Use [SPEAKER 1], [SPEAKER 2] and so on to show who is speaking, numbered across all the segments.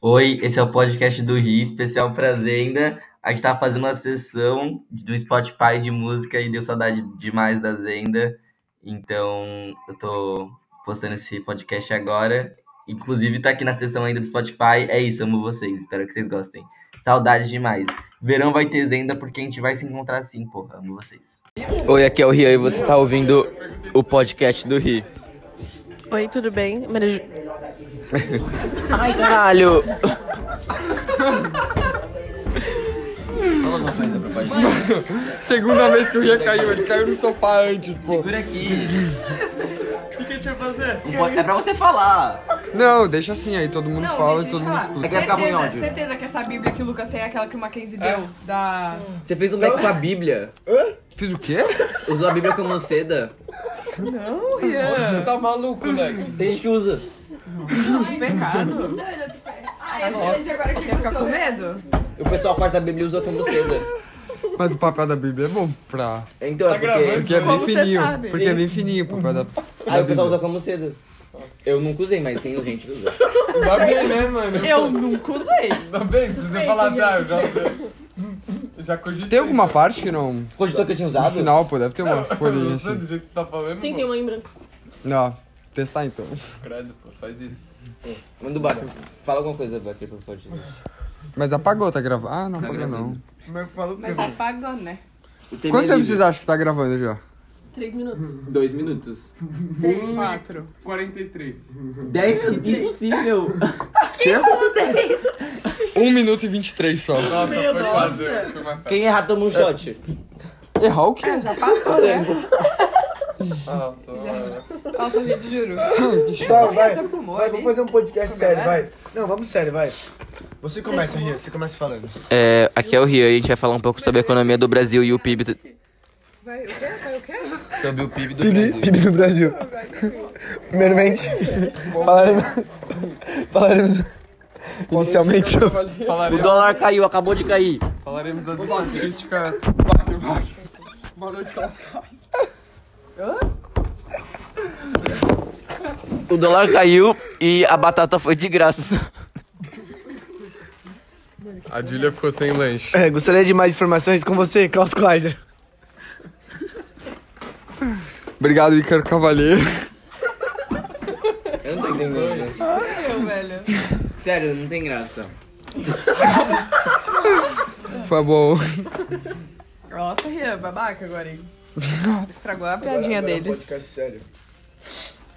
[SPEAKER 1] Oi, esse é o podcast do é Ri, especial Fazenda. um A gente tá fazendo uma sessão do Spotify de música e deu saudade demais da Zenda. Então, eu tô postando esse podcast agora. Inclusive, tá aqui na sessão ainda do Spotify. É isso, amo vocês. Espero que vocês gostem. Saudades demais. Verão vai ter Zenda porque a gente vai se encontrar sim, porra. Amo vocês.
[SPEAKER 2] Oi, aqui é o Rian e você tá ouvindo o podcast do Ri.
[SPEAKER 3] Oi, tudo bem? Maria Ju-
[SPEAKER 2] Ai, caralho! Segunda vez que o Rian caiu, ele caiu no sofá antes, pô.
[SPEAKER 1] Por aqui. o que a gente vai fazer? É pra você falar.
[SPEAKER 2] Não, deixa assim, aí todo mundo
[SPEAKER 4] Não,
[SPEAKER 2] fala
[SPEAKER 4] gente,
[SPEAKER 2] e todo
[SPEAKER 4] deixa
[SPEAKER 2] mundo
[SPEAKER 4] eu falar.
[SPEAKER 2] escuta.
[SPEAKER 1] que vai ficar ruim o
[SPEAKER 4] certeza,
[SPEAKER 1] áudio.
[SPEAKER 4] certeza que essa Bíblia que o Lucas tem é aquela que o Mackenzie deu. Da.
[SPEAKER 5] Você fez um beck com a Bíblia?
[SPEAKER 2] Fiz o quê?
[SPEAKER 5] Usou a Bíblia como seda?
[SPEAKER 2] Você tá maluco, moleque.
[SPEAKER 5] Tem gente que usa.
[SPEAKER 4] Que pecado. É
[SPEAKER 6] Ai, eu
[SPEAKER 4] Nossa.
[SPEAKER 6] Nossa. agora que
[SPEAKER 4] Quer ficar
[SPEAKER 6] gostou,
[SPEAKER 4] com
[SPEAKER 6] né?
[SPEAKER 4] medo?
[SPEAKER 5] O pessoal parte da Bíblia e usa como seda.
[SPEAKER 2] Tá Mas o papel da Bíblia é bom pra.
[SPEAKER 5] Então, é porque...
[SPEAKER 2] Porque é bem
[SPEAKER 4] Como você
[SPEAKER 2] fininho.
[SPEAKER 4] sabe?
[SPEAKER 2] Porque é bem fininho o papel da.
[SPEAKER 5] Aí o pessoal usa como seda. Eu nunca usei, mas tem gente que usa.
[SPEAKER 2] Dá bem, né, mano?
[SPEAKER 4] Eu nunca usei.
[SPEAKER 2] Dá bem, se
[SPEAKER 6] você falar, Sei, ah, eu já
[SPEAKER 2] Já cogitei. Tem alguma parte que não.
[SPEAKER 5] Cogitou que eu tinha
[SPEAKER 2] No
[SPEAKER 5] usado?
[SPEAKER 2] final, pô, deve ter uma folhinha assim.
[SPEAKER 7] do jeito que você tá falando,
[SPEAKER 3] Sim, tem uma em branco.
[SPEAKER 2] Não, testar então.
[SPEAKER 7] credo, pô, faz isso.
[SPEAKER 5] Manda o Baker. Fala alguma coisa, Baker, por favor.
[SPEAKER 2] Mas apagou, tá gravando? Ah, não apagou não.
[SPEAKER 4] Mas apagou, né?
[SPEAKER 2] Quanto tempo vocês acham que tá gravando já?
[SPEAKER 3] Três minutos.
[SPEAKER 5] Dois minutos.
[SPEAKER 4] Quatro.
[SPEAKER 7] 43.
[SPEAKER 5] Dez minutos? Que impossível!
[SPEAKER 2] Um minuto e 23 só. É
[SPEAKER 7] Nossa, foi quase. Foi uma cara.
[SPEAKER 5] Quem errar toma um shot.
[SPEAKER 2] Errar o quê?
[SPEAKER 4] Já passou, né?
[SPEAKER 7] Nossa, mano.
[SPEAKER 4] Nossa, gente, juro.
[SPEAKER 8] Vai, Tá, vai.
[SPEAKER 4] Você fumou
[SPEAKER 8] Vai,
[SPEAKER 4] ali?
[SPEAKER 8] vamos fazer um podcast
[SPEAKER 4] Com
[SPEAKER 8] sério,
[SPEAKER 4] galera?
[SPEAKER 8] vai. Não, vamos sério, vai. Você começa, Ria, você começa falando.
[SPEAKER 2] É, aqui é o Rio e a gente vai falar um pouco sobre a economia do Brasil e o PIB.
[SPEAKER 4] Vai o quê? Vai o quê?
[SPEAKER 2] Sobre o PIB do
[SPEAKER 8] PIB, PIB do Brasil. Primeiramente, falaremos. falaremos inicialmente sobre.
[SPEAKER 5] O
[SPEAKER 7] Falaremos,
[SPEAKER 5] dólar caiu, acabou de cair.
[SPEAKER 7] falaremos das estatísticas. Boa noite,
[SPEAKER 5] O dólar caiu e a batata foi de graça.
[SPEAKER 7] A Julia ficou sem lanche.
[SPEAKER 8] É, gostaria de mais informações com você, Klaus Kleiser.
[SPEAKER 2] Obrigado, Icaro Cavalheiro.
[SPEAKER 5] Eu não tô entendendo.
[SPEAKER 4] Eu, velho.
[SPEAKER 5] Sério, não tem graça.
[SPEAKER 2] Foi bom.
[SPEAKER 4] Nossa, Rian, babaca agora, hein? Estragou a piadinha deles.
[SPEAKER 8] sério.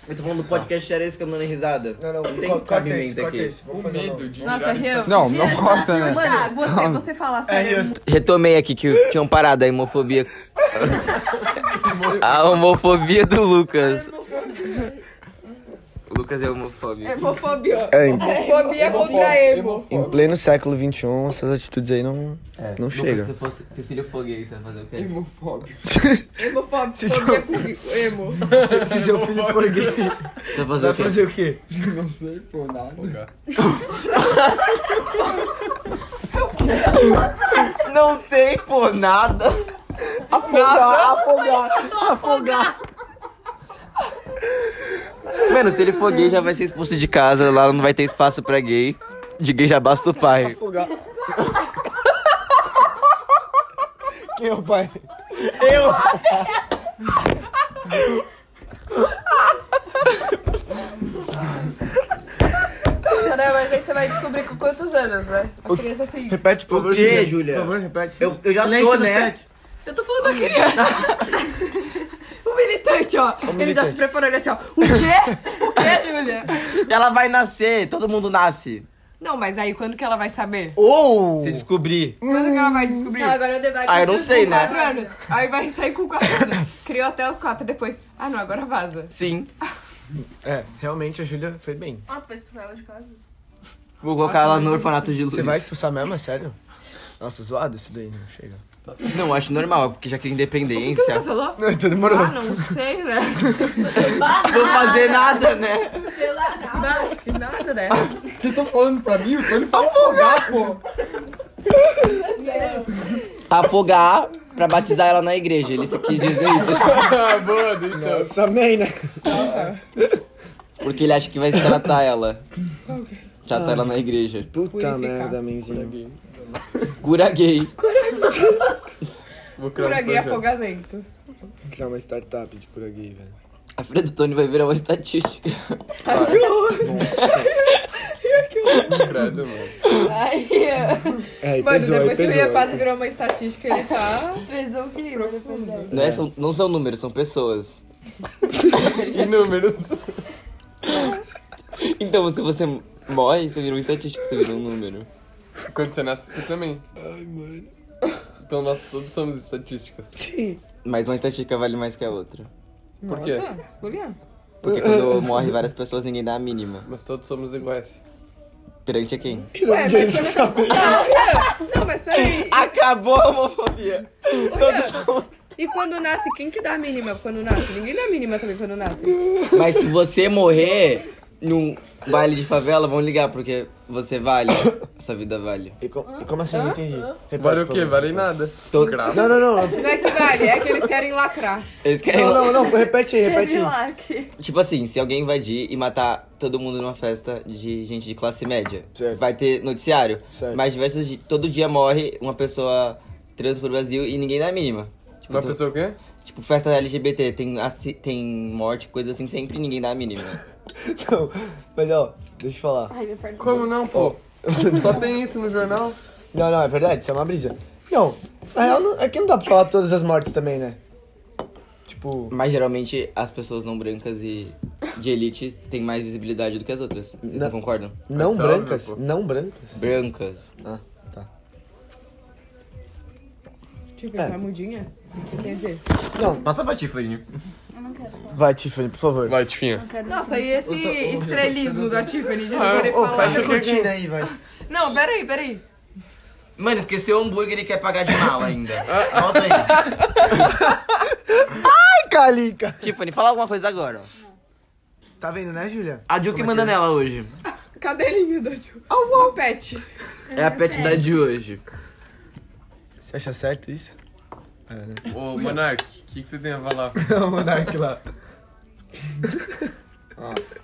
[SPEAKER 5] Eu tô falando do podcast sério e ficando dando risada.
[SPEAKER 7] É,
[SPEAKER 8] Não, não,
[SPEAKER 5] Não tem
[SPEAKER 8] co- corta
[SPEAKER 5] cabimento
[SPEAKER 8] é esse, corta
[SPEAKER 5] aqui.
[SPEAKER 8] esse. Vamos
[SPEAKER 7] O
[SPEAKER 8] fazer um
[SPEAKER 7] medo
[SPEAKER 8] novo.
[SPEAKER 7] de
[SPEAKER 4] Nossa,
[SPEAKER 7] virar
[SPEAKER 4] Rian.
[SPEAKER 2] Não, não corta, né?
[SPEAKER 4] Mano, você, você fala sério.
[SPEAKER 8] É,
[SPEAKER 4] é
[SPEAKER 8] Rian,
[SPEAKER 5] Retomei aqui que tinham parado a homofobia. a homofobia do Lucas. O Lucas é homofóbico.
[SPEAKER 4] Homofobia.
[SPEAKER 8] É, em,
[SPEAKER 4] Homofobia contra emo.
[SPEAKER 8] em pleno século XXI, essas atitudes aí não, não chegam.
[SPEAKER 5] fosse, se filho fosse gay, você vai fazer o quê?
[SPEAKER 8] Se
[SPEAKER 4] Homofobia com emo.
[SPEAKER 8] seu- se seu filho for gay,
[SPEAKER 5] Você vai fazer
[SPEAKER 8] vai
[SPEAKER 5] o quê?
[SPEAKER 8] fazer o quê?
[SPEAKER 7] folgar.
[SPEAKER 5] Não sei por nada.
[SPEAKER 8] Afogar, afogar.
[SPEAKER 5] Mano, se ele for gay, já vai ser expulso de casa. Lá não vai ter espaço pra gay. De gay já basta o pai.
[SPEAKER 8] Afogar. Quem é o pai?
[SPEAKER 4] Caramba, mas aí você vai descobrir com quantos anos, né? A criança assim.
[SPEAKER 8] Repete, por favor,
[SPEAKER 5] quê, Julia?
[SPEAKER 8] Julia. Por favor, repete.
[SPEAKER 5] Eu, eu já sou,
[SPEAKER 8] no
[SPEAKER 5] né?
[SPEAKER 8] set.
[SPEAKER 4] Eu tô falando da criança. o militante, ó. Ele já se preparou, ele assim, ó. O quê? O quê, Júlia?
[SPEAKER 5] Ela vai nascer, todo mundo nasce.
[SPEAKER 4] Não, mas aí quando que ela vai saber?
[SPEAKER 8] Ou...
[SPEAKER 5] Se descobrir.
[SPEAKER 4] Quando que ela vai descobrir?
[SPEAKER 6] Não, agora é o debate.
[SPEAKER 5] Ah, eu não
[SPEAKER 6] dos-
[SPEAKER 5] sei,
[SPEAKER 4] com
[SPEAKER 5] né?
[SPEAKER 4] 4 anos. Aí vai sair com 4 anos. Criou até os 4 depois. Ah, não, agora vaza.
[SPEAKER 5] Sim.
[SPEAKER 8] É, realmente a Júlia foi bem.
[SPEAKER 6] Ah, pra expulsar ela de casa.
[SPEAKER 5] Vou colocar ela no orfanato de luz.
[SPEAKER 8] Você vai expulsar mesmo, é sério? Nossa, zoado isso daí, não chega.
[SPEAKER 5] Não, acho normal, porque já que é
[SPEAKER 7] Tá.
[SPEAKER 5] independência.
[SPEAKER 4] Cancelou?
[SPEAKER 8] Não, então demorou.
[SPEAKER 4] Ah, não sei, né?
[SPEAKER 5] Vou fazer nada, né?
[SPEAKER 4] Não, acho que nada, né?
[SPEAKER 2] Vocês estão falando pra mim? Então ele fala afogar, pô.
[SPEAKER 5] Afogar pra batizar ela na igreja. Ele se quis dizer isso.
[SPEAKER 7] Ah, boa, então.
[SPEAKER 8] Nossa, man, né?
[SPEAKER 5] Porque ele acha que vai tratar ela. Já tá lá na igreja.
[SPEAKER 8] Puta merda, menzinho.
[SPEAKER 5] Cura gay.
[SPEAKER 7] Vou criar um
[SPEAKER 4] Cura gay
[SPEAKER 7] projeto.
[SPEAKER 4] é afogamento.
[SPEAKER 8] Vou criar uma startup de cura gay, velho.
[SPEAKER 5] A filha do Tony vai virar uma estatística.
[SPEAKER 7] Credo, mano.
[SPEAKER 9] Ai, eu-
[SPEAKER 8] É, e
[SPEAKER 4] Mano,
[SPEAKER 8] pesou, aí
[SPEAKER 4] depois que o
[SPEAKER 8] pesou.
[SPEAKER 4] Ian quase virou uma estatística, ele tá.
[SPEAKER 9] pesou o clima depois dessa.
[SPEAKER 5] Não, é, são, não são números, são pessoas.
[SPEAKER 7] Inúmeros.
[SPEAKER 5] Então, se você morre, você vira uma estatística, você vira um número.
[SPEAKER 7] Quando você nasce, você também. Ai, mano. Então nós todos somos estatísticas.
[SPEAKER 8] Sim.
[SPEAKER 5] Mas uma estatística vale mais que a outra.
[SPEAKER 7] Por quê?
[SPEAKER 4] Nossa, por quê?
[SPEAKER 5] Porque quando morre várias pessoas, ninguém dá a mínima.
[SPEAKER 7] Mas todos somos iguais.
[SPEAKER 5] Perante a quem?
[SPEAKER 4] Ué, mas você não sabe. Não, não, mas peraí.
[SPEAKER 5] Acabou a homofobia!
[SPEAKER 4] E quando nasce, quem que dá a mínima quando nasce? Ninguém dá a mínima também quando nasce.
[SPEAKER 5] Mas se você morrer num baile de favela, vão ligar, porque você vale. Essa vida vale.
[SPEAKER 8] E co- e como assim? Não entendi. Repete,
[SPEAKER 7] Vale o
[SPEAKER 8] por
[SPEAKER 7] quê?
[SPEAKER 8] favor.
[SPEAKER 7] Vale nada.
[SPEAKER 5] Todo-
[SPEAKER 7] Graça.
[SPEAKER 8] Não, não, não.
[SPEAKER 4] Não é que vale, é que eles querem lacrar.
[SPEAKER 5] Eles querem.
[SPEAKER 8] Não, não, não. Repete aí, repete
[SPEAKER 9] Teve
[SPEAKER 8] aí.
[SPEAKER 9] lacre.
[SPEAKER 5] Tipo assim, se alguém invadir e matar todo mundo numa festa de gente de classe média,
[SPEAKER 8] Certo.
[SPEAKER 5] vai ter noticiário.
[SPEAKER 8] Certo.
[SPEAKER 5] Mas diversos di- todo dia morre uma pessoa trans pro Brasil e ninguém dá a mínima. Tipo,
[SPEAKER 7] Uma
[SPEAKER 5] tu-
[SPEAKER 7] pessoa o quê?
[SPEAKER 5] tipo, festa LGBT, tem, assi- tem morte, coisa assim, sempre ninguém dá a mínima.
[SPEAKER 8] Não, Então, mas ó, deixa eu falar.
[SPEAKER 9] Ai, meu perdão.
[SPEAKER 7] Como não, pô? Só tem isso no jornal?
[SPEAKER 8] Não, não, é verdade, isso é uma brisa. Não, na real, não, é que não dá pra falar todas as mortes também, né? Tipo,
[SPEAKER 5] Mas geralmente as pessoas não brancas e de elite têm mais visibilidade do que as outras. Vocês não,
[SPEAKER 8] Não.
[SPEAKER 5] concordam?
[SPEAKER 8] não
[SPEAKER 7] Mas é óbvio,
[SPEAKER 8] brancas,
[SPEAKER 7] pô.
[SPEAKER 8] não brancas.
[SPEAKER 5] Brancas.
[SPEAKER 8] Ah, tá.
[SPEAKER 4] Deixa eu ver,
[SPEAKER 8] É.
[SPEAKER 4] tá mudinha? O que você quer dizer?
[SPEAKER 8] Não,
[SPEAKER 5] Passa pra Tiffany.
[SPEAKER 8] vai, Tiffany, por favor.
[SPEAKER 7] Vai, Tifinha.
[SPEAKER 4] Nossa, e esse estrelismo da Tiffany de não querer
[SPEAKER 8] Ah, Ô,
[SPEAKER 4] falar?
[SPEAKER 8] fecha a cortina aí, vai.
[SPEAKER 4] Não, peraí, peraí.
[SPEAKER 5] Mano, esqueceu o hambúrguer e quer pagar de mal ainda. Volta aí.
[SPEAKER 8] Ai, Calica!
[SPEAKER 5] Tiffany, fala alguma coisa agora.
[SPEAKER 8] Tá vendo, né, Julia?
[SPEAKER 5] A Juke manda nela hoje.
[SPEAKER 4] Cadelinho da Ju. Oh, pet.
[SPEAKER 5] É a pet da de hoje.
[SPEAKER 8] Você acha certo isso?
[SPEAKER 7] Ô, Monark, o que, que você tem a falar?
[SPEAKER 8] o Monark lá.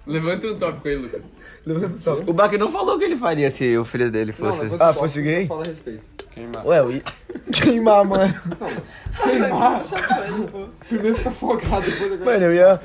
[SPEAKER 7] Levanta um tópico aí, Lucas.
[SPEAKER 8] Levanta o top.
[SPEAKER 5] O Bach não falou o que ele faria se o filho dele fosse.
[SPEAKER 8] Ah, fosse gay?
[SPEAKER 7] Fala a respeito. Queimar.
[SPEAKER 8] Ué, o I... Queimar, mano.
[SPEAKER 7] Focado, depois agora.
[SPEAKER 8] Mano, eu ia,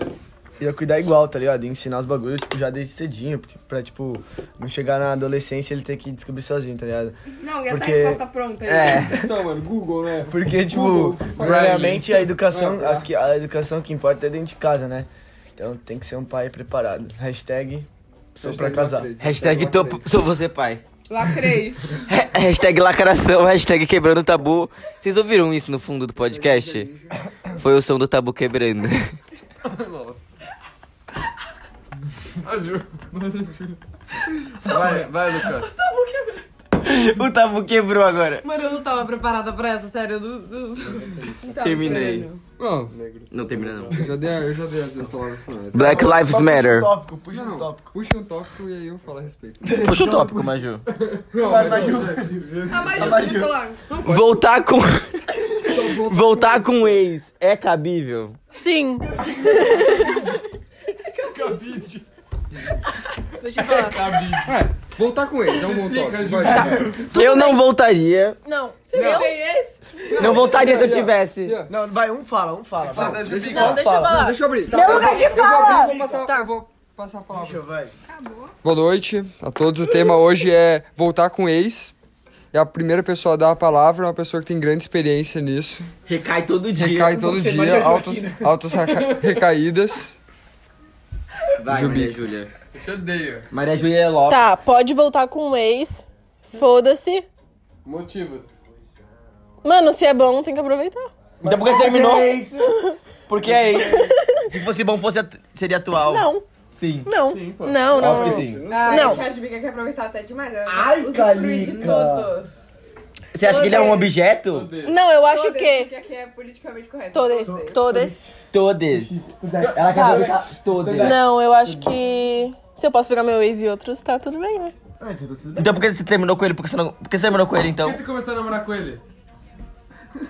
[SPEAKER 8] ia cuidar igual, tá ligado? Ia ensinar os bagulhos, tipo, já desde cedinho. Porque, pra, tipo, não chegar na adolescência ele ter que descobrir sozinho, tá ligado?
[SPEAKER 4] Não, e essa
[SPEAKER 8] Porque- é.
[SPEAKER 4] resposta pronta aí?
[SPEAKER 7] Então, mano, Google, né?
[SPEAKER 8] Porque, tipo, primeiramente a educação,
[SPEAKER 7] Ah,
[SPEAKER 8] a, que- a educação que importa é dentro de casa, né? Então tem que ser um pai preparado. Hashtag sou pra casar.
[SPEAKER 5] Hashtag tô, sou você pai.
[SPEAKER 4] Lacrei.
[SPEAKER 5] Ha- Hashtag lacração, hashtag quebrando tabu. Vocês ouviram isso no fundo do podcast? Foi o som do tabu quebrando.
[SPEAKER 7] Nossa. Ah, Ju. Vai, vai, Lucas.
[SPEAKER 5] o tabu quebrou agora.
[SPEAKER 4] Mano, eu não tava preparada pra essa, sério. Eu não, não- não tava
[SPEAKER 5] Terminei.
[SPEAKER 4] esperando.
[SPEAKER 2] Não,
[SPEAKER 5] Não termina não.
[SPEAKER 2] eu já dei, eu já dei as minhas palavras finais.
[SPEAKER 5] Black Lives Matter.
[SPEAKER 8] Puxa um tópico, puxa
[SPEAKER 2] Não,
[SPEAKER 8] um
[SPEAKER 2] não,
[SPEAKER 8] tópico.
[SPEAKER 2] puxa um tópico e aí eu falo a respeito.
[SPEAKER 5] Puxa o tópico, Maju.
[SPEAKER 2] Não,
[SPEAKER 8] Vai,
[SPEAKER 2] mas-
[SPEAKER 8] Maju.
[SPEAKER 4] Ah, mas eu falar.
[SPEAKER 5] Voltar com. Voltar com o ex é cabível?
[SPEAKER 3] Sim.
[SPEAKER 7] Cabide.
[SPEAKER 3] Deixa eu falar.
[SPEAKER 7] Cabide.
[SPEAKER 2] Ué, voltar com ele, dá um bom
[SPEAKER 7] Explica,
[SPEAKER 2] tópico.
[SPEAKER 7] Ju.
[SPEAKER 2] Vai, vai.
[SPEAKER 5] eu não voltaria.
[SPEAKER 3] Não.
[SPEAKER 4] Não tem esse?
[SPEAKER 5] Não voltaria se eu
[SPEAKER 2] Não,
[SPEAKER 5] tivesse.
[SPEAKER 2] Ian,
[SPEAKER 8] Não, vai, um fala, um fala. vai.
[SPEAKER 7] Vai, Ju,
[SPEAKER 2] deixa eu
[SPEAKER 7] fica.
[SPEAKER 3] Não, deixa eu falar.
[SPEAKER 2] Deixa eu abrir. Tá,
[SPEAKER 3] Meu lugar de
[SPEAKER 2] eu vou
[SPEAKER 3] fala.
[SPEAKER 2] abrir, eu vou passar, eu vou passar a palavra.
[SPEAKER 8] Deixa, vai.
[SPEAKER 2] Boa noite a todos. O tema hoje é voltar com ex. É a primeira pessoa a dar a palavra, é uma pessoa que tem grande experiência nisso.
[SPEAKER 5] Recai todo dia.
[SPEAKER 2] Recai todo
[SPEAKER 8] Você
[SPEAKER 2] dia,
[SPEAKER 8] manda
[SPEAKER 2] altas, altas reca- recaídas.
[SPEAKER 5] Vai, Maria Júlia.
[SPEAKER 7] Eu te odeio.
[SPEAKER 5] Maria Júlia é Lopes.
[SPEAKER 3] Tá, pode voltar com o ex. Foda-se.
[SPEAKER 7] Motivos.
[SPEAKER 3] Mano, se é bom, tem que aproveitar.
[SPEAKER 5] Então porque você terminou?
[SPEAKER 8] É
[SPEAKER 5] Porque é ex. Se fosse bom, fosse atu- seria atual.
[SPEAKER 3] Não,
[SPEAKER 5] Sim.
[SPEAKER 3] não.
[SPEAKER 7] Sim, pô.
[SPEAKER 3] não, não.
[SPEAKER 5] Óbvio que sim.
[SPEAKER 4] Ah,
[SPEAKER 3] Não.
[SPEAKER 4] é que a Jubica quer aproveitar até demais. né?
[SPEAKER 8] Ai,
[SPEAKER 4] Usufruir de
[SPEAKER 8] Calica.
[SPEAKER 4] todos.
[SPEAKER 5] Você acha que ele é um objeto?
[SPEAKER 7] Odeio.
[SPEAKER 3] Não, eu acho
[SPEAKER 4] Todos,
[SPEAKER 3] que.
[SPEAKER 4] Porque aqui é politicamente correto.
[SPEAKER 3] Todas,
[SPEAKER 4] Todos.
[SPEAKER 3] todas.
[SPEAKER 5] Todas. Ela quer aproveitar todas.
[SPEAKER 3] Não, eu acho que. Se eu posso pegar meu ex e outros, tá tudo bem, né?
[SPEAKER 5] Então por que você terminou com ele? Porque você não... Por que você terminou com ele, então?
[SPEAKER 7] Por que você começou a namorar com ele?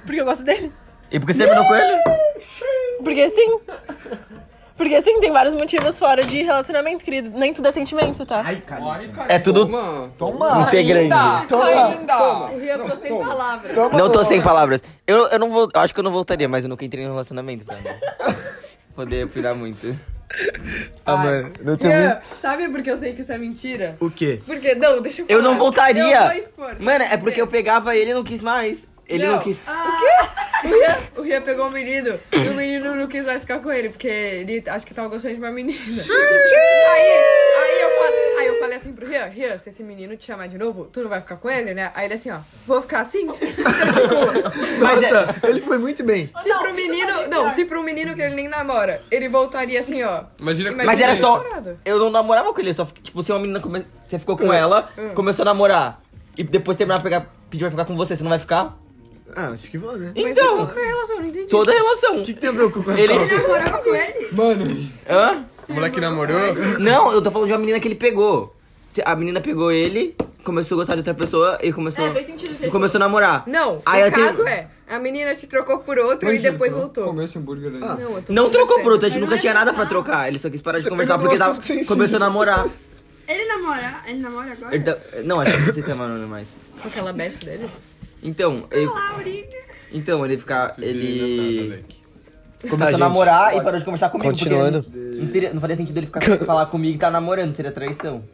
[SPEAKER 3] Porque eu gosto dele.
[SPEAKER 5] E por que você terminou com ele?
[SPEAKER 3] Porque sim. assim, Porque assim, tem vários motivos fora de relacionamento, querido. Nem tudo é sentimento, tá?
[SPEAKER 7] Ai, cara,
[SPEAKER 10] É tudo-
[SPEAKER 7] Toma.
[SPEAKER 8] Toma!
[SPEAKER 10] Integrante.
[SPEAKER 8] tá.
[SPEAKER 7] Ainda.
[SPEAKER 4] Tá O Rian ficou sem palavras.
[SPEAKER 10] Não tô sem palavras. Eu, eu não vou. eu acho que eu não voltaria, mas eu nunca entrei em um relacionamento pra mim. Poder opinar muito.
[SPEAKER 8] Ah, mano, não tem
[SPEAKER 4] Rian, sabe por que eu sei que isso é mentira?
[SPEAKER 8] O quê?
[SPEAKER 4] Porque, não, deixa eu falar.
[SPEAKER 10] Eu não voltaria!
[SPEAKER 4] Eu vou expor. sabe
[SPEAKER 10] Mano, é
[SPEAKER 4] por
[SPEAKER 10] porque
[SPEAKER 4] quê?
[SPEAKER 10] eu pegava ele e não quis mais. Ele não, quis.
[SPEAKER 4] Ah. O quê? O Rian, o Rian pegou o menino e o menino não quis mais ficar com ele, porque ele acho que tava gostando de uma menina. aí, aí, eu falei, aí eu falei assim pro Rian, Rian, se esse menino te chamar de novo, tu não vai ficar com ele, né? Aí ele assim, ó, vou ficar assim? Então, tipo,
[SPEAKER 8] Nossa, ele foi muito bem.
[SPEAKER 4] se pro menino. Não, se pro menino que ele nem namora, ele voltaria assim, ó.
[SPEAKER 7] Imagina que
[SPEAKER 10] Mas
[SPEAKER 4] Mas
[SPEAKER 10] era
[SPEAKER 4] ele
[SPEAKER 10] só.
[SPEAKER 4] namorado.
[SPEAKER 10] Eu não namorava com ele, eu só. fiquei- Tipo, se uma menina. Come... Você ficou
[SPEAKER 4] Hum.
[SPEAKER 10] com ela, começou a namorar. E depois terminar pra pegar. Pedir pra ficar com você, você não vai ficar?
[SPEAKER 8] Ah, acho que vou, né?
[SPEAKER 4] Mas
[SPEAKER 10] Então.
[SPEAKER 4] qual que é a relação? Não entendi.
[SPEAKER 10] Toda a relação.
[SPEAKER 8] O que, que tem a ver o cu com as
[SPEAKER 10] Ele-
[SPEAKER 8] calças?
[SPEAKER 4] Namorou Tá com ele?
[SPEAKER 7] Mano,
[SPEAKER 10] Hã?
[SPEAKER 7] o moleque namorou.
[SPEAKER 10] Não, eu tô falando de uma menina que ele pegou. Se A menina pegou ele, começou a gostar de outra pessoa e começou.
[SPEAKER 3] É, fez sentido, fez
[SPEAKER 10] e começou a namorar.
[SPEAKER 4] Não,
[SPEAKER 10] Aí
[SPEAKER 4] o
[SPEAKER 10] ela teve-
[SPEAKER 4] caso é, a menina te trocou por outro e depois voltou.
[SPEAKER 2] Comer esse hambúrguer aí.
[SPEAKER 4] então. Não, eu tô
[SPEAKER 10] Não trocou
[SPEAKER 4] conversando.
[SPEAKER 10] por outro, a gente nunca tinha nada pra trocar. Ele só quis parar de conversar
[SPEAKER 8] pegou
[SPEAKER 10] porque
[SPEAKER 8] um
[SPEAKER 10] tava,
[SPEAKER 8] assunto sem
[SPEAKER 10] começou a namorar.
[SPEAKER 11] Ele namora? Ele namora agora?
[SPEAKER 10] Ele tá- Não, acho que não sei se é namorando mais.
[SPEAKER 4] Com aquela best dele?
[SPEAKER 10] Então, ele,
[SPEAKER 11] Laurinha.
[SPEAKER 10] então, ele ficar. Ele.
[SPEAKER 7] Ele...
[SPEAKER 10] Começou a
[SPEAKER 8] Tá, gente,
[SPEAKER 10] namorar e parou de conversar comigo. porque
[SPEAKER 8] Continuando.
[SPEAKER 10] Não, seria- não faria sentido ele ficar falar comigo e tá namorando, seria traição.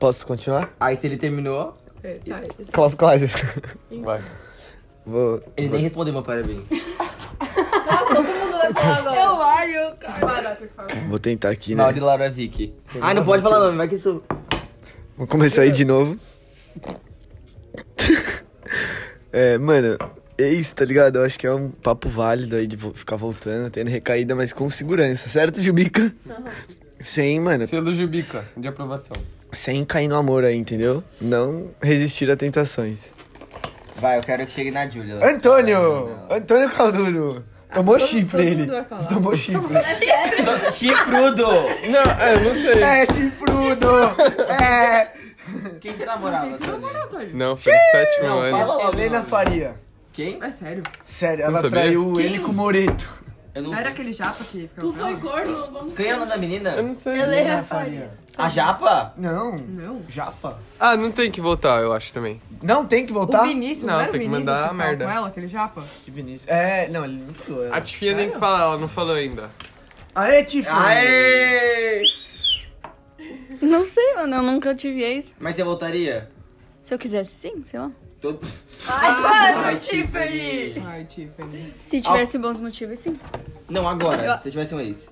[SPEAKER 8] Posso continuar?
[SPEAKER 10] Aí se ele terminou,
[SPEAKER 4] É, tá, isso
[SPEAKER 8] Klaus Kleiser.
[SPEAKER 7] Vai.
[SPEAKER 8] Vou.
[SPEAKER 10] ele nem respondeu meu parabéns.
[SPEAKER 11] Eu olho, cara.
[SPEAKER 8] Vou tentar aqui, né?
[SPEAKER 10] Mauri Laura Vick. Ai, não pode falar nome, vai que isso.
[SPEAKER 8] Vou começar aí de novo. é, mano, é isso, tá ligado? Eu acho que é um papo válido aí de vo- ficar voltando, tendo recaída, mas com segurança, certo, Jubica? Sem, mano,
[SPEAKER 7] Selo Jubica, de aprovação.
[SPEAKER 8] sem cair no amor aí, entendeu? Não resistir a tentações.
[SPEAKER 10] Vai, eu quero que chegue na Júlia.
[SPEAKER 8] Antônio! Antônio Calduro!
[SPEAKER 4] um
[SPEAKER 8] Tomou chifre
[SPEAKER 4] todo
[SPEAKER 8] ele.
[SPEAKER 4] mundo vai falar.
[SPEAKER 8] Tomou chifre.
[SPEAKER 10] Chifrudo!
[SPEAKER 7] Não, é, não sei.
[SPEAKER 8] é chifrudo! É!
[SPEAKER 10] Quem você namorava? Antônio?
[SPEAKER 7] Não, foi no sétimo
[SPEAKER 10] Não,
[SPEAKER 7] ano.
[SPEAKER 10] fala logo.
[SPEAKER 8] É, Helena Faria.
[SPEAKER 10] Quem?
[SPEAKER 4] É sério.
[SPEAKER 8] Sério,
[SPEAKER 7] não
[SPEAKER 8] ela
[SPEAKER 7] sabia?
[SPEAKER 8] traiu ele com o Moreto.
[SPEAKER 10] Eu não...
[SPEAKER 4] Não era aquele japa que ficava
[SPEAKER 3] Tu
[SPEAKER 4] com ela?
[SPEAKER 3] foi corno? Vamos
[SPEAKER 10] Quem é o nome da menina?
[SPEAKER 7] Eu não sei.
[SPEAKER 11] Helena
[SPEAKER 8] Faria.
[SPEAKER 10] A Japa?
[SPEAKER 8] Não,
[SPEAKER 4] Não.
[SPEAKER 8] japa.
[SPEAKER 7] Ah, não tem que voltar, eu acho também.
[SPEAKER 8] Não tem que
[SPEAKER 4] O
[SPEAKER 8] voltar?
[SPEAKER 4] Vinícius,
[SPEAKER 7] Tá. Não,
[SPEAKER 4] não, era o
[SPEAKER 7] tem que
[SPEAKER 4] Vinícius
[SPEAKER 7] mandar
[SPEAKER 4] que
[SPEAKER 7] a
[SPEAKER 4] ficava
[SPEAKER 7] merda.
[SPEAKER 4] com ela, aquele japa?
[SPEAKER 8] Que Vinícius. É, não, ele não pulou.
[SPEAKER 7] A Tifinha tem que falar, ela não falou ainda.
[SPEAKER 8] Aê, Tifa!
[SPEAKER 10] Aê!
[SPEAKER 11] Não sei, mano. Eu nunca tive ex.
[SPEAKER 10] Mas você voltaria?
[SPEAKER 11] Se eu quisesse, sim, sei lá.
[SPEAKER 10] Todo...
[SPEAKER 11] Ai, tipo,
[SPEAKER 10] Tiffany!
[SPEAKER 4] Ai, Tiffany.
[SPEAKER 11] Se tivesse bons motivos, sim.
[SPEAKER 10] Não, agora,
[SPEAKER 11] Eu-
[SPEAKER 10] se você tivesse um ex.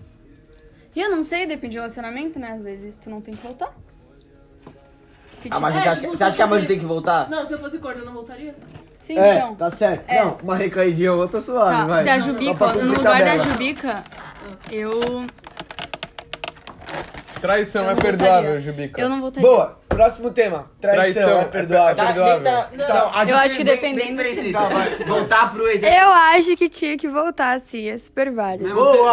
[SPEAKER 11] E eu não sei, depende do relacionamento, né? Às vezes tu não tem que voltar. Se
[SPEAKER 10] A
[SPEAKER 8] Ah,
[SPEAKER 11] tiver,
[SPEAKER 10] Maju,
[SPEAKER 3] É,
[SPEAKER 10] você acha,
[SPEAKER 3] tipo,
[SPEAKER 10] que-
[SPEAKER 3] se
[SPEAKER 10] você acha que a Maju
[SPEAKER 3] você-
[SPEAKER 10] tem que voltar?
[SPEAKER 3] Não, se eu fosse corno, eu não voltaria.
[SPEAKER 11] sim,
[SPEAKER 8] É,
[SPEAKER 11] então.
[SPEAKER 8] tá certo.
[SPEAKER 11] É.
[SPEAKER 8] Não, uma recaidinha ou outra suave,
[SPEAKER 11] Tá,
[SPEAKER 8] vai.
[SPEAKER 11] se a
[SPEAKER 8] Só pra
[SPEAKER 11] Jubica, no
[SPEAKER 8] completar
[SPEAKER 11] lugar da
[SPEAKER 8] dela.
[SPEAKER 11] Jubica, eu.
[SPEAKER 7] Traição
[SPEAKER 11] Eu
[SPEAKER 7] é
[SPEAKER 11] não
[SPEAKER 7] perdoável,
[SPEAKER 11] voltaria.
[SPEAKER 7] Jubica.
[SPEAKER 11] eu não voltaria.
[SPEAKER 8] Boa, próximo tema. Traição,
[SPEAKER 7] Traição.
[SPEAKER 8] é perdoável.
[SPEAKER 7] Tá,
[SPEAKER 10] nem
[SPEAKER 7] perdoável.
[SPEAKER 10] tá- não, a
[SPEAKER 11] Eu
[SPEAKER 10] Ju
[SPEAKER 11] acho que
[SPEAKER 10] bem-
[SPEAKER 11] dependendo
[SPEAKER 10] bem
[SPEAKER 11] se-
[SPEAKER 10] experiente. Voltar pro ex.
[SPEAKER 11] Eu acho que tinha que voltar, sim. É super válido.
[SPEAKER 7] Mesmo se- mesmo se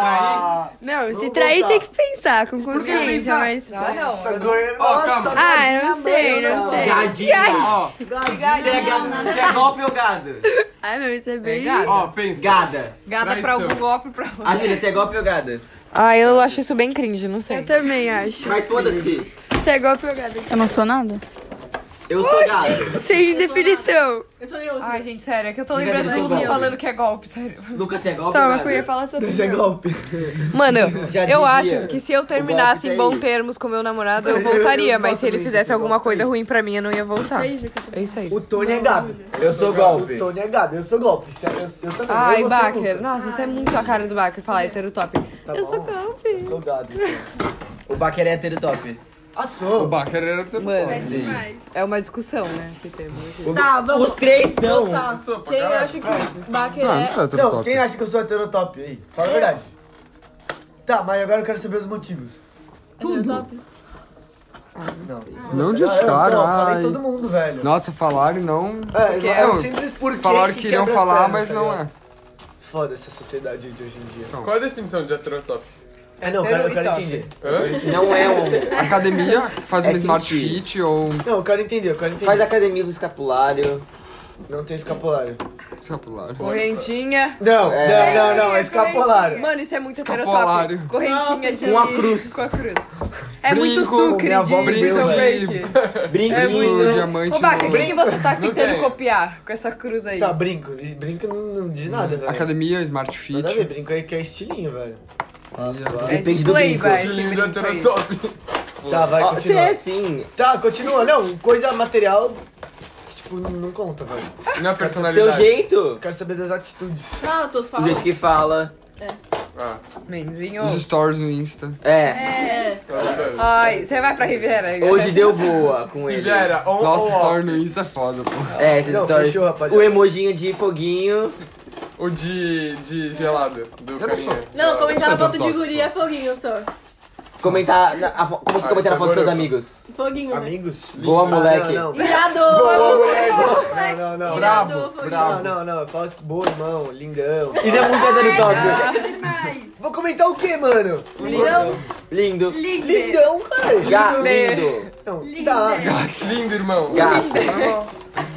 [SPEAKER 7] trair-
[SPEAKER 11] Não, se trair tem que pensar com consciência,
[SPEAKER 8] pensar?
[SPEAKER 11] mas.
[SPEAKER 8] Nossa, agora...
[SPEAKER 7] Ó, calma.
[SPEAKER 8] Nossa,
[SPEAKER 11] Ah, eu não sei, não sei.
[SPEAKER 10] Gadinha. Ó, você é,
[SPEAKER 4] Gadinha.
[SPEAKER 10] ga- você é golpe ou gado?
[SPEAKER 11] Ai, meu, isso é bem.
[SPEAKER 4] gado.
[SPEAKER 7] Ó, pensa.
[SPEAKER 10] Gada.
[SPEAKER 4] Gada pra
[SPEAKER 7] Traição.
[SPEAKER 4] algum golpe pra outro.
[SPEAKER 10] Aline, você é golpe ou gada?
[SPEAKER 4] Ah, eu acho isso bem cringe, não sei.
[SPEAKER 11] Eu também acho.
[SPEAKER 10] Mas foda-se.
[SPEAKER 11] Você é igual pegada. Eu não sou nada?
[SPEAKER 10] Eu sou gado.
[SPEAKER 11] Sem definição.
[SPEAKER 3] Eu sou neutro.
[SPEAKER 4] Ai, gente, sério, é que eu tô
[SPEAKER 10] Não
[SPEAKER 4] lembrando
[SPEAKER 10] quero
[SPEAKER 4] do
[SPEAKER 10] golpe.
[SPEAKER 4] Lucas falando que é golpe, sério.
[SPEAKER 10] Lucas, você é golpe ou
[SPEAKER 11] Toma,
[SPEAKER 10] gado?
[SPEAKER 11] que eu ia falar sobre.
[SPEAKER 8] Esse é golpe.
[SPEAKER 4] Mano,
[SPEAKER 10] Já dizia.
[SPEAKER 4] eu acho que se eu terminasse em
[SPEAKER 7] tá
[SPEAKER 10] golpe
[SPEAKER 4] bom termos com meu namorado, eu voltaria. Mas se ele fizesse alguma coisa ruim pra mim, eu não ia voltar. É isso aí.
[SPEAKER 8] O Tony é gado.
[SPEAKER 10] Eu sou
[SPEAKER 8] O
[SPEAKER 10] golpe.
[SPEAKER 8] Tony é gado, eu sou golpe. Sério, Eu, eu também.
[SPEAKER 4] Ai,
[SPEAKER 8] eu, você,
[SPEAKER 4] Baker.
[SPEAKER 8] Lucas.
[SPEAKER 4] Nossa, isso é muito a cara do Baker falar hétero top. eu sou
[SPEAKER 8] bom.
[SPEAKER 4] golpe.
[SPEAKER 8] Eu sou gado.
[SPEAKER 10] O Baquer é hétero top.
[SPEAKER 8] Ah,
[SPEAKER 7] O
[SPEAKER 8] sou.
[SPEAKER 7] Bacher era teu
[SPEAKER 4] Mano, é uma discussão, né? Que temos.
[SPEAKER 3] Tá, vamos.
[SPEAKER 10] Os três são.
[SPEAKER 3] Voltar.
[SPEAKER 7] Sopa,
[SPEAKER 3] Quem
[SPEAKER 7] caralho.
[SPEAKER 3] acha que Baker
[SPEAKER 7] Não, não
[SPEAKER 3] é.
[SPEAKER 7] foi teu
[SPEAKER 8] Não,
[SPEAKER 7] top.
[SPEAKER 8] quem acha que eu sou heterotop aí? Fala a verdade. Tá, mas agora eu quero saber os motivos.
[SPEAKER 3] Tudo.
[SPEAKER 2] Não
[SPEAKER 8] Ah, Eu,
[SPEAKER 2] justaram,
[SPEAKER 8] não, então, falei
[SPEAKER 2] ai.
[SPEAKER 8] todo mundo, velho.
[SPEAKER 2] Nossa, falaram e não.
[SPEAKER 8] É,
[SPEAKER 4] Porque
[SPEAKER 8] é
[SPEAKER 2] é
[SPEAKER 8] o
[SPEAKER 2] um-
[SPEAKER 8] simples porquê
[SPEAKER 2] Falaram que iriam
[SPEAKER 8] quebra as
[SPEAKER 2] falar,
[SPEAKER 8] pernas,
[SPEAKER 2] mas
[SPEAKER 8] tá
[SPEAKER 2] não
[SPEAKER 8] ligado?
[SPEAKER 2] é.
[SPEAKER 8] Foda essa sociedade de hoje em dia.
[SPEAKER 7] Qual a definição de heterotop?
[SPEAKER 8] É, não, eu
[SPEAKER 4] Hétero
[SPEAKER 8] quero, eu
[SPEAKER 4] e
[SPEAKER 8] quero
[SPEAKER 4] top.
[SPEAKER 8] entender.
[SPEAKER 7] Hã?
[SPEAKER 10] Não é um.
[SPEAKER 2] Academia, faz um
[SPEAKER 10] É
[SPEAKER 2] smart
[SPEAKER 10] sentido.
[SPEAKER 2] fit ou. um
[SPEAKER 8] Não, eu quero entender, eu quero entender.
[SPEAKER 10] Faz academia do escapulário.
[SPEAKER 8] Não tem escapulário.
[SPEAKER 2] Escapulário.
[SPEAKER 4] Correntinha.
[SPEAKER 8] Não,
[SPEAKER 2] É.
[SPEAKER 8] não, não, não, é escapulário.
[SPEAKER 4] Mano, isso é muito
[SPEAKER 2] Escapulário.
[SPEAKER 4] heterotópico. Correntinha
[SPEAKER 8] Nossa,
[SPEAKER 4] de...
[SPEAKER 8] com a cruz.
[SPEAKER 4] Com a cruz. É muito
[SPEAKER 2] Brinco,
[SPEAKER 4] sucre
[SPEAKER 8] minha avó
[SPEAKER 4] de...
[SPEAKER 8] me deu
[SPEAKER 4] então,
[SPEAKER 8] de-
[SPEAKER 4] fake.
[SPEAKER 8] Brinco,
[SPEAKER 4] É muito...
[SPEAKER 2] diamante
[SPEAKER 4] Ô, Baca, o
[SPEAKER 2] no-
[SPEAKER 4] que, que você tá
[SPEAKER 7] Não
[SPEAKER 4] tentando
[SPEAKER 7] tem.
[SPEAKER 4] copiar com essa cruz aí?
[SPEAKER 8] Tá, brinco. E Brinco não, não diz nada, velho.
[SPEAKER 2] Hum, Academia, Smart Fit.
[SPEAKER 8] Nada a ver, brinco aí que é estilinho, velho. Nossa,
[SPEAKER 4] É
[SPEAKER 8] vai.
[SPEAKER 4] de play, velho. esse
[SPEAKER 7] Estilinho
[SPEAKER 4] brinco aí.
[SPEAKER 7] heterotop.
[SPEAKER 8] Tá, vai,
[SPEAKER 10] Ó, Sim,
[SPEAKER 8] continua.
[SPEAKER 10] é sim.
[SPEAKER 8] Tá, continua. Não, coisa material, tipo, não conta, velho.
[SPEAKER 7] Não é
[SPEAKER 10] Seu
[SPEAKER 7] personalidade.
[SPEAKER 10] jeito.
[SPEAKER 8] Quero saber das atitudes.
[SPEAKER 3] Fala, Tos,
[SPEAKER 10] O
[SPEAKER 3] fala.
[SPEAKER 10] jeito que fala.
[SPEAKER 7] Ah,
[SPEAKER 4] Menzinho.
[SPEAKER 2] Os stories no Insta.
[SPEAKER 10] É.
[SPEAKER 3] É,
[SPEAKER 7] tá ligado.
[SPEAKER 4] Ai, você vai pra Riviera?
[SPEAKER 8] É, né?
[SPEAKER 10] Hoje deu boa com ele.
[SPEAKER 7] Rivera, on
[SPEAKER 2] Nossa,
[SPEAKER 7] um ou
[SPEAKER 2] story no Insta é foda, pô.
[SPEAKER 10] É, essas
[SPEAKER 8] Não,
[SPEAKER 10] histórias.
[SPEAKER 8] fechou, rapaziada.
[SPEAKER 10] O emojinho de foguinho.
[SPEAKER 7] off? O de, de gelado, do
[SPEAKER 2] não
[SPEAKER 7] carinha.
[SPEAKER 2] sou.
[SPEAKER 3] não, comentar na
[SPEAKER 2] Só
[SPEAKER 3] foto de
[SPEAKER 2] tópico.
[SPEAKER 3] guria é foguinho só.
[SPEAKER 10] Comentar. Na, a fo- como você
[SPEAKER 7] Ah,
[SPEAKER 10] comentar na
[SPEAKER 7] isso
[SPEAKER 10] foto dos seus
[SPEAKER 7] agora eu-
[SPEAKER 10] amigos.
[SPEAKER 3] Foguinho, né?
[SPEAKER 8] Amigos?
[SPEAKER 10] Boa,
[SPEAKER 8] Ah,
[SPEAKER 10] moleque.
[SPEAKER 8] Não, não,
[SPEAKER 3] Irado!
[SPEAKER 8] não, não. não.
[SPEAKER 2] Bravo,
[SPEAKER 3] Irado, foguinho.
[SPEAKER 2] bravo.
[SPEAKER 8] Não, não, não. Fala tipo, boa, irmão, lindão.
[SPEAKER 10] Isso é muito heterotópico.
[SPEAKER 8] Vou comentar o quê, mano?
[SPEAKER 3] Lindão,
[SPEAKER 4] Ah.
[SPEAKER 10] Lindo.
[SPEAKER 3] lindo.
[SPEAKER 8] Lindão, caralho.
[SPEAKER 10] Ga
[SPEAKER 4] Lindo.
[SPEAKER 10] lindo.
[SPEAKER 8] Não, tá.
[SPEAKER 7] Que lindo, irmão.
[SPEAKER 10] Gato.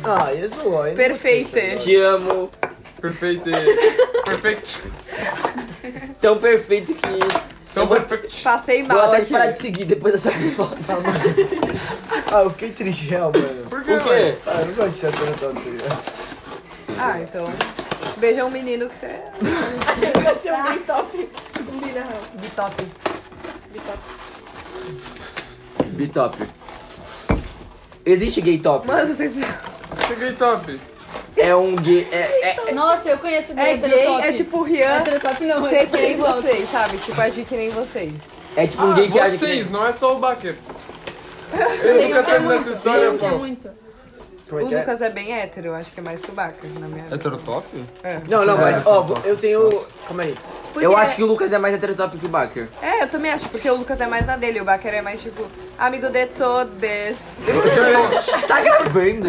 [SPEAKER 8] Ah, isso, ó. eu não-
[SPEAKER 4] Perfeita.
[SPEAKER 10] Te amo.
[SPEAKER 7] Perfeito. Perfeito.
[SPEAKER 10] Tão perfeito que.
[SPEAKER 7] Então, perfeito.
[SPEAKER 4] Passei
[SPEAKER 10] Vou
[SPEAKER 4] mal
[SPEAKER 10] até te
[SPEAKER 4] aqui.
[SPEAKER 10] parar de seguir depois dessa foto.
[SPEAKER 8] Ah, eu fiquei triste, real, mano.
[SPEAKER 7] Por
[SPEAKER 10] Por
[SPEAKER 7] mano?
[SPEAKER 10] quê?
[SPEAKER 8] Ah, eu não gosto de ser atormentado, tá ligado?
[SPEAKER 4] Ah, então. Beija um menino que você é
[SPEAKER 3] Vai ser um bem top. Combina, Raul.
[SPEAKER 4] de top.
[SPEAKER 10] Bitop. Existe gay top?
[SPEAKER 4] Mano, vocês.
[SPEAKER 7] Cheguei top.
[SPEAKER 10] É um gay. É, é,
[SPEAKER 11] Então, Nossa, eu conheço
[SPEAKER 4] É gay, é tipo o Rian.
[SPEAKER 11] Heterotop não, é
[SPEAKER 4] Ser que nem
[SPEAKER 11] heterotop.
[SPEAKER 4] vocês, sabe? Tipo, agir que nem vocês.
[SPEAKER 10] é tipo um gay que age que nem-
[SPEAKER 7] Vocês, não é só o Baker.
[SPEAKER 11] Tem
[SPEAKER 7] nunca
[SPEAKER 11] que ter
[SPEAKER 7] termino
[SPEAKER 11] muito,
[SPEAKER 7] essa história,
[SPEAKER 11] tem que ter
[SPEAKER 7] pô.
[SPEAKER 11] muito.
[SPEAKER 8] Como
[SPEAKER 4] O
[SPEAKER 8] é que é?
[SPEAKER 4] Lucas é bem hétero, acho que é mais que o Baca, na minha vida.
[SPEAKER 2] Heterotop?
[SPEAKER 8] Não, não, mas, ó, eu tenho... Calma aí.
[SPEAKER 10] Eu acho que o Lucas é mais heterotop que o Baker.
[SPEAKER 4] É, eu também acho, porque o Lucas é mais na dele, o Baker é mais tipo, amigo de todos.
[SPEAKER 10] Tá gravando?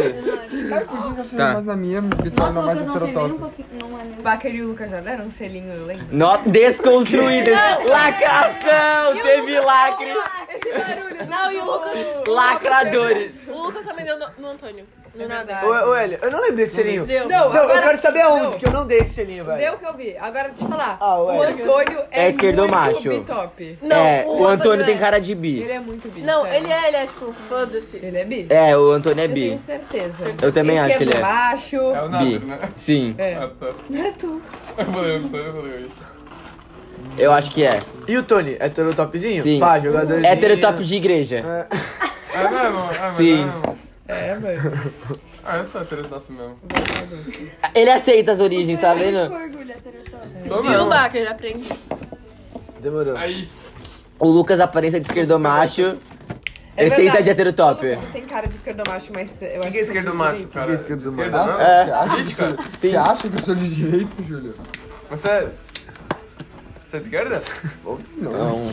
[SPEAKER 2] Cara, por que você
[SPEAKER 10] Tá.
[SPEAKER 2] mais na minha? Porque tá
[SPEAKER 11] Nossa,
[SPEAKER 2] ainda
[SPEAKER 11] o
[SPEAKER 2] mais
[SPEAKER 11] Lucas não tem nem um
[SPEAKER 2] heterotop.
[SPEAKER 11] pouquinho. Não é nem
[SPEAKER 4] O Baker e o Lucas já deram um selinho, eu lembro.
[SPEAKER 10] Not desconstruídas. Lacração! Teve lacre.
[SPEAKER 3] Ah,
[SPEAKER 4] Esse barulho.
[SPEAKER 3] Não, e o Lucas,
[SPEAKER 10] Lacradores.
[SPEAKER 3] o Lucas também deu no, no Antônio. No
[SPEAKER 4] É
[SPEAKER 3] nada.
[SPEAKER 8] Ô, ô, Hélio, eu não lembro desse selinho.
[SPEAKER 3] Deu.
[SPEAKER 4] Não,
[SPEAKER 8] Não, eu
[SPEAKER 4] agora
[SPEAKER 8] quero
[SPEAKER 4] sim,
[SPEAKER 8] saber aonde,
[SPEAKER 4] deu.
[SPEAKER 8] que eu não dei esse selinho, velho.
[SPEAKER 4] Deu o que eu vi. Agora deixa eu falar.
[SPEAKER 8] Ah,
[SPEAKER 4] o
[SPEAKER 8] ué.
[SPEAKER 4] Antônio é,
[SPEAKER 10] É esquerdo
[SPEAKER 4] muito
[SPEAKER 10] macho.
[SPEAKER 4] bitop.
[SPEAKER 3] Não,
[SPEAKER 10] é, o, Antônio
[SPEAKER 3] é.
[SPEAKER 10] tem cara de bi.
[SPEAKER 4] Ele é muito bi.
[SPEAKER 3] Não,
[SPEAKER 4] sério.
[SPEAKER 3] ele é, ele é tipo, foda-se.
[SPEAKER 4] Ele é bi?
[SPEAKER 10] É, o Antônio é
[SPEAKER 4] Eu
[SPEAKER 10] bi.
[SPEAKER 4] tenho certeza.
[SPEAKER 10] Eu também acho que ele é.
[SPEAKER 4] Esquerdo macho.
[SPEAKER 7] É o
[SPEAKER 10] Bi.
[SPEAKER 7] Nader, né?
[SPEAKER 10] Sim,
[SPEAKER 4] É.
[SPEAKER 7] Ah, tá.
[SPEAKER 4] Não é tu.
[SPEAKER 7] Eu falei, eu falei, eu falei.
[SPEAKER 10] eu acho que é.
[SPEAKER 8] E o Tony, heterotopzinho?
[SPEAKER 10] Sim.
[SPEAKER 8] Pá, jogador
[SPEAKER 10] Heterotop de igreja.
[SPEAKER 7] É mesmo? É mesmo?
[SPEAKER 10] Sim.
[SPEAKER 7] É, mesmo?
[SPEAKER 4] É, mano.
[SPEAKER 7] Ah, eu sou heterotop mesmo.
[SPEAKER 4] É.
[SPEAKER 10] Ele aceita as origens, tá vendo?
[SPEAKER 11] orgulho heterotop.
[SPEAKER 7] Sou
[SPEAKER 3] Viu,
[SPEAKER 7] mesmo.
[SPEAKER 3] Baker? Aprendi.
[SPEAKER 8] Demorou.
[SPEAKER 7] É isso.
[SPEAKER 10] O Lucas, aparência de esquerdomacho.
[SPEAKER 4] É
[SPEAKER 10] essência
[SPEAKER 4] verdade.
[SPEAKER 10] de heterotop.
[SPEAKER 4] Você tem cara de esquerdo macho, mas eu acho
[SPEAKER 7] Quem é esquerdo macho, cara?
[SPEAKER 2] é esquerdo macho?
[SPEAKER 7] não?
[SPEAKER 10] É.
[SPEAKER 2] Você acha, que
[SPEAKER 7] Política?
[SPEAKER 2] eu- você acha que eu sou de direito, Júlio?
[SPEAKER 7] Você é... Você é de esquerda?
[SPEAKER 10] Não.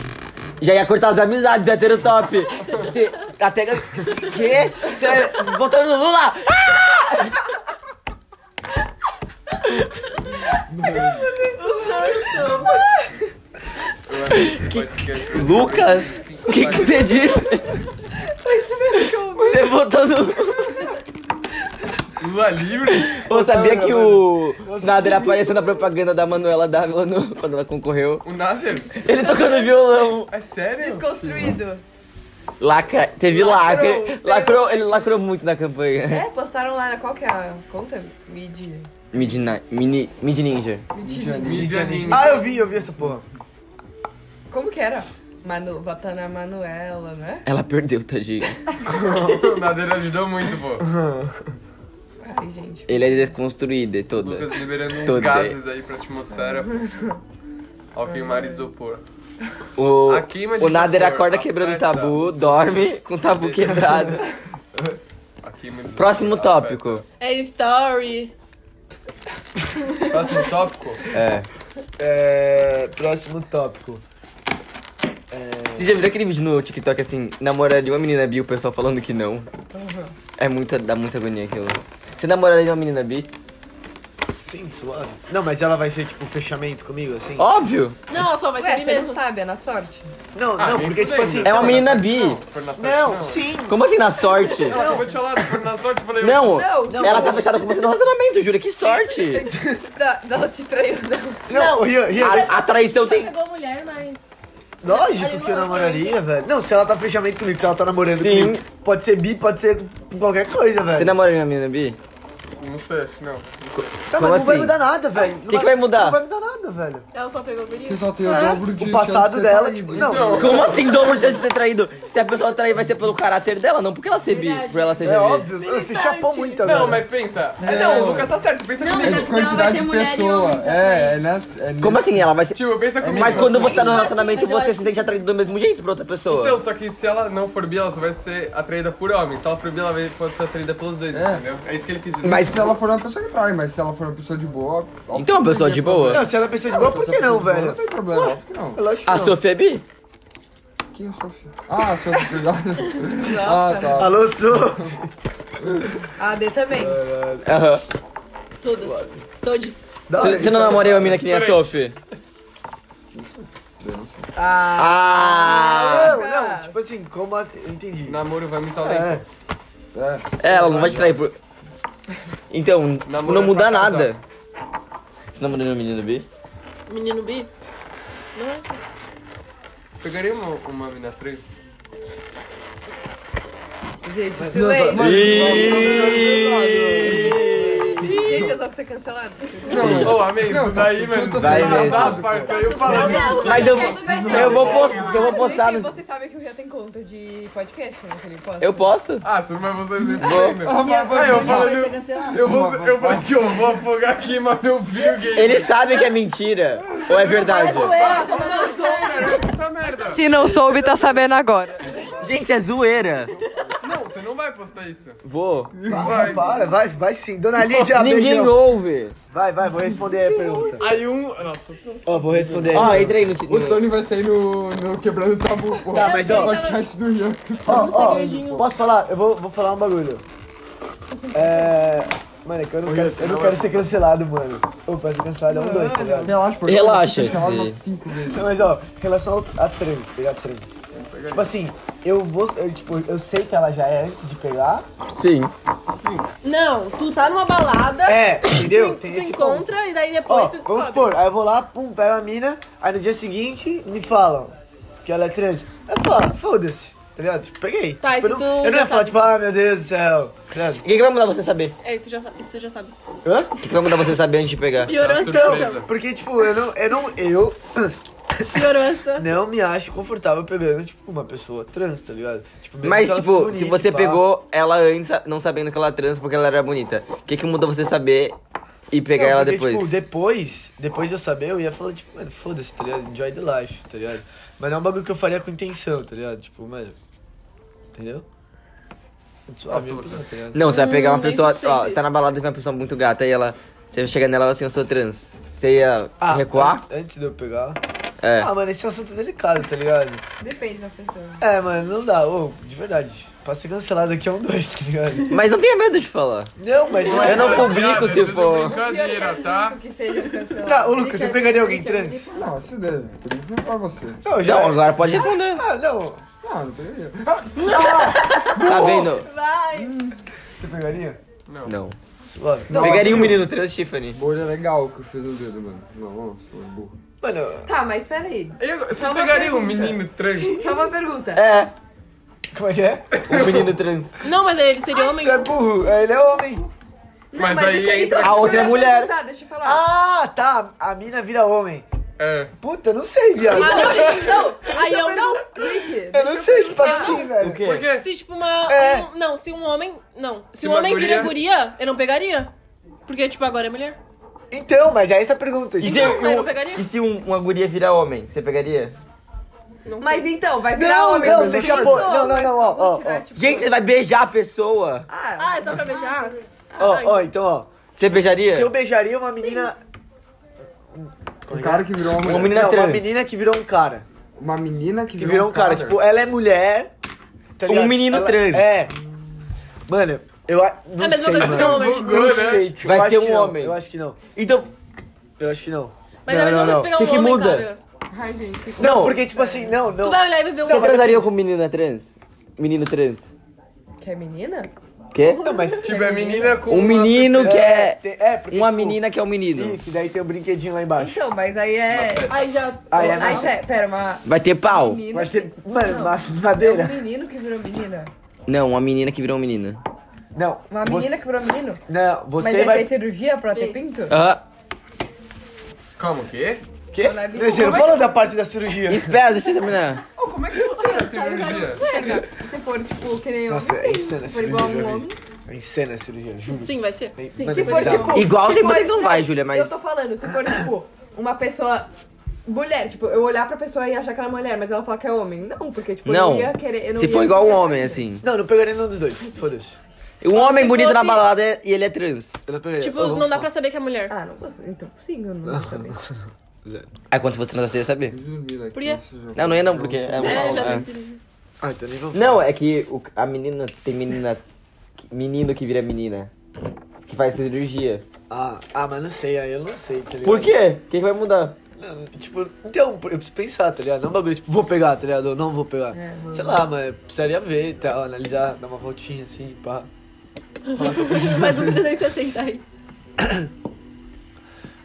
[SPEAKER 10] Já ia cortar as amizades, heterotop. Você. Até. tá Quê? Você. Voltando no Lula!
[SPEAKER 7] Eu acho que esse podcast vai ser
[SPEAKER 10] Lucas? O que que você disse? Você votou no.
[SPEAKER 7] Lula livre?
[SPEAKER 10] Eu sabia que o Nader apareceu na propaganda da Manuela Dávila no- quando ela concorreu.
[SPEAKER 7] O Nader?
[SPEAKER 10] Ele tocando violão.
[SPEAKER 7] É sério?
[SPEAKER 4] Desconstruído.
[SPEAKER 10] Lacra... Teve
[SPEAKER 4] Lacrou.
[SPEAKER 10] lacre. Lacrou, ele lacrou muito na campanha.
[SPEAKER 4] É, postaram lá na qual que é a conta? Mid.
[SPEAKER 10] Mid, Ni- Mini- Mid Ninja.
[SPEAKER 7] Mídia ninja.
[SPEAKER 8] Ah, eu vi, eu vi essa porra.
[SPEAKER 4] Como que era? Manu, votando a Manuela, né?
[SPEAKER 10] Ela perdeu, tadinho.
[SPEAKER 7] O Nader ajudou muito, pô.
[SPEAKER 4] Ai, gente.
[SPEAKER 10] Ele é desconstruído, é toda.
[SPEAKER 7] Lucas liberando uns
[SPEAKER 10] Tudo
[SPEAKER 7] gases aí pra atmosfera. Ao queimar isopor.
[SPEAKER 10] O,
[SPEAKER 7] A queima de
[SPEAKER 10] o Nader
[SPEAKER 7] isopor, tá
[SPEAKER 10] acorda
[SPEAKER 7] a
[SPEAKER 10] quebrando
[SPEAKER 7] festa.
[SPEAKER 10] tabu, dorme com o tabu quebrado.
[SPEAKER 7] A queima de isopor tá
[SPEAKER 10] Próximo
[SPEAKER 7] afeta.
[SPEAKER 10] tópico.
[SPEAKER 3] É story.
[SPEAKER 7] Próximo tópico?
[SPEAKER 10] É.
[SPEAKER 8] É, próximo tópico. É,
[SPEAKER 10] Você já viu aquele vídeo no TikTok assim, namoraria uma menina bi, o pessoal falando que não? É muita, dá muita agonia aquilo. Você namoraria uma menina bi?
[SPEAKER 8] Sim, suave. Não, mas ela vai ser tipo um fechamento comigo, assim?
[SPEAKER 10] Óbvio!
[SPEAKER 3] Não, só vai ser
[SPEAKER 4] Ué,
[SPEAKER 3] ele
[SPEAKER 4] você não
[SPEAKER 3] mesmo.
[SPEAKER 4] sabe, é na sorte.
[SPEAKER 8] Não,
[SPEAKER 7] Ah,
[SPEAKER 8] não,
[SPEAKER 7] nem
[SPEAKER 8] porque tipo
[SPEAKER 7] fudendo.
[SPEAKER 8] assim.
[SPEAKER 10] É uma
[SPEAKER 8] não,
[SPEAKER 10] menina
[SPEAKER 8] na-
[SPEAKER 10] bi.
[SPEAKER 8] Não, Não, sim.
[SPEAKER 10] Como assim na sorte?
[SPEAKER 7] Ela acabou de falar, se for na sorte, eu falei.
[SPEAKER 10] Não,
[SPEAKER 7] não,
[SPEAKER 10] ela
[SPEAKER 7] não.
[SPEAKER 10] tá fechada com você no relacionamento, Júlia, que sorte!
[SPEAKER 4] Não, não te traiu, não.
[SPEAKER 8] Não, Rian, Rian.
[SPEAKER 10] A, a traição tem.
[SPEAKER 11] Pegou mulher, mas.
[SPEAKER 8] Lógico que eu namoraria, velho. Não, se ela tá fechamento comigo, se ela tá namorando comigo. Pode ser bi, pode ser qualquer coisa, velho.
[SPEAKER 10] Você namoraria uma menina bi?
[SPEAKER 7] Não sei, não.
[SPEAKER 8] Tá,
[SPEAKER 10] Como
[SPEAKER 8] mas não vai
[SPEAKER 10] assim?
[SPEAKER 8] mudar nada, velho.
[SPEAKER 10] O que, que vai mudar?
[SPEAKER 8] Não vai mudar nada, velho.
[SPEAKER 3] Ela só pegou o guri.
[SPEAKER 2] Você só tem o
[SPEAKER 8] É,
[SPEAKER 2] dobro de
[SPEAKER 8] o
[SPEAKER 2] chance
[SPEAKER 8] passado
[SPEAKER 2] de tá ser
[SPEAKER 8] dela,
[SPEAKER 2] traído.
[SPEAKER 8] tipo, não.
[SPEAKER 10] Como assim dobro de chance de ter traído? Se a pessoa trair, vai ser pelo caráter dela, não porque ela ser bi, por ela ser
[SPEAKER 8] É
[SPEAKER 10] GG.
[SPEAKER 8] óbvio, mano, você chapou muito agora.
[SPEAKER 7] Não, mas pensa. É,
[SPEAKER 8] Não.
[SPEAKER 7] não, o Lucas tá certo, pensa
[SPEAKER 11] Não,
[SPEAKER 7] comigo.
[SPEAKER 11] mas
[SPEAKER 2] É De quantidade de pessoa. É, é, nas, é
[SPEAKER 10] Como assim ela vai ser.
[SPEAKER 7] Tipo, pensa comigo.
[SPEAKER 10] Mas quando você tá no
[SPEAKER 11] Tipo assim,
[SPEAKER 10] relacionamento,
[SPEAKER 11] mas eu
[SPEAKER 10] você
[SPEAKER 11] acho
[SPEAKER 10] se sente atraído do mesmo jeito pra outra pessoa.
[SPEAKER 7] Então, só que se ela não for bi, ela só vai ser atraída por homem. Se ela for bi, ela vai- pode ser atraída pelos dois,
[SPEAKER 2] É.
[SPEAKER 7] entendeu? É isso que ele quis dizer.
[SPEAKER 2] Mas se ela for uma pessoa que trai, mas se ela for uma pessoa de boa. óbvio
[SPEAKER 10] Então,
[SPEAKER 2] que
[SPEAKER 10] uma pessoa
[SPEAKER 2] tem
[SPEAKER 10] de
[SPEAKER 2] problema.
[SPEAKER 10] boa?
[SPEAKER 8] Não, se ela é pessoa de boa, por
[SPEAKER 2] Se
[SPEAKER 8] que
[SPEAKER 2] ela
[SPEAKER 8] não,
[SPEAKER 2] for de boa, Não
[SPEAKER 8] velho?
[SPEAKER 2] tem problema, óbvio que não.
[SPEAKER 8] Eu acho que
[SPEAKER 10] A
[SPEAKER 8] não.
[SPEAKER 10] Sofia é bi?
[SPEAKER 2] Quem é Sofia? Ah, Sofia, cuidado. Ah, tá.
[SPEAKER 8] Alô, sou.
[SPEAKER 4] A D também.
[SPEAKER 10] Aham.
[SPEAKER 3] Todas. Todos.
[SPEAKER 8] Da hora,
[SPEAKER 10] Você você não
[SPEAKER 8] isso é-
[SPEAKER 10] namoraria uma menina que nem a Sophie?
[SPEAKER 8] é
[SPEAKER 10] Ah!
[SPEAKER 8] Não,
[SPEAKER 4] Cara.
[SPEAKER 8] não, tipo assim, como assim? Eu entendi.
[SPEAKER 7] Namoro vai me
[SPEAKER 8] É,
[SPEAKER 7] talento.
[SPEAKER 10] É, ela não vai te trair por. Então,
[SPEAKER 7] Namoro
[SPEAKER 10] não
[SPEAKER 7] é
[SPEAKER 10] muda
[SPEAKER 7] pra casar.
[SPEAKER 10] nada. Você namoraria uma menina bi?
[SPEAKER 3] Menino bi?
[SPEAKER 10] É.
[SPEAKER 7] Pegaria uma, uma mina trans?
[SPEAKER 4] Gente, silêncio. Gente, é só pra ser cancelado.
[SPEAKER 7] Não, oh, amei, isso daí, mano.
[SPEAKER 10] Vai
[SPEAKER 7] tá
[SPEAKER 10] mesmo.
[SPEAKER 7] arrasado, parça, Eu falava.
[SPEAKER 10] Mas eu, eu, vou post, eu vou postar.
[SPEAKER 4] Gente,
[SPEAKER 10] no-
[SPEAKER 4] vocês sabem que o Rio tem conta de podcast, né? Que ele posta.
[SPEAKER 10] Eu posto?
[SPEAKER 7] Ah, se não vai vocês me entendem.
[SPEAKER 2] Ah, mas- mas-
[SPEAKER 7] Aí eu
[SPEAKER 11] Vai ser
[SPEAKER 7] falei,
[SPEAKER 11] cancelado.
[SPEAKER 7] eu vou, eu falei que eu vou afogar aqui, mas meu filho gay.
[SPEAKER 10] Ele sabe que é mentira. Ou é verdade?
[SPEAKER 7] Puta merda.
[SPEAKER 4] Se não soube, tá sabendo agora.
[SPEAKER 10] Gente, é zoeira.
[SPEAKER 7] Não, você não vai postar isso.
[SPEAKER 10] Vou.
[SPEAKER 8] para, para, vai, vai sim. Dona Lídia,
[SPEAKER 10] Ninguém
[SPEAKER 8] beijão.
[SPEAKER 10] ouve.
[SPEAKER 8] Vai, vai, vou responder a pergunta.
[SPEAKER 7] Aí um. Nossa,
[SPEAKER 8] Ó, vou responder.
[SPEAKER 10] Ó,
[SPEAKER 8] aí.
[SPEAKER 10] entra aí no ti-
[SPEAKER 2] O Tony vai sair no, no Quebrando Tabu. pô.
[SPEAKER 8] Tá, mas
[SPEAKER 10] então.
[SPEAKER 8] ó,
[SPEAKER 2] Podcast do Ian.
[SPEAKER 8] ó, ó,
[SPEAKER 3] segredinho.
[SPEAKER 8] posso falar? Eu vou, vou falar um bagulho. É. Mano, é que eu não quero, eu não quero ser cancelado, mano. Ou pra ser cancelado é um dois, tá ligado?
[SPEAKER 2] Relaxa, pô.
[SPEAKER 10] Relaxa,
[SPEAKER 2] Eu vou
[SPEAKER 10] esse-
[SPEAKER 2] umas cinco vezes.
[SPEAKER 8] Não, mas ó, em relação ao- a trans, pegar trans. Tipo assim, eu vou. Eu, tipo, eu sei que ela já é antes de pegar.
[SPEAKER 10] Sim.
[SPEAKER 3] Não, tu tá numa balada,
[SPEAKER 8] É, entendeu?
[SPEAKER 3] tu
[SPEAKER 8] Tem esse ponto.
[SPEAKER 3] encontra e daí
[SPEAKER 8] Ó,
[SPEAKER 3] depois tu
[SPEAKER 8] vamos
[SPEAKER 3] descobre.
[SPEAKER 8] supor, aí eu vou lá, pum, pego a mina, aí no dia seguinte me falam que ela é trans. Aí eu falo, foda-se, tá ligado? Tipo, peguei.
[SPEAKER 3] Tá, isso
[SPEAKER 8] Tipo, eu não,
[SPEAKER 3] tu
[SPEAKER 8] eu não ia
[SPEAKER 3] já
[SPEAKER 8] falar,
[SPEAKER 3] sabe.
[SPEAKER 8] tipo, ah, meu Deus do céu, trans.
[SPEAKER 10] O que, que vai mudar você saber?
[SPEAKER 3] É, tu já sabe, isso tu já sabe.
[SPEAKER 8] Hã?
[SPEAKER 10] O que, que vai mudar você saber antes de pegar?
[SPEAKER 3] Piorou a
[SPEAKER 7] Tá surpresa.
[SPEAKER 3] situação.
[SPEAKER 8] Porque, tipo, eu não, eu não, eu
[SPEAKER 3] Piorou a situação.
[SPEAKER 8] não me acho confortável pegando, tipo, uma pessoa trans, tá ligado? Tipo, mesmo
[SPEAKER 10] Mas,
[SPEAKER 8] que ela
[SPEAKER 10] tipo,
[SPEAKER 8] fique
[SPEAKER 10] se
[SPEAKER 8] bonita,
[SPEAKER 10] você
[SPEAKER 8] pá.
[SPEAKER 10] pegou ela antes, não sabendo que ela é trans porque ela era bonita, o que, que muda você saber e pegar
[SPEAKER 8] Não,
[SPEAKER 10] ela
[SPEAKER 8] porque,
[SPEAKER 10] depois?
[SPEAKER 8] Tipo, depois, depois de eu saber, eu ia falar, tipo, mano, foda-se, tá ligado? Enjoy the life, tá ligado? Mas não é um bagulho que eu faria com intenção, tá ligado? Tipo, mano. Entendeu? Suave,
[SPEAKER 7] Lucas.
[SPEAKER 8] tá ligado?
[SPEAKER 10] Não, você vai pegar uma
[SPEAKER 3] Hum,
[SPEAKER 10] pessoa.
[SPEAKER 3] nem suspeito
[SPEAKER 10] Ó, você tá na balada e vem uma pessoa muito gata e ela. Você chega nela e ela assim, eu sou trans. Você ia
[SPEAKER 8] Ah.
[SPEAKER 10] recuar?
[SPEAKER 8] Antes, antes de eu pegar.
[SPEAKER 10] É.
[SPEAKER 8] Ah, mano, esse é um assunto delicado, tá ligado?
[SPEAKER 4] Depende da pessoa.
[SPEAKER 8] É, mano, não dá, ô, de verdade. Pra ser cancelado aqui é um dois, tá ligado?
[SPEAKER 10] Mas não tenha medo de falar.
[SPEAKER 8] Não, mas não
[SPEAKER 10] Eu
[SPEAKER 8] é.
[SPEAKER 10] não
[SPEAKER 7] Mas,
[SPEAKER 10] publico
[SPEAKER 7] cara,
[SPEAKER 10] se
[SPEAKER 7] tudo
[SPEAKER 10] for.
[SPEAKER 7] Brincadeira, tá?
[SPEAKER 4] Que seja cancelado.
[SPEAKER 8] Tá, ô Lucas, você pegaria alguém trans?
[SPEAKER 2] Não, se né? der. Eu prefiro pra você.
[SPEAKER 8] Não, já. é.
[SPEAKER 10] Não, agora pode responder.
[SPEAKER 8] Ah, não.
[SPEAKER 2] Não, não pegaria.
[SPEAKER 10] Tá vendo?
[SPEAKER 3] Vai.
[SPEAKER 8] Você pegaria?
[SPEAKER 10] Não.
[SPEAKER 8] Suave. Não,
[SPEAKER 10] Pegaria um
[SPEAKER 8] assim,
[SPEAKER 10] menino trans, Tiffany.
[SPEAKER 2] Bolha é legal que eu fiz no dedo, mano. Nossa, eu burro.
[SPEAKER 8] Mano,
[SPEAKER 4] Tá, mas peraí.
[SPEAKER 7] Eu, você
[SPEAKER 4] Só uma
[SPEAKER 7] pegaria um
[SPEAKER 4] pergunta.
[SPEAKER 7] menino trans?
[SPEAKER 4] Só uma pergunta.
[SPEAKER 10] É,
[SPEAKER 8] como é que é?
[SPEAKER 10] um menino trans.
[SPEAKER 3] Não, mas ele seria homem.
[SPEAKER 8] Você é burro, ele é homem.
[SPEAKER 4] Não,
[SPEAKER 7] Mas aí
[SPEAKER 4] deixa,
[SPEAKER 7] entra-
[SPEAKER 4] então,
[SPEAKER 10] A outra
[SPEAKER 4] eu ia
[SPEAKER 10] é mulher.
[SPEAKER 4] perguntar, Deixa eu falar.
[SPEAKER 8] Ah, tá. A mina vira homem.
[SPEAKER 7] É.
[SPEAKER 8] Puta, eu não sei, viado.
[SPEAKER 3] Ah, não, deixa, não.
[SPEAKER 8] é
[SPEAKER 3] Aí eu não.
[SPEAKER 4] Gente,
[SPEAKER 8] eu não sei se pode sim, velho.
[SPEAKER 10] O quê?
[SPEAKER 7] Por quê?
[SPEAKER 3] Se tipo uma.
[SPEAKER 8] É.
[SPEAKER 3] um- não, se um homem. Não. Se,
[SPEAKER 7] Se
[SPEAKER 3] um
[SPEAKER 7] uma
[SPEAKER 3] homem vira
[SPEAKER 7] guria-
[SPEAKER 3] guria, eu não pegaria. Porque, tipo, agora é mulher.
[SPEAKER 8] Então, mas é essa a pergunta.
[SPEAKER 10] E
[SPEAKER 8] gente.
[SPEAKER 10] se,
[SPEAKER 3] Então, mas
[SPEAKER 10] um-
[SPEAKER 3] não pegaria?
[SPEAKER 10] e se um- uma guria virar homem? Você pegaria?
[SPEAKER 4] mas então, vai virar
[SPEAKER 8] Não,
[SPEAKER 4] homem.
[SPEAKER 8] não,
[SPEAKER 4] porque
[SPEAKER 8] você
[SPEAKER 4] eu
[SPEAKER 8] acabou.
[SPEAKER 4] sou,
[SPEAKER 8] Não, não,
[SPEAKER 4] mas
[SPEAKER 8] não, ó,
[SPEAKER 4] vamos
[SPEAKER 8] ó,
[SPEAKER 4] tirar,
[SPEAKER 8] ó.
[SPEAKER 4] tipo,
[SPEAKER 10] Gente, você vai beijar a pessoa.
[SPEAKER 4] Ah,
[SPEAKER 3] Ah, é só pra beijar?
[SPEAKER 8] Ó, ó, então, ó.
[SPEAKER 10] Você beijaria?
[SPEAKER 8] Se eu beijaria uma menina.
[SPEAKER 2] Um cara que virou uma mulher.
[SPEAKER 10] Uma menina
[SPEAKER 8] não, uma
[SPEAKER 10] trans.
[SPEAKER 8] menina que virou um cara.
[SPEAKER 2] Uma menina que,
[SPEAKER 8] Que virou um cara. Tipo, ela é mulher. tá
[SPEAKER 10] Um
[SPEAKER 8] ligado?
[SPEAKER 10] menino
[SPEAKER 8] Ela-
[SPEAKER 10] trans.
[SPEAKER 8] É. Mano, eu a- não
[SPEAKER 3] É a mesma
[SPEAKER 8] sei,
[SPEAKER 3] coisa que
[SPEAKER 8] mano.
[SPEAKER 3] um homem.
[SPEAKER 8] Eu não sei, tipo,
[SPEAKER 10] Vai
[SPEAKER 8] eu acho
[SPEAKER 10] ser
[SPEAKER 8] que
[SPEAKER 10] um
[SPEAKER 8] não,
[SPEAKER 10] homem.
[SPEAKER 8] Eu acho que não.
[SPEAKER 10] Então,
[SPEAKER 8] Eu acho que não.
[SPEAKER 3] Mas
[SPEAKER 10] Não,
[SPEAKER 3] é a
[SPEAKER 10] não,
[SPEAKER 3] mesma coisa
[SPEAKER 10] não.
[SPEAKER 3] pegar
[SPEAKER 10] Que
[SPEAKER 3] um
[SPEAKER 10] que
[SPEAKER 3] homem,
[SPEAKER 10] muda?
[SPEAKER 3] cara.
[SPEAKER 4] Ai, gente. que
[SPEAKER 10] Não,
[SPEAKER 4] coisa.
[SPEAKER 10] porque, tipo assim, não,
[SPEAKER 4] Tu vai olhar e beber um
[SPEAKER 10] Você
[SPEAKER 4] copo
[SPEAKER 10] transaria com menina trans? Menino trans?
[SPEAKER 4] Que é menina?
[SPEAKER 10] Quê?
[SPEAKER 4] Não, mas, tipo, é menina com
[SPEAKER 10] Um
[SPEAKER 4] uma
[SPEAKER 10] menino
[SPEAKER 4] pessoa-
[SPEAKER 10] que é.
[SPEAKER 4] É, é, porque,
[SPEAKER 10] uma
[SPEAKER 4] tipo,
[SPEAKER 10] menina que é um menino.
[SPEAKER 8] Isso, daí tem um brinquedinho lá embaixo.
[SPEAKER 4] Então, mas aí é. Aí já. Aí
[SPEAKER 8] Aí é
[SPEAKER 4] é.
[SPEAKER 8] mais-
[SPEAKER 4] cê- pera, uma.
[SPEAKER 10] Vai ter pau?
[SPEAKER 4] Menina
[SPEAKER 8] Vai ter.
[SPEAKER 4] que-
[SPEAKER 8] Mano,
[SPEAKER 4] Não.
[SPEAKER 8] mas
[SPEAKER 4] É um
[SPEAKER 8] madeira.
[SPEAKER 4] menino que virou menina.
[SPEAKER 10] Não, uma menina que virou menina.
[SPEAKER 8] Não.
[SPEAKER 4] Uma
[SPEAKER 8] você-
[SPEAKER 4] menina que virou menino.
[SPEAKER 8] Não, você
[SPEAKER 4] mas é ele
[SPEAKER 8] vai.
[SPEAKER 4] fez cirurgia pra ter pinto?
[SPEAKER 10] Ah.
[SPEAKER 7] Calma, o quê?
[SPEAKER 8] Quê? Não, Você não
[SPEAKER 4] Como é que-
[SPEAKER 8] falou da parte da cirurgia.
[SPEAKER 10] Espera, deixa eu terminar.
[SPEAKER 4] Ô, como é que funciona a
[SPEAKER 8] cirurgia?
[SPEAKER 4] Se for, tipo, que nem homem,
[SPEAKER 8] Nossa, é
[SPEAKER 4] sim.
[SPEAKER 8] insana a
[SPEAKER 4] Se for igual a
[SPEAKER 8] cirurgia.
[SPEAKER 4] um
[SPEAKER 8] já
[SPEAKER 4] homem.
[SPEAKER 8] vi. É insana a cirurgia, juro.
[SPEAKER 4] Sim, vai ser. Sim.
[SPEAKER 8] Mano,
[SPEAKER 4] Se for,
[SPEAKER 8] bizarro.
[SPEAKER 4] tipo,
[SPEAKER 10] Igual
[SPEAKER 4] se
[SPEAKER 10] tem
[SPEAKER 4] for-
[SPEAKER 10] muita que não vai, Júlia, mas-
[SPEAKER 4] Eu tô falando, se for, tipo, uma pessoa. Mulher, tipo, eu olhar pra pessoa e achar que ela é mulher, mas ela falar que é homem. Não, porque, tipo, eu
[SPEAKER 10] Não.
[SPEAKER 4] não ia querer. Eu não
[SPEAKER 10] Se
[SPEAKER 4] ia
[SPEAKER 10] for igual um
[SPEAKER 4] sentir a-
[SPEAKER 10] homem, assim.
[SPEAKER 8] Não, não pegaria nenhum dos dois. Foda-se.
[SPEAKER 10] Um homem bonito na
[SPEAKER 3] fosse-
[SPEAKER 10] balada é- e ele é trans.
[SPEAKER 8] Eu não pegaria.
[SPEAKER 3] Tipo, não dá pra saber que é mulher.
[SPEAKER 4] Ah, não posso. Então, sim, eu não vou saber.
[SPEAKER 10] Aí quando você transar, você ia saber.
[SPEAKER 3] Por quê?
[SPEAKER 10] Não, não ia não, porque é uma
[SPEAKER 3] É, já
[SPEAKER 10] aula,
[SPEAKER 3] tem
[SPEAKER 10] é.
[SPEAKER 3] cirurgia.
[SPEAKER 8] Ah, então nem vou.
[SPEAKER 10] Não, é que o- a menina tem menina. Menino que vira menina. Que faz cirurgia.
[SPEAKER 8] Ah, ah, mas não sei, aí eu não sei, tá ligado?
[SPEAKER 10] Por quê? O que, que vai mudar?
[SPEAKER 8] Não, tipo, então, eu preciso pensar, tá ligado? Não é um bagulho, tipo, vou pegar, tá ligado? Ou não vou pegar.
[SPEAKER 4] É,
[SPEAKER 8] sei lá, mas precisaria ver e tal, analisar, dar uma voltinha assim, pá.
[SPEAKER 3] Faz um 360 aí.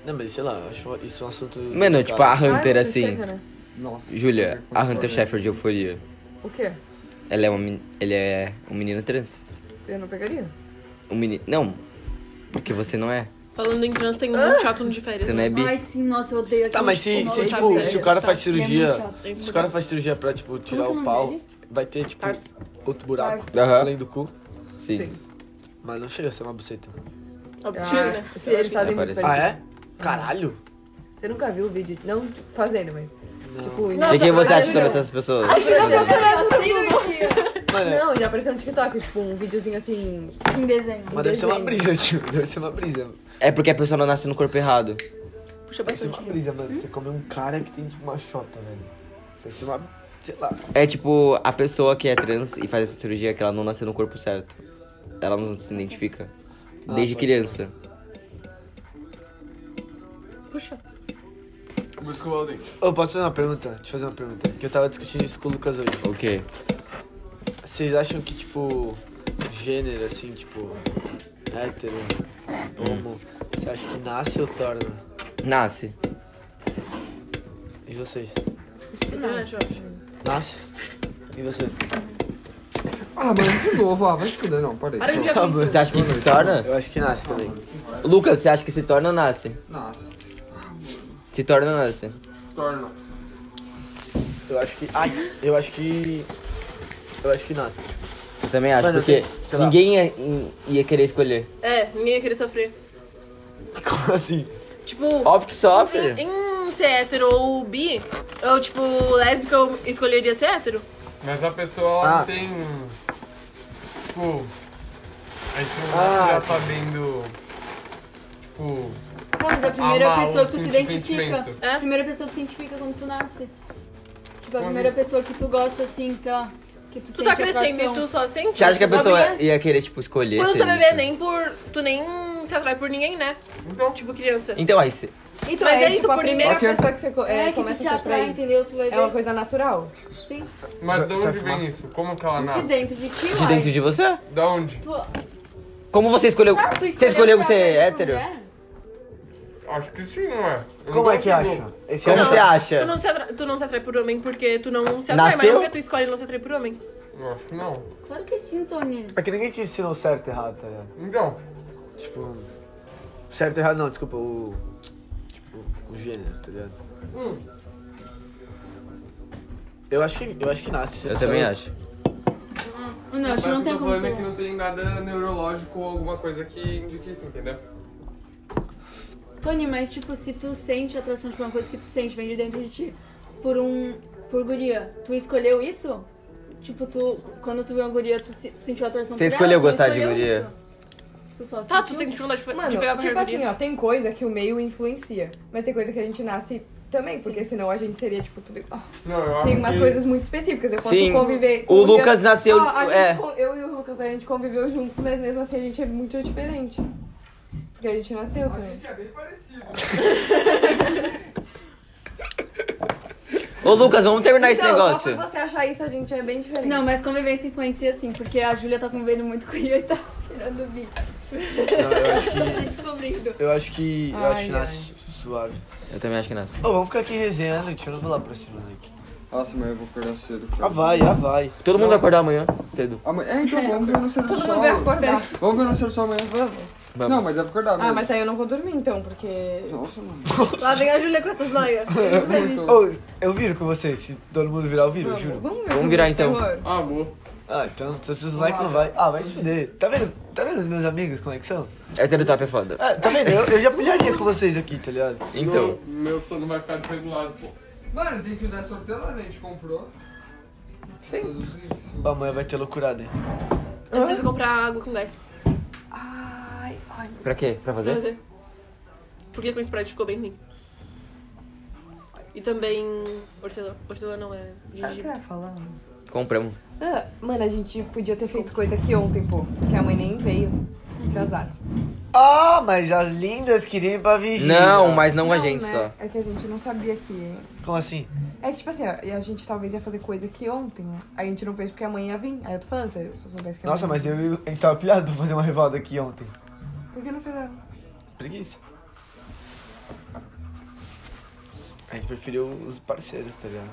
[SPEAKER 8] Não, mas sei lá, eu acho isso um assunto.
[SPEAKER 10] Mano, tipo,
[SPEAKER 4] Ah,
[SPEAKER 10] a Hunter assim.
[SPEAKER 4] né?
[SPEAKER 5] um-
[SPEAKER 8] Nossa.
[SPEAKER 10] Júlia, a Hunter Sheffer de euforia.
[SPEAKER 4] O quê?
[SPEAKER 10] Ela é uma men- Ele é um menino trans.
[SPEAKER 4] Eu não pegaria.
[SPEAKER 10] Um menino. Não. Porque você não é.
[SPEAKER 3] Falando em trans, tem um chato no de férias.
[SPEAKER 10] Você não é
[SPEAKER 5] Tá,
[SPEAKER 10] bi?
[SPEAKER 11] Ai, sim, nossa, eu odeio aquele
[SPEAKER 8] Tá, mas se,
[SPEAKER 11] tipo,
[SPEAKER 8] se,
[SPEAKER 11] nossa,
[SPEAKER 8] tipo,
[SPEAKER 11] velho,
[SPEAKER 8] se o cara
[SPEAKER 11] sabe?
[SPEAKER 8] faz
[SPEAKER 11] Ele é muito
[SPEAKER 8] cirurgia.
[SPEAKER 11] chato.
[SPEAKER 8] Se o cara faz cirurgia pra, tipo, tirar
[SPEAKER 11] Como
[SPEAKER 8] o
[SPEAKER 11] que é o
[SPEAKER 8] pau,
[SPEAKER 11] nome
[SPEAKER 8] vai ter, tipo, outro buraco
[SPEAKER 11] Tarso.
[SPEAKER 10] Aham.
[SPEAKER 8] além do cu.
[SPEAKER 10] Sim.
[SPEAKER 8] Mas não chega a ser uma buceta.
[SPEAKER 3] Ah.
[SPEAKER 4] Obtira, né? Se eles fazem muito
[SPEAKER 8] Ah,
[SPEAKER 4] parecido.
[SPEAKER 8] é? Caralho?
[SPEAKER 4] Você nunca viu o vídeo? Não tipo, fazendo, mas. Tipo,
[SPEAKER 10] E o que tá você acha sobre essas pessoas?
[SPEAKER 8] Mano,
[SPEAKER 4] Não, já apareceu no TikTok, tipo, um videozinho assim. Em desenho.
[SPEAKER 10] Mas deve ser uma
[SPEAKER 8] brisa, tio. Deve ser uma brisa.
[SPEAKER 10] É porque a pessoa não nasce no corpo errado.
[SPEAKER 3] Puxa
[SPEAKER 8] Deve ser uma brisa, mano.
[SPEAKER 11] Hum?
[SPEAKER 8] Você come um cara que tem, tipo, uma chota, velho. Deve ser uma. Sei lá.
[SPEAKER 10] É tipo, a pessoa que é trans e faz essa cirurgia que ela não nasceu no corpo certo. Ela não se identifica.
[SPEAKER 8] Ah,
[SPEAKER 10] Desde
[SPEAKER 8] pode
[SPEAKER 10] criança.
[SPEAKER 3] Puxa.
[SPEAKER 7] Vou escovar o dente.
[SPEAKER 8] Ô, posso fazer uma pergunta? Deixa eu fazer uma pergunta. Que eu tava discutindo isso com o Lucas hoje.
[SPEAKER 10] O quê?
[SPEAKER 8] Vocês acham que, tipo, gênero, assim, tipo, hétero, homo, você acha que nasce ou torna?
[SPEAKER 10] Nasce.
[SPEAKER 8] E vocês?
[SPEAKER 3] Não,
[SPEAKER 8] Nasce? E você?
[SPEAKER 2] Ah, mano, de novo, ah, vai se fuder, não, parei.
[SPEAKER 8] Para de
[SPEAKER 4] Tá
[SPEAKER 8] ver a brisa.
[SPEAKER 10] Você acha que se torna?
[SPEAKER 8] Eu acho que nasce também.
[SPEAKER 10] Lucas, você acha que se torna ou nasce?
[SPEAKER 7] Nossa.
[SPEAKER 10] Se torna ou nasce?
[SPEAKER 7] Torna.
[SPEAKER 8] Eu acho que. Ai, eu acho que. Eu acho que nasce.
[SPEAKER 10] Eu também acho,
[SPEAKER 8] Mano, eu
[SPEAKER 10] porque
[SPEAKER 8] tenho- sei lá.
[SPEAKER 10] ninguém ia, ia querer escolher.
[SPEAKER 3] É, ninguém ia querer sofrer.
[SPEAKER 8] Como assim?
[SPEAKER 3] Tipo.
[SPEAKER 10] Óbvio que sofre.
[SPEAKER 3] Em, em ser hétero ou bi, eu, tipo, lésbica, eu escolheria ser hétero.
[SPEAKER 7] Mas a pessoa ela não
[SPEAKER 3] Ah.
[SPEAKER 7] tem. um- Tipo. A gente não
[SPEAKER 3] Ah.
[SPEAKER 7] já sabendo. Tipo.
[SPEAKER 11] Ah, mas é a primeira
[SPEAKER 7] amar
[SPEAKER 11] pessoa
[SPEAKER 7] o
[SPEAKER 11] que tu se
[SPEAKER 7] sentimento.
[SPEAKER 11] identifica. É a primeira pessoa que se identifica quando tu nasce. Tipo, a primeira pessoa que tu gosta, assim, sei lá. Que tu,
[SPEAKER 3] Tu tá
[SPEAKER 11] sente
[SPEAKER 3] crescendo
[SPEAKER 11] atração.
[SPEAKER 3] e tu só sente.
[SPEAKER 10] Você acha que a
[SPEAKER 3] Uma
[SPEAKER 10] pessoa
[SPEAKER 3] menina-
[SPEAKER 10] ia querer, tipo, escolher?
[SPEAKER 3] Quando
[SPEAKER 10] ser
[SPEAKER 3] tu é bebê,
[SPEAKER 10] isso?
[SPEAKER 3] nem por. Tu nem se atrai por ninguém, né?
[SPEAKER 7] Então.
[SPEAKER 3] Tipo, criança.
[SPEAKER 10] Então, aí você...
[SPEAKER 4] Então,
[SPEAKER 3] Mas
[SPEAKER 4] é,
[SPEAKER 3] é
[SPEAKER 4] tipo,
[SPEAKER 3] isso,
[SPEAKER 4] a
[SPEAKER 3] por
[SPEAKER 4] primeira
[SPEAKER 10] Ok.
[SPEAKER 4] pessoa que você co-
[SPEAKER 11] É,
[SPEAKER 4] é,
[SPEAKER 11] que tu
[SPEAKER 4] começa
[SPEAKER 11] se
[SPEAKER 4] a se
[SPEAKER 11] atrai,
[SPEAKER 4] atrair.
[SPEAKER 11] entendeu? Tu vai ver.
[SPEAKER 4] É uma coisa natural.
[SPEAKER 11] Sim.
[SPEAKER 7] Mas de
[SPEAKER 10] Você vai
[SPEAKER 7] onde
[SPEAKER 10] fumar?
[SPEAKER 7] vem isso? Como que ela nasce?
[SPEAKER 11] De dentro de ti,
[SPEAKER 10] De dentro de você?
[SPEAKER 7] Da onde?
[SPEAKER 11] Tu...
[SPEAKER 10] Como você escolheu?
[SPEAKER 11] Ah, tu
[SPEAKER 10] você escolheu
[SPEAKER 11] se
[SPEAKER 10] ser
[SPEAKER 11] atrair por
[SPEAKER 10] hétero?
[SPEAKER 11] mulher?
[SPEAKER 7] Acho que sim, não é? Eu
[SPEAKER 8] Como
[SPEAKER 7] não
[SPEAKER 8] é que
[SPEAKER 7] consigo.
[SPEAKER 8] acha? é um
[SPEAKER 10] Como
[SPEAKER 3] Não,
[SPEAKER 10] você acha?
[SPEAKER 3] Tu não, se atrai, tu não se atrai por homem porque tu não se atrai, mas
[SPEAKER 8] Nasceu?
[SPEAKER 3] não porque tu escolhe não se atrai por homem.
[SPEAKER 7] Eu acho que não.
[SPEAKER 11] Claro que sim, Toninho.
[SPEAKER 8] É que ninguém te ensinou certo e errado, tá ligado?
[SPEAKER 7] Então.
[SPEAKER 8] Tipo. Certo e errado não, desculpa, o. Tipo, o gênero, tá ligado?
[SPEAKER 7] hum.
[SPEAKER 8] Eu acho que, eu acho que nasce.
[SPEAKER 10] Eu
[SPEAKER 8] só-
[SPEAKER 10] também acho.
[SPEAKER 11] Não, acho que
[SPEAKER 7] Mas
[SPEAKER 11] não
[SPEAKER 7] o
[SPEAKER 11] tem como
[SPEAKER 7] problema é que
[SPEAKER 11] tu...
[SPEAKER 7] não tem nada neurológico ou alguma coisa que indique isso, entendeu?
[SPEAKER 11] Toninho, mas tipo, se tu sente atração tipo, uma coisa que tu sente, vem de dentro de ti, por um... por guria, tu escolheu isso? Tipo, tu... quando tu viu uma guria, tu, se- tu sentiu atração
[SPEAKER 10] Você
[SPEAKER 11] por ela?
[SPEAKER 10] escolheu
[SPEAKER 11] Tu
[SPEAKER 10] gostar de
[SPEAKER 11] escolheu
[SPEAKER 10] guria?
[SPEAKER 11] isso? Tu só
[SPEAKER 3] Tá, tu
[SPEAKER 11] sentiu?
[SPEAKER 3] sente vontade de,
[SPEAKER 4] Mano,
[SPEAKER 3] de pegar a
[SPEAKER 4] tipo
[SPEAKER 3] primeira
[SPEAKER 4] assim,
[SPEAKER 3] guria.
[SPEAKER 4] ó, tem coisa que o meio influencia, mas tem coisa que a gente nasce também, porque senão a gente seria, tipo, tudo igual.
[SPEAKER 7] Não, eu
[SPEAKER 4] Tem
[SPEAKER 7] acho
[SPEAKER 4] umas
[SPEAKER 7] que-
[SPEAKER 4] coisas muito específicas, eu posso
[SPEAKER 10] Sim.
[SPEAKER 4] conviver...
[SPEAKER 10] O
[SPEAKER 4] com Deus.
[SPEAKER 10] Lucas nasceu-
[SPEAKER 4] Ah, a gente
[SPEAKER 10] é.
[SPEAKER 4] con- eu e o Lucas, a gente conviveu juntos, mas mesmo assim a gente é muito diferente. Porque a gente nasceu também.
[SPEAKER 7] é bem parecido.
[SPEAKER 10] Ô, Lucas, vamos terminar esse
[SPEAKER 11] Então, só
[SPEAKER 10] negócio.
[SPEAKER 11] pra
[SPEAKER 4] você achar isso, a gente é bem diferente.
[SPEAKER 11] Não, mas convivência influencia sim, porque a Júlia tá convivendo muito com o Ian e tá tirando o bi.
[SPEAKER 8] eu acho
[SPEAKER 11] Tô
[SPEAKER 8] que-
[SPEAKER 11] se descobrindo.
[SPEAKER 8] Eu acho que. Eu acho que
[SPEAKER 11] Ai,
[SPEAKER 8] nasce suave.
[SPEAKER 10] Eu também acho que é assim. nasce.
[SPEAKER 8] Ô, vamos ficar aqui resenhando, deixa eu não lá pra cima daqui.
[SPEAKER 2] Nossa, mas eu vou acordar cedo.
[SPEAKER 8] Ah, vai, ah, vai.
[SPEAKER 10] Todo mundo vai acordar amanhã, cedo.
[SPEAKER 2] Amanhã- É, então vamos ver o nascer do sol. Vamos ver o nascer do sol amanhã, vamos. Não, mas é pra acordar
[SPEAKER 4] Ah,
[SPEAKER 2] mesmo.
[SPEAKER 4] mas aí eu não vou dormir então, porque.
[SPEAKER 2] Nossa, mano.
[SPEAKER 3] assim, Lá vem a Júlia com essas noias.
[SPEAKER 8] Ô, eu viro com vocês, se todo mundo virar, eu viro, eu juro.
[SPEAKER 4] Vamos,
[SPEAKER 10] então.
[SPEAKER 7] Ah, boa.
[SPEAKER 8] Ah, então, se os moleques não vai. Ah, vai se fuder. Tá vendo? Tá vendo os meus amigos, conexão?
[SPEAKER 10] Hétero top é foda.
[SPEAKER 8] Ah, tá vendo? Eu, eu já pilharia com vocês aqui, tá ligado?
[SPEAKER 10] Então.
[SPEAKER 7] Meu meu plano vai ficar desregulado, pô.
[SPEAKER 2] Mano, tem que usar essa hortelã, né? A gente comprou.
[SPEAKER 4] Sim.
[SPEAKER 8] Amanhã vai ter loucurada, hein?
[SPEAKER 3] Eu preciso comprar água com gás.
[SPEAKER 10] Pra quê? Pra
[SPEAKER 3] Pra
[SPEAKER 10] fazer?
[SPEAKER 3] fazer. Porque com Sprite ficou bem ruim. E também hortelã. Hortelã não é
[SPEAKER 4] Sabe o que eu
[SPEAKER 3] gengibre.
[SPEAKER 4] ia falar?
[SPEAKER 10] Compramos.
[SPEAKER 4] Ah, mano, a gente podia ter feito coisa aqui ontem, pô. Que a mãe nem veio. Que azar.
[SPEAKER 8] Ah, mas as lindas queriam ir pra vigília.
[SPEAKER 10] Não, mas não, a gente só.
[SPEAKER 4] É que a gente não sabia que.
[SPEAKER 8] Como assim?
[SPEAKER 4] É que, tipo assim, ó, e a gente talvez ia fazer coisa aqui ontem, né? Aí a gente não fez porque amanhã ia vir. Aí eu tô falando, se eu soubesse que
[SPEAKER 8] Nossa,
[SPEAKER 4] amanhã-
[SPEAKER 8] mas eu, e o- a gente tava pilhado pra fazer uma rivalda aqui ontem.
[SPEAKER 4] Por que não fez nada?
[SPEAKER 8] Preguiça. A gente preferiu os parceiros, tá ligado?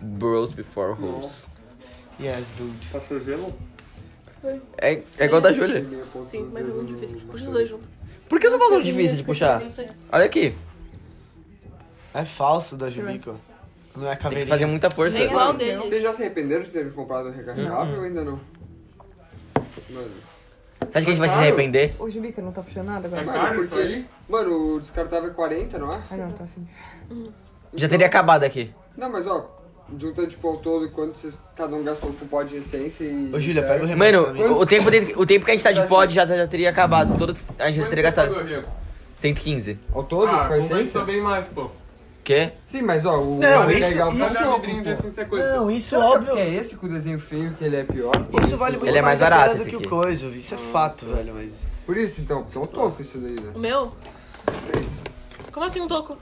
[SPEAKER 10] Bros before hoes.
[SPEAKER 8] Yes, dude.
[SPEAKER 7] Tá chovendo?
[SPEAKER 10] É, é igual da Júlia.
[SPEAKER 3] Sim, mas é muito difícil. Puxa os dois juntos.
[SPEAKER 10] Por que você tá tão difícil de
[SPEAKER 11] né?
[SPEAKER 10] puxar?
[SPEAKER 3] Não sei.
[SPEAKER 10] Olha aqui.
[SPEAKER 8] É falso da Jubico. Não é a caveirinha.
[SPEAKER 10] fazer muita força.
[SPEAKER 3] Nem igual dele.
[SPEAKER 12] Vocês já se arrependeram de terem comprado recarregável ou ainda não? Mano.
[SPEAKER 10] Sabe que a gente vai se arrepender?
[SPEAKER 4] O Jubica não tá puxando nada
[SPEAKER 7] É
[SPEAKER 4] agora.
[SPEAKER 12] Mano, porque... Mano, o descartável é 40, não é?
[SPEAKER 4] Ah, não, tá assim.
[SPEAKER 10] Já teria acabado aqui.
[SPEAKER 12] Não, mas ó, juntando tipo ao todo, quanto vocês, cada um gastou com pó de essência e.
[SPEAKER 8] Ô, Júlia, pega o remédio.
[SPEAKER 10] Mano, o- o tempo, de- o tempo que a gente tá de pod já, já teria acabado. Todo, a gente já teria gastado. 115.
[SPEAKER 2] Ao todo?
[SPEAKER 7] Ah,
[SPEAKER 2] com a essência?
[SPEAKER 7] compensa bem mais, pô.
[SPEAKER 10] Quê?
[SPEAKER 2] Sim, mas ó, o
[SPEAKER 8] Não,
[SPEAKER 2] o
[SPEAKER 8] isso-
[SPEAKER 2] legal
[SPEAKER 8] isso
[SPEAKER 2] tá
[SPEAKER 8] é
[SPEAKER 2] na
[SPEAKER 8] óbvio,
[SPEAKER 7] um
[SPEAKER 2] vitrine de
[SPEAKER 8] pô.
[SPEAKER 2] essência é coisa.
[SPEAKER 8] Não, isso é
[SPEAKER 2] Será que
[SPEAKER 8] óbvio.
[SPEAKER 2] É esse com o desenho feio que ele é pior.
[SPEAKER 8] Isso vale muito
[SPEAKER 10] Ele é mais
[SPEAKER 8] a pena
[SPEAKER 10] barato,
[SPEAKER 8] do
[SPEAKER 10] esse
[SPEAKER 8] que
[SPEAKER 10] aqui.
[SPEAKER 8] o coisa, isso é fato, velho, mas...
[SPEAKER 2] Por isso, então, porque é um toco isso daí, né?
[SPEAKER 3] O meu? Como assim um toco?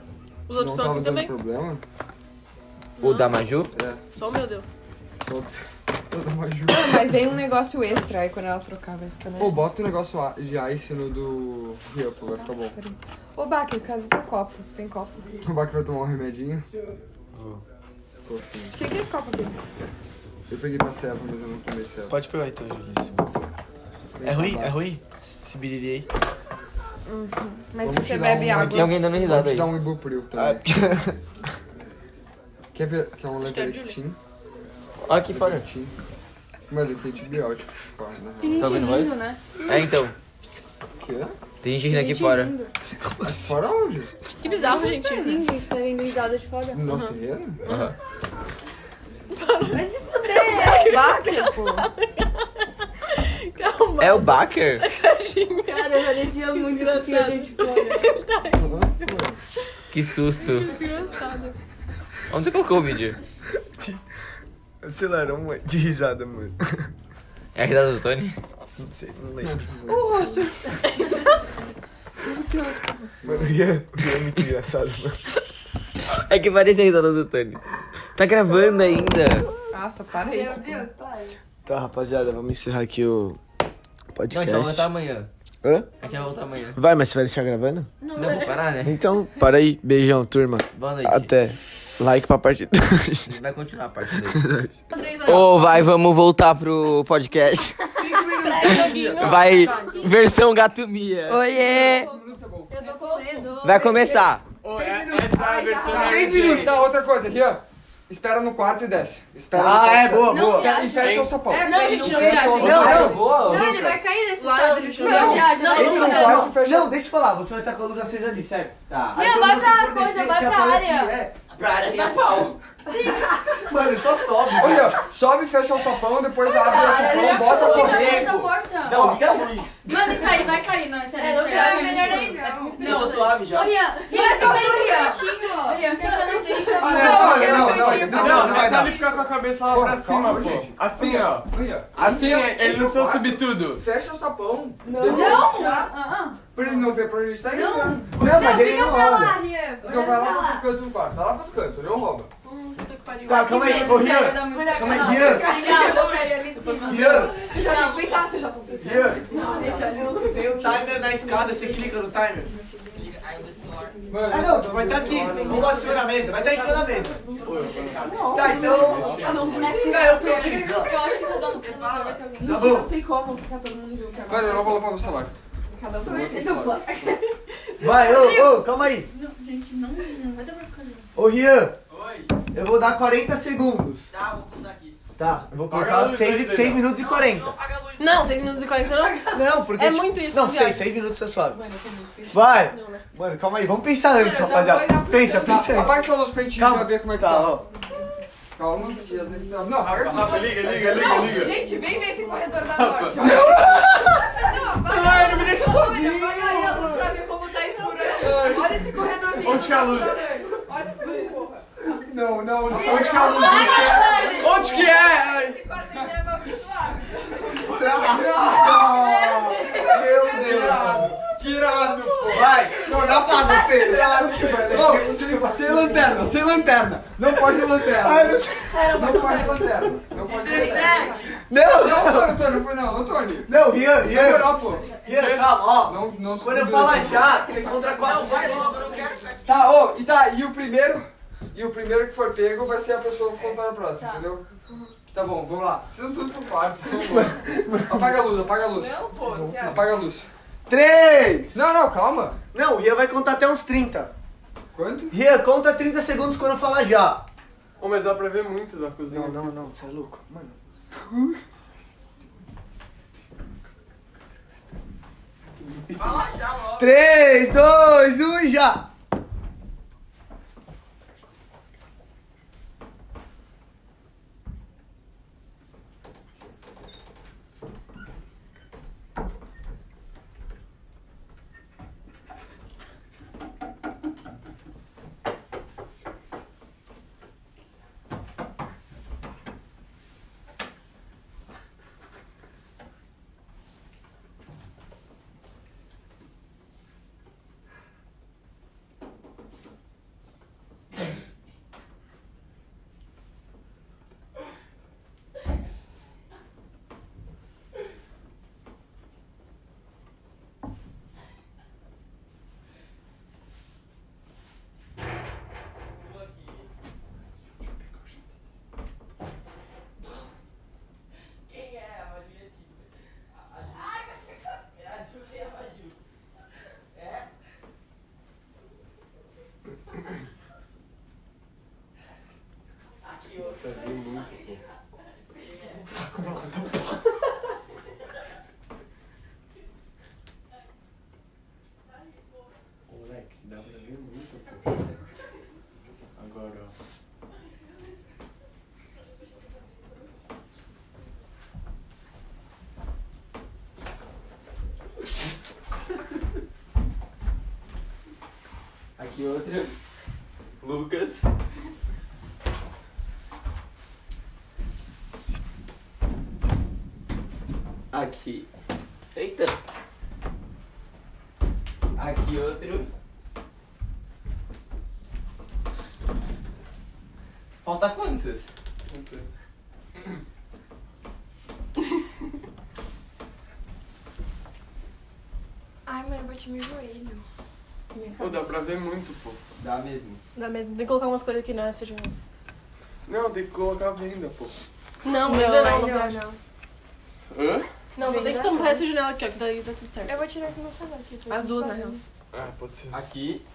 [SPEAKER 3] Os outros são
[SPEAKER 2] Não tava
[SPEAKER 3] assim
[SPEAKER 2] dando
[SPEAKER 3] também?
[SPEAKER 2] problema? É,
[SPEAKER 10] O da Maju?
[SPEAKER 3] Só o meu deu.
[SPEAKER 4] Mano, mas vem um negócio extra aí quando ela trocar, vai ficar
[SPEAKER 2] Pô,
[SPEAKER 4] melhor.
[SPEAKER 2] bota o negócio a- de ice no do Rio, pô, vai ficar bom.
[SPEAKER 4] Ô, Baque, cadê teu um copo? Tu tem copo? O
[SPEAKER 2] O Baque vai tomar um remedinho. Pô,
[SPEAKER 4] que, que é esse copo aqui?
[SPEAKER 2] Eu peguei pra ceva, mas eu não tomei ceva.
[SPEAKER 8] Pode pegar então, Júlia. É ruim? É ruim? Se biriri aí.
[SPEAKER 4] Mas
[SPEAKER 2] Vamos
[SPEAKER 4] se você
[SPEAKER 2] te dar
[SPEAKER 4] bebe
[SPEAKER 2] um-
[SPEAKER 10] Tá
[SPEAKER 4] água.
[SPEAKER 2] Tem alguém
[SPEAKER 10] dando
[SPEAKER 2] Vou te dar um ibupril
[SPEAKER 8] Ah,
[SPEAKER 2] também. Quer ver? Quer um
[SPEAKER 3] que é
[SPEAKER 2] leveractin?
[SPEAKER 10] Olha aqui fora.
[SPEAKER 2] Leveractin. Mano, ele tem antibiótico.
[SPEAKER 12] tipo, ah,
[SPEAKER 2] Pô, na real.
[SPEAKER 11] Tem
[SPEAKER 10] Tá
[SPEAKER 11] gente
[SPEAKER 10] vendo nós?
[SPEAKER 11] lindo, né?
[SPEAKER 10] É, então.
[SPEAKER 2] Quê?
[SPEAKER 10] Tem gente aqui
[SPEAKER 11] Gente
[SPEAKER 10] fora.
[SPEAKER 11] lindo.
[SPEAKER 2] Fora onde?
[SPEAKER 3] Que bizarro, gente.
[SPEAKER 11] Sim, gente, tá vindo risada de fora.
[SPEAKER 2] No nosso terreno?
[SPEAKER 11] Mas se fuder!
[SPEAKER 4] Baque, pô.
[SPEAKER 10] É o Baker?
[SPEAKER 11] Cara, parecia muito que a gente fora.
[SPEAKER 10] Que susto.
[SPEAKER 3] Desgraçado.
[SPEAKER 10] Onde você colocou o vídeo?
[SPEAKER 8] Sei lá, era uma de risada, mano.
[SPEAKER 10] É a risada do Tony?
[SPEAKER 8] Não sei, não lembro.
[SPEAKER 4] O rosto.
[SPEAKER 8] Mano, o Ian o Ian é muito engraçado, mano.
[SPEAKER 10] É que parece a risada do Tony. Tá gravando ainda.
[SPEAKER 4] Nossa, para isso.
[SPEAKER 11] Deus, pai.
[SPEAKER 8] Tá, rapaziada, vamos encerrar aqui o então,
[SPEAKER 10] Não, a gente vai
[SPEAKER 8] tá-
[SPEAKER 10] voltar amanhã.
[SPEAKER 8] Hã?
[SPEAKER 10] A gente vai voltar amanhã.
[SPEAKER 8] Vai, mas você vai deixar gravando?
[SPEAKER 10] Não, vou parar, né?
[SPEAKER 8] Então, para aí. Beijão, turma.
[SPEAKER 10] Boa noite.
[SPEAKER 8] Até. Like pra parte 2.
[SPEAKER 10] Vai continuar a parte 2. Ou vai, vamos voltar pro podcast. Vai, versão gatomia.
[SPEAKER 4] Oiê!
[SPEAKER 3] Eu tô correndo.
[SPEAKER 10] Vai começar.
[SPEAKER 7] É,
[SPEAKER 12] é, Seis minutos!
[SPEAKER 2] Tá, outra coisa, Rian.
[SPEAKER 12] Espera no quarto e desce. Espera
[SPEAKER 8] Ah,
[SPEAKER 12] no quarto.
[SPEAKER 8] é, boa,
[SPEAKER 12] Não
[SPEAKER 8] boa.
[SPEAKER 12] viaja. E fecha o sapão.
[SPEAKER 11] É, não, gente, não viaja.
[SPEAKER 12] Não,
[SPEAKER 11] Não,
[SPEAKER 12] não.
[SPEAKER 11] Não, ele vai cair nesse
[SPEAKER 3] Lá,
[SPEAKER 11] estado de
[SPEAKER 3] não,
[SPEAKER 11] não viaja.
[SPEAKER 3] não,
[SPEAKER 11] vai
[SPEAKER 3] não,
[SPEAKER 11] voltar.
[SPEAKER 12] não.
[SPEAKER 8] Não, não, deixa eu falar. Você vai estar com a luz acesa ali, certo? Tá.
[SPEAKER 11] Não, vai pra coisa, vai pra área.
[SPEAKER 10] Pra área tem a pau.
[SPEAKER 8] é. Mano, só sobe.
[SPEAKER 12] Olha, sobe, fecha o sapão, depois abre o
[SPEAKER 11] Cara, ele é
[SPEAKER 12] sapão, bota a
[SPEAKER 11] acabou
[SPEAKER 12] corrente.
[SPEAKER 11] atrás da porta.
[SPEAKER 10] liga a
[SPEAKER 13] um
[SPEAKER 10] luz.
[SPEAKER 11] Mano, isso aí vai cair, não. Isso aí
[SPEAKER 3] É, não
[SPEAKER 11] isso aí
[SPEAKER 3] quero,
[SPEAKER 11] vai
[SPEAKER 3] melhor
[SPEAKER 11] cair.
[SPEAKER 3] nem não.
[SPEAKER 10] Eu tô suave já.
[SPEAKER 11] Ô, Rian, Rian, fica aí no cantinho, ó. Rian, fica na frente
[SPEAKER 12] olha,
[SPEAKER 11] da
[SPEAKER 12] Ah, não, não, não, não, não, vai
[SPEAKER 7] é só
[SPEAKER 12] dar.
[SPEAKER 7] ele ficar com a cabeça lá
[SPEAKER 12] Porra,
[SPEAKER 7] pra cima,
[SPEAKER 12] calma,
[SPEAKER 7] pô.
[SPEAKER 12] gente.
[SPEAKER 7] Assim, ó.
[SPEAKER 12] Olha,
[SPEAKER 7] Assim,
[SPEAKER 12] entra
[SPEAKER 7] ele
[SPEAKER 12] no
[SPEAKER 7] não precisa
[SPEAKER 12] quarto,
[SPEAKER 7] subir tudo.
[SPEAKER 12] Fecha o sapão.
[SPEAKER 11] Não! Ah, ah.
[SPEAKER 2] Pra ele não ver pra onde ele está indo.
[SPEAKER 11] Não.
[SPEAKER 2] né?
[SPEAKER 11] Não, mas Não, ele fica não pra lá, olha. Rian.
[SPEAKER 2] Então
[SPEAKER 11] Olha
[SPEAKER 2] vai
[SPEAKER 11] pra
[SPEAKER 2] lá
[SPEAKER 11] lá.
[SPEAKER 2] pro canto do quarto. Vai lá pro canto, não rouba.
[SPEAKER 14] Tá, calma aí, ô Rian. Calma aí, Rian. Rian.
[SPEAKER 4] Eu já tenho que pensar, você já tá
[SPEAKER 14] Rian.
[SPEAKER 4] pensando. Não, gente, ali não
[SPEAKER 8] Tem o timer na escada, você clica no timer. Ah não, tu vai estar aqui. Não bota em cima da mesa, vai estar em cima da mesa. Tá, então. Ah não, tá, eu clico.
[SPEAKER 11] Eu acho que cada um você fala, vai ter alguém.
[SPEAKER 2] Tá bom.
[SPEAKER 4] Não tem como ficar todo mundo junto. agora.
[SPEAKER 2] Cara, eu não vou levar meu celular.
[SPEAKER 4] Cada um
[SPEAKER 2] Não,
[SPEAKER 4] Não pode.
[SPEAKER 8] Vai, ô, ô, calma aí.
[SPEAKER 11] Não, gente, não, não vai dar pra ficar junto.
[SPEAKER 8] Ô Rian. Eu vou dar 40 segundos. Tá, eu vou
[SPEAKER 3] Apaga a
[SPEAKER 8] colocar
[SPEAKER 3] luz
[SPEAKER 8] 6,
[SPEAKER 3] aí, Pedro.
[SPEAKER 8] minutos e 40.
[SPEAKER 3] Não, 6 minutos e 40 não.
[SPEAKER 8] Não, porque.
[SPEAKER 3] É
[SPEAKER 8] tipo,
[SPEAKER 3] muito isso,
[SPEAKER 8] Não,
[SPEAKER 3] viado.
[SPEAKER 8] 6, 6 minutos é suave.
[SPEAKER 3] Mano, eu tô muito feliz.
[SPEAKER 8] Vai!
[SPEAKER 3] Não, né?
[SPEAKER 8] Mano, calma aí, vamos pensar antes, rapaziada. Pensa, pensa aí.
[SPEAKER 2] Tá, Apaga essa luz pra gente já ver como é que tá. Calma, um que já tem que né? Não, apaga tudo.
[SPEAKER 7] Rafa, liga, liga, liga,
[SPEAKER 4] Não,
[SPEAKER 7] liga.
[SPEAKER 4] gente, vem ver esse corredor da
[SPEAKER 7] Rafa.
[SPEAKER 4] morte. ó. Não, apaga.
[SPEAKER 7] Ai, não me deixa
[SPEAKER 4] Olha,
[SPEAKER 7] sozinho.
[SPEAKER 4] apaga aí a luz pra ver como tá escuro aí. Olha esse corredorzinho.
[SPEAKER 7] Onde que é a luz?
[SPEAKER 4] Olha essa porra.
[SPEAKER 8] Não, não, não.
[SPEAKER 7] Onde que é a luz? Onde que é? Onde que é? Ai.
[SPEAKER 4] Esse passeio é amaldiçoado.
[SPEAKER 8] Meu Deus.
[SPEAKER 7] Tirado, pô.
[SPEAKER 8] Vai, não, não apaga, Pedro.
[SPEAKER 2] Tirado, Ô, sem- Sem lanterna, sem lanterna. Não pode lanterna.
[SPEAKER 8] Ai, não
[SPEAKER 2] Não pode lanterna. Não pode lanterna.
[SPEAKER 8] Não!
[SPEAKER 2] Não, Antônio, Antônio, foi não, Antônio.
[SPEAKER 8] Não, Rian, Rian.
[SPEAKER 2] Na moral, pô.
[SPEAKER 8] Rian, calma, ó.
[SPEAKER 2] Não, não
[SPEAKER 8] Quando eu falar já, você encontra quatro.
[SPEAKER 2] Tá, ô, e tá, e o primeiro? E o primeiro que for pego vai ser a pessoa que contar o próximo, entendeu? Tá bom, vamos lá. Vocês estão tudo pro quarto, vocês são loucos. Apaga a luz, apaga a luz. Não, pô, Apaga a luz.
[SPEAKER 8] Três!
[SPEAKER 2] Não, não, calma.
[SPEAKER 8] Não, o Rian vai contar até uns 30.
[SPEAKER 2] Quanto?
[SPEAKER 8] Rian, conta 30 segundos quando eu falar já.
[SPEAKER 7] Ô, mas dá pra ver muito da cozinha.
[SPEAKER 8] Não, não, não, você é louco. Mano.
[SPEAKER 15] Fala já logo.
[SPEAKER 8] 3, 2, 1 e já!
[SPEAKER 15] Quem é a Magia A Ju. É a Ju e a Maju. É? Aqui, outra.
[SPEAKER 7] Tá vindo muito, pô.
[SPEAKER 15] Saco na hora
[SPEAKER 7] Moleque, dá pra ver muito, pô. Agora, ó.
[SPEAKER 5] Aqui outra. Lucas. Aqui. Eita. Aqui outro. Falta quantos? Não sei.
[SPEAKER 15] Ai, mano, bati meu joelho.
[SPEAKER 7] Pô, dá pra ver muito, pô.
[SPEAKER 5] Dá mesmo.
[SPEAKER 3] Dá mesmo. Tem que colocar umas coisas que não sejam.
[SPEAKER 7] Não, tem que colocar a venda, pô.
[SPEAKER 3] Não, ainda não,
[SPEAKER 15] não,
[SPEAKER 3] não,
[SPEAKER 15] não,
[SPEAKER 3] não.
[SPEAKER 7] Hã?
[SPEAKER 3] Não, só tem que tampar essa janela aqui, ó, que daí tá tudo certo.
[SPEAKER 15] Eu vou tirar aqui meu celular. que eu tô
[SPEAKER 3] As duas, né? na
[SPEAKER 15] fazendo.
[SPEAKER 3] real.
[SPEAKER 7] Ah, pode ser.
[SPEAKER 5] Aqui.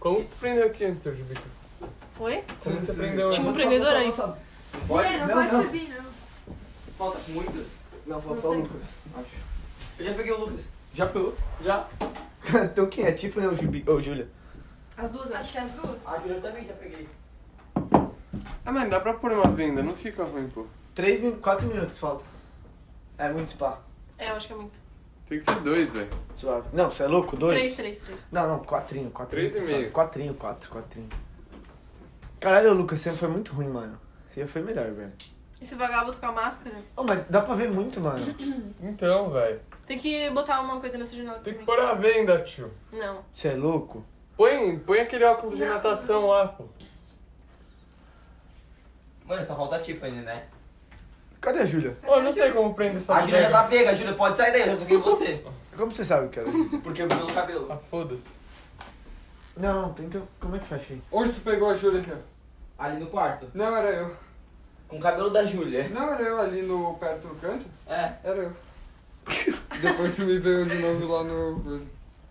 [SPEAKER 7] Como tu prendeu aqui antes, seu Jubica?
[SPEAKER 3] Oi?
[SPEAKER 7] Como você prendeu
[SPEAKER 3] Tinha um
[SPEAKER 7] antes?
[SPEAKER 3] prendedor aí.
[SPEAKER 5] Pode?
[SPEAKER 15] Não,
[SPEAKER 5] Não,
[SPEAKER 15] pode
[SPEAKER 5] não.
[SPEAKER 15] subir, não.
[SPEAKER 5] Falta muitos?
[SPEAKER 8] Não,
[SPEAKER 5] falta
[SPEAKER 8] só o Lucas.
[SPEAKER 5] Acho. Eu já peguei o Lucas.
[SPEAKER 8] Já pegou?
[SPEAKER 5] Já.
[SPEAKER 8] então quem é? Tiffany ou Jubi? Ô, Júlia?
[SPEAKER 3] As duas,
[SPEAKER 15] Acho que é. as duas.
[SPEAKER 5] A Júlia também já peguei.
[SPEAKER 7] Ah, mas dá pra pôr uma venda, não fica ruim, pô.
[SPEAKER 8] 3 minutos, 4 minutos falta. É muito spa.
[SPEAKER 3] É, eu acho que é muito.
[SPEAKER 7] Tem que ser dois, velho.
[SPEAKER 8] Suave. Não, você é louco? Dois?
[SPEAKER 3] Três, três, três.
[SPEAKER 8] Não, não, quatrinho, quatrinho.
[SPEAKER 7] Três e
[SPEAKER 8] suave.
[SPEAKER 7] meio.
[SPEAKER 8] Quatrinho, quatro, quatrinho. Caralho, Lucas, você foi muito ruim, mano. Você foi melhor, velho.
[SPEAKER 3] Esse vagabundo com a máscara.
[SPEAKER 8] Ô, mas dá pra ver muito, mano.
[SPEAKER 7] Então, velho.
[SPEAKER 3] Tem que botar uma coisa nessa janela
[SPEAKER 7] Tem que
[SPEAKER 3] também.
[SPEAKER 7] pôr a venda, tio.
[SPEAKER 3] Não.
[SPEAKER 7] Você é louco? Põe, põe aquele óculos de natação lá, pô.
[SPEAKER 13] Mano, só falta a Tiffany, né?
[SPEAKER 8] Cadê a Júlia?
[SPEAKER 7] Ô, não sei como prender essa
[SPEAKER 13] A Júlia já tá pega, Júlia, pode sair daí, eu já toquei em você.
[SPEAKER 8] Como você sabe, é cara?
[SPEAKER 13] Porque eu vi no cabelo.
[SPEAKER 7] Ah, foda-se.
[SPEAKER 8] Não, tenta. Como é que fecha aí?
[SPEAKER 12] Onde tu pegou a Júlia aqui?
[SPEAKER 13] Ali no quarto.
[SPEAKER 12] Não, era eu.
[SPEAKER 13] Com o cabelo da Júlia.
[SPEAKER 12] Não, era eu ali no perto do canto?
[SPEAKER 13] É.
[SPEAKER 12] Era eu. Depois tu me pegou de novo lá no.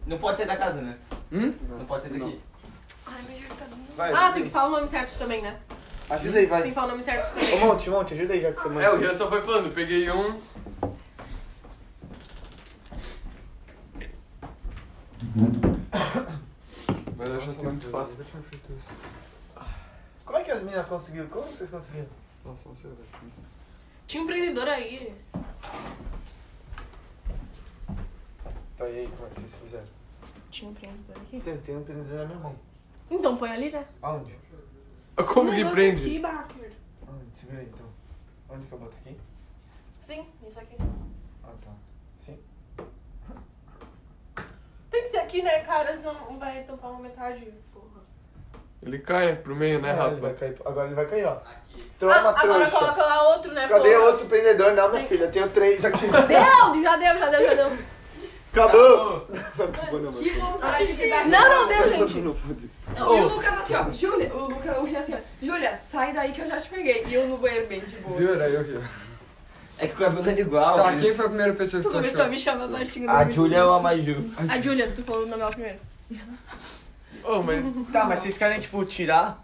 [SPEAKER 13] Não pode sair da casa, né?
[SPEAKER 12] Hum?
[SPEAKER 13] Não pode sair daqui.
[SPEAKER 3] Ai, meu Deus, tá dando-
[SPEAKER 8] Vai,
[SPEAKER 3] Ah,
[SPEAKER 8] vai.
[SPEAKER 3] tem que falar o nome certo também, né?
[SPEAKER 8] Ajuda aí,
[SPEAKER 3] Tem
[SPEAKER 8] vai.
[SPEAKER 3] que falar o nome certo
[SPEAKER 8] Ô,
[SPEAKER 3] também.
[SPEAKER 8] Monte, Monte, ajuda aí já que você manja.
[SPEAKER 7] É, o Jean só foi falando, peguei um. Mas eu acho assim muito fácil.
[SPEAKER 8] Como é que as meninas conseguiram? Como vocês conseguiram? Nossa, não sei.
[SPEAKER 3] Tinha um empreendedor aí.
[SPEAKER 8] Tá, e aí, como é que vocês fizeram?
[SPEAKER 3] Tinha um empreendedor aqui.
[SPEAKER 8] Tem, tem um pneuzinho na minha mão.
[SPEAKER 3] Então põe ali, né?
[SPEAKER 8] Aonde?
[SPEAKER 7] Como
[SPEAKER 3] Um
[SPEAKER 7] que
[SPEAKER 3] negócio
[SPEAKER 7] prende?
[SPEAKER 3] Aqui, Barker.
[SPEAKER 8] Aonde? Segura aí, então. Onde que eu boto aqui?
[SPEAKER 3] Sim, isso aqui.
[SPEAKER 8] Ah, tá. Sim.
[SPEAKER 3] Tem que ser aqui, né, cara? Senão vai tampar uma metade, porra.
[SPEAKER 7] Ele cai pro meio, né,
[SPEAKER 8] É,
[SPEAKER 7] Rafa?
[SPEAKER 8] ele vai cair, agora ele vai cair, ó.
[SPEAKER 3] Ah,
[SPEAKER 8] Toma,
[SPEAKER 3] agora
[SPEAKER 8] trouxa.
[SPEAKER 3] coloca lá outro, né,
[SPEAKER 8] Cadê
[SPEAKER 3] porra?
[SPEAKER 8] outro prendedor? Não, minha filha, eu tenho três aqui.
[SPEAKER 3] Deu, já deu, já deu, já deu.
[SPEAKER 8] Acabou! Não, acabou não, mas-
[SPEAKER 4] Que vontade de dar
[SPEAKER 3] Não, não, deu, gente.
[SPEAKER 8] Não, não pode.
[SPEAKER 4] Não, e o Lucas assim, ó, Júlia, o Lucas, o Jean assim, ó, Júlia, sai daí que eu já te peguei. E eu no banheiro bem de boa.
[SPEAKER 10] Viu? Era eu, Jean.
[SPEAKER 13] É que o cabelo é igual.
[SPEAKER 10] Tá,
[SPEAKER 13] mas-
[SPEAKER 10] quem foi a primeira pessoa que
[SPEAKER 3] Tu
[SPEAKER 10] tu
[SPEAKER 3] começou a
[SPEAKER 10] achou?
[SPEAKER 3] me chamar baixinho.
[SPEAKER 13] A
[SPEAKER 3] né?
[SPEAKER 5] é
[SPEAKER 13] Júlia ou a Maju?
[SPEAKER 3] A Júlia, tu falou o nome dela primeiro.
[SPEAKER 7] Ô, mas.
[SPEAKER 8] Tá, mas vocês querem, tipo, tirar?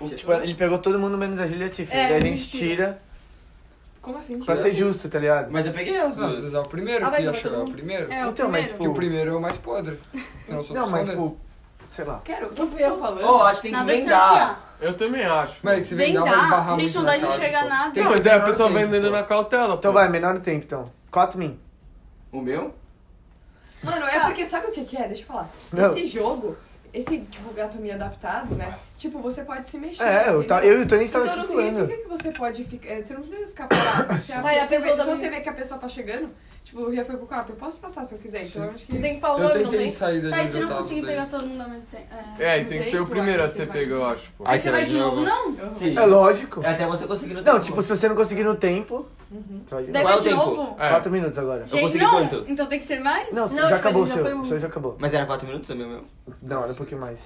[SPEAKER 8] O- Tipo, ele pegou todo mundo menos a Julia Tiffany.
[SPEAKER 3] É,
[SPEAKER 8] daí a
[SPEAKER 3] a
[SPEAKER 8] gente
[SPEAKER 3] gente
[SPEAKER 8] tira
[SPEAKER 3] Como assim?
[SPEAKER 8] pra ser justo, tá ligado?
[SPEAKER 13] Mas eu peguei as
[SPEAKER 8] Não,
[SPEAKER 13] duas.
[SPEAKER 8] mas é o
[SPEAKER 2] primeiro
[SPEAKER 8] Ah,
[SPEAKER 2] que
[SPEAKER 8] vai,
[SPEAKER 2] ia
[SPEAKER 8] vai,
[SPEAKER 2] chegar,
[SPEAKER 8] todo
[SPEAKER 2] o
[SPEAKER 8] mundo.
[SPEAKER 2] primeiro.
[SPEAKER 8] É, o Então, mas, primeiro.
[SPEAKER 2] Que o primeiro é o mais podre. Não,
[SPEAKER 8] Não, mas, tipo, sei lá.
[SPEAKER 4] Quero, o que você tá falando?
[SPEAKER 2] Ó, acho que tem que Nada de vendar. sortear.
[SPEAKER 7] Eu também acho.
[SPEAKER 2] Mas é que se vendar,
[SPEAKER 3] Vendar?
[SPEAKER 2] vai esbarrar
[SPEAKER 3] Gente,
[SPEAKER 2] muito
[SPEAKER 3] não
[SPEAKER 2] na
[SPEAKER 3] dá de
[SPEAKER 2] cara,
[SPEAKER 3] enxergar
[SPEAKER 2] pô.
[SPEAKER 3] nada.
[SPEAKER 2] Tem que
[SPEAKER 7] Pois
[SPEAKER 2] ser
[SPEAKER 7] é, a
[SPEAKER 2] menor
[SPEAKER 7] pessoa
[SPEAKER 2] tempo.
[SPEAKER 7] vendendo na cautela.
[SPEAKER 8] Então vai, menor tempo, então. Quatro mim.
[SPEAKER 13] O meu?
[SPEAKER 4] Mano, é porque sabe o que que é? Deixa eu falar.
[SPEAKER 8] Não.
[SPEAKER 4] Esse jogo, esse tipo gatomia adaptado, né? Tipo, você pode se mexer.
[SPEAKER 8] É, eu
[SPEAKER 4] entendeu?
[SPEAKER 8] ta- eu e o Tony estava
[SPEAKER 4] Então não
[SPEAKER 8] circulando.
[SPEAKER 4] significa que você pode ficar... é, Você não precisa ficar parado. Você,
[SPEAKER 3] Vai, a
[SPEAKER 4] você
[SPEAKER 3] pessoa
[SPEAKER 4] vê, se
[SPEAKER 3] também.
[SPEAKER 4] você vê que a pessoa tá chegando, tipo, o Ria foi pro quarto, eu posso passar se eu quiser, então eu acho que...
[SPEAKER 3] Tem que falar o
[SPEAKER 7] Eu
[SPEAKER 3] nome, não
[SPEAKER 7] tentei
[SPEAKER 3] tem?
[SPEAKER 7] sair da
[SPEAKER 11] Tá, e
[SPEAKER 7] Júlia,
[SPEAKER 11] se
[SPEAKER 7] eu
[SPEAKER 11] não
[SPEAKER 7] tava
[SPEAKER 11] conseguir
[SPEAKER 7] daí.
[SPEAKER 11] pegar todo mundo ao mesmo tempo?
[SPEAKER 7] É, e tem que ser o primeiro a ser pego, eu acho, pô.
[SPEAKER 11] Aí você vai de novo, não?
[SPEAKER 13] Sim.
[SPEAKER 8] É lógico.
[SPEAKER 13] É até você conseguir no
[SPEAKER 8] Não,
[SPEAKER 13] tempo.
[SPEAKER 8] tipo, se você não conseguir no tempo. você vai-
[SPEAKER 11] Daí Qual é o vai de tempo? novo?
[SPEAKER 13] É.
[SPEAKER 8] Quatro minutos agora.
[SPEAKER 11] Gente, não! Então tem que ser mais?
[SPEAKER 8] Não, tipo, já um acabou o seu. O seu já acabou.
[SPEAKER 13] Mas era 4 minutos também, meu?
[SPEAKER 8] Não, era um pouquinho mais.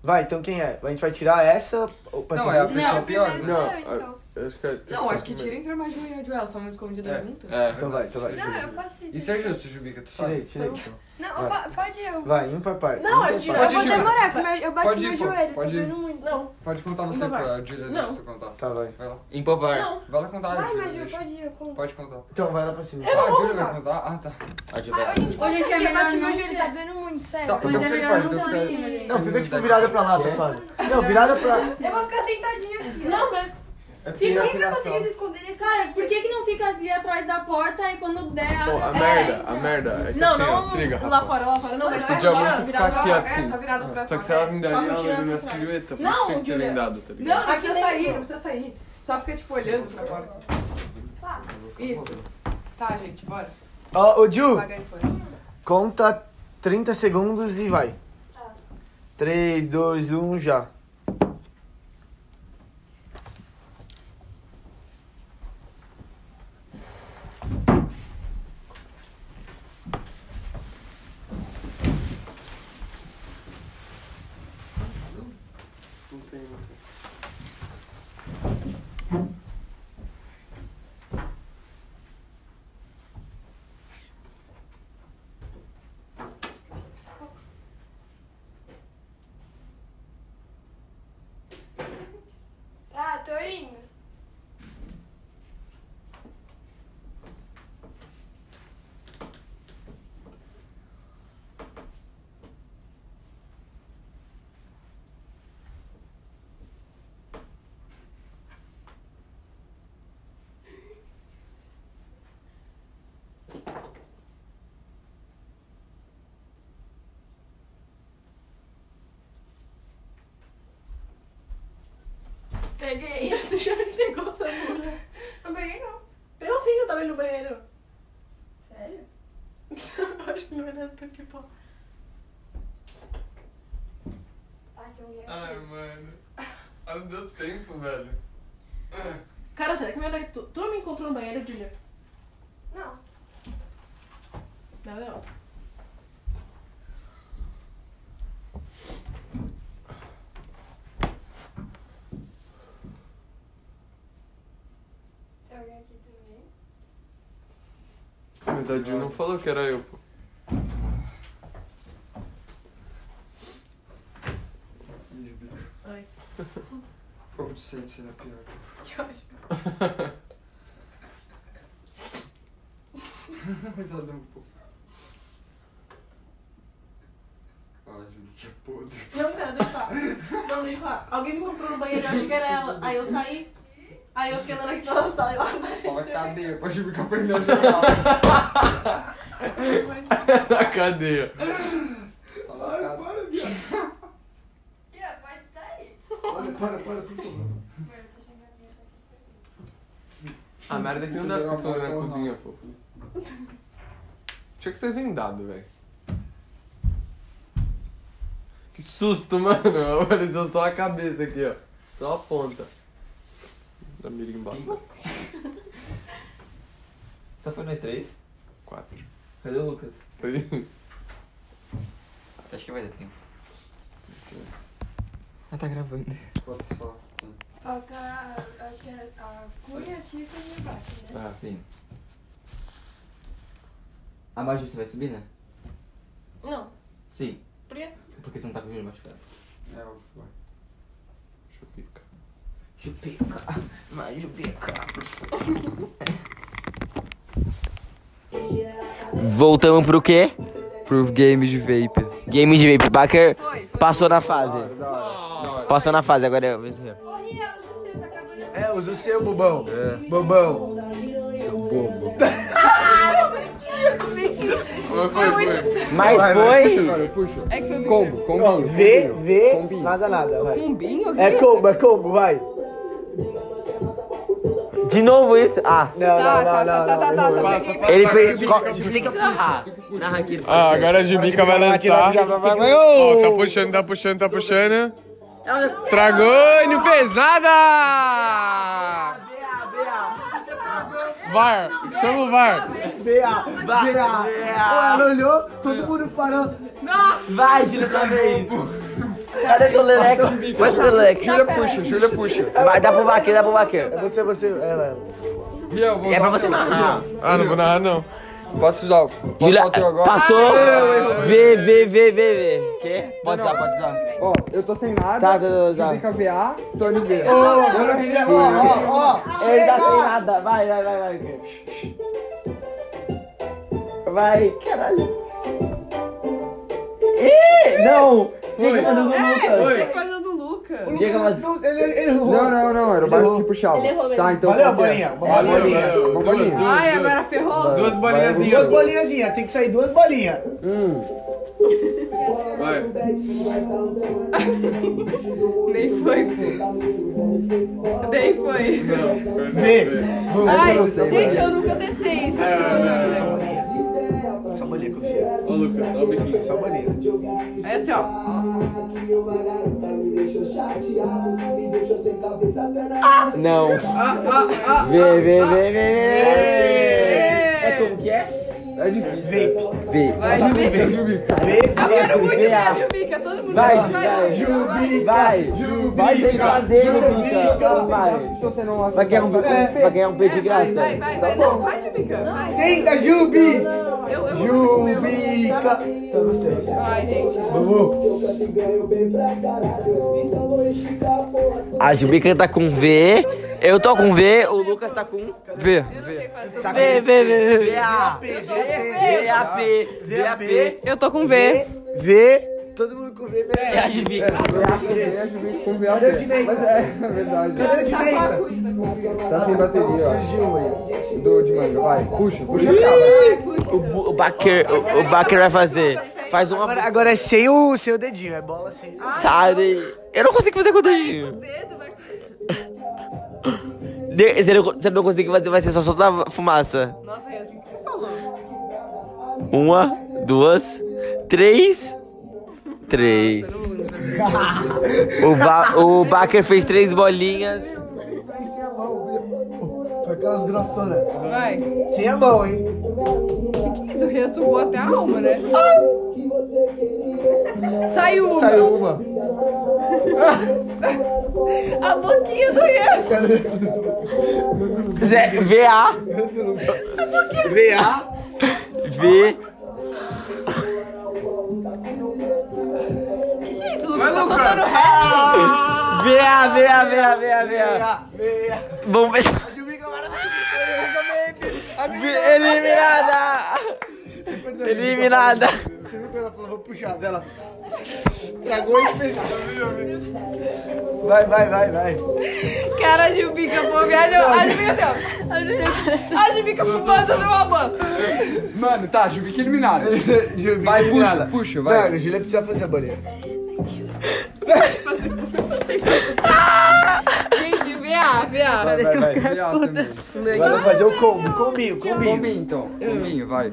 [SPEAKER 8] Vai, então quem é? A gente vai tirar essa. ou pra
[SPEAKER 7] Não,
[SPEAKER 8] ser
[SPEAKER 7] é a
[SPEAKER 8] justo?
[SPEAKER 7] pessoa pior. Não,
[SPEAKER 4] é, então.
[SPEAKER 7] eu acho que é-
[SPEAKER 4] Não, acho que tira entre a Maju um e a Joel, são muito escondidas
[SPEAKER 7] É,
[SPEAKER 4] juntas.
[SPEAKER 7] é,
[SPEAKER 8] Então vai, então vai.
[SPEAKER 4] Não, eu passei.
[SPEAKER 2] Isso é justo, Jubica, tu sabe.
[SPEAKER 8] Tirei, tirei. então.
[SPEAKER 4] Não,
[SPEAKER 8] Vai.
[SPEAKER 4] pa- pode eu.
[SPEAKER 8] Vai, ímpar, par.
[SPEAKER 4] Não,
[SPEAKER 8] Ímpar,
[SPEAKER 4] eu tiro-
[SPEAKER 8] par.
[SPEAKER 4] eu vou
[SPEAKER 8] Ímpar.
[SPEAKER 4] demorar, porque meu- eu bati
[SPEAKER 2] Pode ir,
[SPEAKER 4] meu
[SPEAKER 2] pô,
[SPEAKER 4] joelho, tô
[SPEAKER 2] pode ir.
[SPEAKER 4] doendo muito. Não.
[SPEAKER 2] Pode contar você
[SPEAKER 4] Não vai.
[SPEAKER 2] pra Julia,
[SPEAKER 4] Não.
[SPEAKER 2] deixa tu contar.
[SPEAKER 8] Tá, vai.
[SPEAKER 2] Vai lá.
[SPEAKER 13] Impopar.
[SPEAKER 2] Não. Vai lá contar,
[SPEAKER 4] Vai,
[SPEAKER 2] Julia,
[SPEAKER 4] Maju,
[SPEAKER 2] deixa.
[SPEAKER 4] pode ir, eu conto.
[SPEAKER 2] Pode contar.
[SPEAKER 8] Então vai lá pra cima.
[SPEAKER 2] ah, a Julia vai contar? Ah, tá.
[SPEAKER 13] A Júlia vai.
[SPEAKER 4] Gente,
[SPEAKER 11] Hoje em dia é
[SPEAKER 4] eu
[SPEAKER 11] melhor
[SPEAKER 4] bati meu
[SPEAKER 11] não
[SPEAKER 4] joelho,
[SPEAKER 11] ser.
[SPEAKER 4] tá doendo muito, sério.
[SPEAKER 2] Tá,
[SPEAKER 4] Mas
[SPEAKER 2] então
[SPEAKER 4] é
[SPEAKER 2] fica aí
[SPEAKER 4] melhor
[SPEAKER 2] fora,
[SPEAKER 4] não
[SPEAKER 2] então
[SPEAKER 4] ser
[SPEAKER 2] fica aí.
[SPEAKER 4] assim.
[SPEAKER 8] Não, fica tipo virada pra lá, tá suave. Não, virada pra.
[SPEAKER 4] Eu vou ficar sentadinha aqui.
[SPEAKER 11] Não,
[SPEAKER 4] né?
[SPEAKER 2] É porque
[SPEAKER 11] Fica
[SPEAKER 2] na
[SPEAKER 11] aí pra
[SPEAKER 2] afinação-
[SPEAKER 11] conseguir se esconder. nesse- Cara, por que que não fica ali atrás da porta e quando der...
[SPEAKER 7] Pô, a
[SPEAKER 11] abre-
[SPEAKER 7] merda, a merda. É que
[SPEAKER 11] Não,
[SPEAKER 7] assim, ó,
[SPEAKER 11] não
[SPEAKER 7] se liga,
[SPEAKER 3] É. Lá
[SPEAKER 7] Rafa.
[SPEAKER 3] fora, lá fora. Não, é
[SPEAKER 7] Não,
[SPEAKER 3] mas
[SPEAKER 4] é
[SPEAKER 7] mas
[SPEAKER 3] lá
[SPEAKER 7] podia
[SPEAKER 3] fora,
[SPEAKER 7] muito
[SPEAKER 3] virada
[SPEAKER 7] ficar aqui
[SPEAKER 3] lá,
[SPEAKER 7] assim.
[SPEAKER 3] É, só virada pra
[SPEAKER 7] Só que se
[SPEAKER 3] fora.
[SPEAKER 7] ela vir dali,
[SPEAKER 3] Com a
[SPEAKER 7] ela
[SPEAKER 3] mochila
[SPEAKER 7] vê minha
[SPEAKER 3] atrás.
[SPEAKER 7] silhueta, por isso
[SPEAKER 3] Não,
[SPEAKER 7] tinha que ser
[SPEAKER 3] Julia.
[SPEAKER 7] vendado, tá ligado?
[SPEAKER 4] Não, não precisa sair, não precisa sair. Só fica, tipo, olhando pra porta. Isso. Tá, gente, bora.
[SPEAKER 8] Ó, ô Ju,
[SPEAKER 4] Apaga aí, foi.
[SPEAKER 8] conta 30 segundos e vai. 3, 2, 1, já.
[SPEAKER 7] Não tem, não tem.
[SPEAKER 16] Tá, tô indo.
[SPEAKER 3] Peguei. Tu já me negócio agora.
[SPEAKER 4] Não peguei, não.
[SPEAKER 3] Eu sim, eu tava indo no banheiro.
[SPEAKER 11] Sério?
[SPEAKER 3] continua olhando é pra pipoca. Ai, tem alguém
[SPEAKER 7] Ai, mano. Ah, Não deu tempo, velho.
[SPEAKER 3] Cara, será que meu nariz... Tu, tu me encontrou no banheiro, Julia? Não. Meu Deus.
[SPEAKER 11] Tem alguém aqui também?
[SPEAKER 7] Mas a Jill não falou que era eu, pô.
[SPEAKER 3] Oi.
[SPEAKER 2] Como te sente sendo a pior?
[SPEAKER 3] Que ótimo.
[SPEAKER 2] Mas ela deu um pouco. Fala, Júlio, que é podre.
[SPEAKER 3] Não, cara, deixa eu falar. Não, deixa eu falar. Alguém me encontrou no banheiro, eu achei que era ela. Aí eu saí. Aí eu fiquei andando aqui pela sala e lá apareceu.
[SPEAKER 2] Fala tá cadeia, pra Júlio ficar perdendo a geral.
[SPEAKER 7] Na cadeia.
[SPEAKER 2] Fala cadeia. Para, viado.
[SPEAKER 11] Ia, pode sair.
[SPEAKER 2] Olha, para, para, por favor.
[SPEAKER 7] A merda é que não dá pra você falar na cozinha, pô. Tinha que ser vendado, velho. Que susto, mano. Apareceu só a cabeça aqui, ó. Só a ponta. Da mirimbada.
[SPEAKER 5] Só foi nós três?
[SPEAKER 7] Quatro.
[SPEAKER 5] Cadê o Lucas?
[SPEAKER 7] Você
[SPEAKER 5] acha que vai dar tempo?
[SPEAKER 17] Ah, tá gravando.
[SPEAKER 2] Quanto só?
[SPEAKER 11] Falta, acho que é a cunha, a Tifa e o Baque, né?
[SPEAKER 5] Ah, sim. A Maju, você vai subir, né?
[SPEAKER 18] Não.
[SPEAKER 5] Sim.
[SPEAKER 18] Por quê?
[SPEAKER 5] Porque você não tá com o joelho machucado.
[SPEAKER 2] É, vai.
[SPEAKER 7] Chupica.
[SPEAKER 5] Chupica. Mas
[SPEAKER 4] É,
[SPEAKER 5] chupica.
[SPEAKER 10] Voltamos pro quê? Pro game de vape. Game de vape. Baker passou na fase. Passou na fase, agora eu.
[SPEAKER 8] É, usa o seu, bobão. Bobão. Seu bobo.
[SPEAKER 3] Foi muito
[SPEAKER 10] Mas foi.
[SPEAKER 7] Puxa agora, eu puxo.
[SPEAKER 3] É que foi
[SPEAKER 8] Combo, combo. vê, vê, nada, nada, vai. É combo, é combo, vai.
[SPEAKER 10] De novo isso? Ah.
[SPEAKER 8] Não, não, não, não. não, não, não.
[SPEAKER 10] Ele fez. co- Você tem que narrar. Narra aqui.
[SPEAKER 7] Ah, agora a Jibica vai lançar. Ó, tá puxando, tá puxando, tá puxando. Tragou e não fez nada! VAR, chama o VAR.
[SPEAKER 8] BA, BA. Ela olhou, todo mundo parou. Nossa!
[SPEAKER 10] Vai, Júlia, essa vez. Cadê teu leleque? Vai teu leleque. Júlia puxa, Júlia puxa. Vai, dá pro Baquer, dá pro Baquer.
[SPEAKER 8] É você, você. É,
[SPEAKER 10] É pra você narrar.
[SPEAKER 7] Ah, não vou narrar não.
[SPEAKER 19] Posso usar o
[SPEAKER 10] Júlia,
[SPEAKER 19] o teu agora?
[SPEAKER 10] passou. Vê, vê, vê, vê, vê. Quê? Pode
[SPEAKER 19] Não,
[SPEAKER 10] usar, pode usar.
[SPEAKER 19] Ó, eu tô sem nada.
[SPEAKER 10] Tá, tá, tá.
[SPEAKER 19] Fica VA, Tony V.
[SPEAKER 10] Ô,
[SPEAKER 19] Agora
[SPEAKER 10] Tony
[SPEAKER 19] René,
[SPEAKER 10] V,
[SPEAKER 19] ó, ó, ó.
[SPEAKER 10] Ele dá sem nada. Vai, vai, vai, vai. Vai, caralho. Ih, não. Foi.
[SPEAKER 4] É, você faz a do Lucas.
[SPEAKER 10] Diego, mas-
[SPEAKER 19] Não, não, não, era o barulho que puxava.
[SPEAKER 4] Ele errou,
[SPEAKER 19] Tá,
[SPEAKER 4] ele
[SPEAKER 19] então.
[SPEAKER 4] errou.
[SPEAKER 19] qual que é?
[SPEAKER 4] Valeu, bolinha, uma
[SPEAKER 19] Valeu,
[SPEAKER 4] bolinha.
[SPEAKER 19] valeu, Uma bolinha.
[SPEAKER 4] Ai, agora ferrou.
[SPEAKER 19] Duas
[SPEAKER 7] assim.
[SPEAKER 19] bolinhazinhas.
[SPEAKER 20] Duas bolinhazinhas, tem que sair duas bolinhas.
[SPEAKER 7] Vai.
[SPEAKER 4] Nem foi, pô. Nem foi.
[SPEAKER 8] Vê.
[SPEAKER 4] Ai,
[SPEAKER 8] Você não sei,
[SPEAKER 4] gente,
[SPEAKER 8] vai.
[SPEAKER 4] eu nunca testei isso. Acho que eu vou fazer uma
[SPEAKER 8] Só bolinha, confia.
[SPEAKER 7] Ô, Lucas, ó o biquinho.
[SPEAKER 8] Só bolinha.
[SPEAKER 4] bolinha. É assim, ó.
[SPEAKER 10] Não. Vê, vê, vê, vê, vê. Ah, É como que é?
[SPEAKER 19] É difícil.
[SPEAKER 10] Vê.
[SPEAKER 4] Vai, Jubica. Eu quero muito ver a Jubica. Todo mundo
[SPEAKER 10] Vai,
[SPEAKER 4] gosta,
[SPEAKER 10] vai,
[SPEAKER 4] Jubica, vai.
[SPEAKER 10] Vai, vai tem que fazer, Jubica. Vai. um
[SPEAKER 19] Se você não
[SPEAKER 10] Vai ganhar um, vai ganhar um peito de graça.
[SPEAKER 4] Vai, vai, vai. Não, vai, Jubica. Vai.
[SPEAKER 8] Tenta, Jubi!
[SPEAKER 4] Eu, eu.
[SPEAKER 8] tá- Jubica! Tá você, você.
[SPEAKER 4] Ai, gente.
[SPEAKER 10] A Jubica tá com V. Eu tô com V. O Lucas tá com
[SPEAKER 19] V.
[SPEAKER 10] Tá com
[SPEAKER 4] V, V, V, V.
[SPEAKER 10] VA.
[SPEAKER 5] Ah.
[SPEAKER 10] VAP. VAP.
[SPEAKER 4] Eu tô com V.
[SPEAKER 8] Vê. Todo mundo com V, né?
[SPEAKER 10] É a Jubica.
[SPEAKER 19] É, Jubica com VA. Mas é, é verdade.
[SPEAKER 8] Cadê o direito?
[SPEAKER 19] Tá sem bateria, ó. Preciso de um Do de manga, vai. Puxa, puxa.
[SPEAKER 10] O, Bu- o Baker, o, o Baker vai fazer. Faz uma.
[SPEAKER 8] Agora, agora é sem o seu dedinho, é bola sem.
[SPEAKER 10] Sai daí. Eu não consigo fazer com o dedinho. De- Se eu não- se eu não conseguir fazer, vai ser só soltar fumaça.
[SPEAKER 4] Nossa, Rei, assim que você falou.
[SPEAKER 10] Uma, duas, três, três. O, Va o Baker fez três bolinhas.
[SPEAKER 8] Foi aquelas grossonas.
[SPEAKER 4] Vai.
[SPEAKER 8] Sim, é bom, hein?
[SPEAKER 4] Que que é isso? Ressurgou até a alma, né? Ai! Saiu uma.
[SPEAKER 8] Saiu uma.
[SPEAKER 4] A boquinha do Ian.
[SPEAKER 10] Zé, VA. VA. V.
[SPEAKER 4] Que que é isso, Lucas? Tá soltando
[SPEAKER 8] Ah!
[SPEAKER 10] VA, VA, VA, VA, VA. Vamos fechar. Eliminada! Eliminada!
[SPEAKER 8] Você viu quando ela falou, vou puxar dela? Tragou e fez. Vai, vai, vai, vai.
[SPEAKER 4] Cara, de bica, pô, viaja. A Jubica assim, ó. A Jubica fumando numa ban.
[SPEAKER 8] Mano, tá, Jubica eliminada.
[SPEAKER 2] Vai, puxa,
[SPEAKER 8] puxa,
[SPEAKER 2] vai.
[SPEAKER 8] Mano, Julia precisa fazer a bolinha.
[SPEAKER 4] Gente, VA, VA.
[SPEAKER 8] Parece vai, um vai. Agora eu vou fazer o combo, combinho, combinho.
[SPEAKER 2] Combinho, então. Combinho, vai.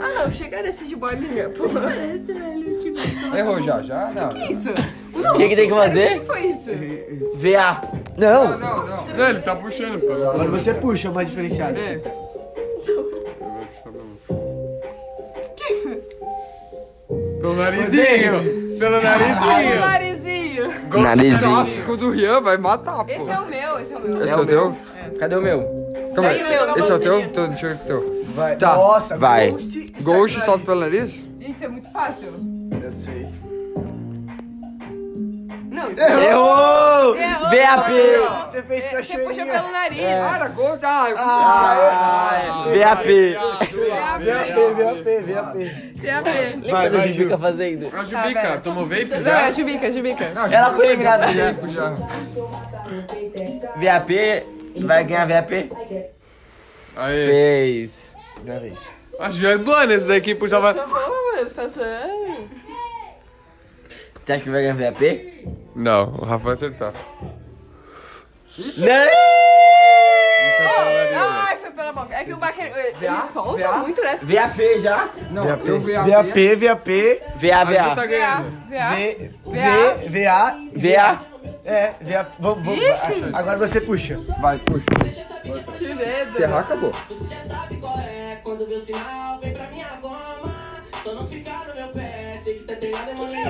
[SPEAKER 4] Ah, não, chega desse de bolinha, pô. Parece, velho. Tipo,
[SPEAKER 2] Errou já, já? Não.
[SPEAKER 4] que isso?
[SPEAKER 10] O que que tem que fazer?
[SPEAKER 4] O que foi isso?
[SPEAKER 10] VA.
[SPEAKER 8] Não.
[SPEAKER 7] Não, não. Não, ele tá puxando, pô.
[SPEAKER 8] Agora você puxa uma diferenciada.
[SPEAKER 4] Que isso?
[SPEAKER 7] Pelo narizinho. Pelo
[SPEAKER 4] Ai, o
[SPEAKER 7] narizinho.
[SPEAKER 4] narizinho.
[SPEAKER 10] Narizinho.
[SPEAKER 2] Nossa, com o do Rian vai matar, pô.
[SPEAKER 4] Esse é o meu, esse é o meu.
[SPEAKER 2] Esse é o teu?
[SPEAKER 10] Cadê o meu?
[SPEAKER 2] Calma aí.
[SPEAKER 4] Daí eu vou
[SPEAKER 2] Esse é o teu?
[SPEAKER 4] bolinha. é
[SPEAKER 2] Então, deixa eu ver o teu.
[SPEAKER 8] Vai.
[SPEAKER 2] Tá.
[SPEAKER 8] Nossa,
[SPEAKER 10] Vai.
[SPEAKER 8] Ghost e
[SPEAKER 2] Ghost
[SPEAKER 8] sai
[SPEAKER 2] salta pelo nariz?
[SPEAKER 4] Gente, isso é muito fácil.
[SPEAKER 8] Eu sei.
[SPEAKER 4] Não, isso é
[SPEAKER 10] Errou!
[SPEAKER 4] Errou!
[SPEAKER 10] VAP!
[SPEAKER 8] Você fez
[SPEAKER 4] É,
[SPEAKER 8] pra
[SPEAKER 4] Você puxa
[SPEAKER 8] chorinha.
[SPEAKER 4] pelo nariz.
[SPEAKER 2] Para, Ghost. Ah, eu
[SPEAKER 10] VAP! É.
[SPEAKER 8] VAP, VAP,
[SPEAKER 4] Tem a ver.
[SPEAKER 10] Vai, vai, Juca fazendo.
[SPEAKER 7] A
[SPEAKER 4] Tá,
[SPEAKER 7] Jubica,
[SPEAKER 4] velho.
[SPEAKER 7] tomou vape
[SPEAKER 4] Não, é
[SPEAKER 7] já?
[SPEAKER 4] Jubica, Jubica.
[SPEAKER 10] Ela foi né? eliminada já.
[SPEAKER 2] já.
[SPEAKER 10] VAP vai ganhar VAP?
[SPEAKER 7] Aí.
[SPEAKER 10] Fez.
[SPEAKER 8] Minha vez.
[SPEAKER 7] A Ju é boa nesse daqui, puxava.
[SPEAKER 4] Tá bom, mano, tá certo.
[SPEAKER 10] Você acha que vai ganhar VAP?
[SPEAKER 7] Não, o Rafa vai acertar.
[SPEAKER 10] Né?
[SPEAKER 4] Ai, foi pela boca. É que o Baker, ele solta muito, né?
[SPEAKER 10] VAP já?
[SPEAKER 2] Não,
[SPEAKER 8] VAP,
[SPEAKER 2] eu
[SPEAKER 8] VAP, VAP,
[SPEAKER 10] VA,
[SPEAKER 7] Já tá
[SPEAKER 10] VA.
[SPEAKER 7] ganhando.
[SPEAKER 4] VA,
[SPEAKER 8] V, V, VA.
[SPEAKER 10] VA.
[SPEAKER 8] É, VA. Vamos, vamos.
[SPEAKER 4] Ixi.
[SPEAKER 8] Agora você puxa.
[SPEAKER 2] Vai, puxa.
[SPEAKER 4] que medo.
[SPEAKER 2] Se errar, acabou.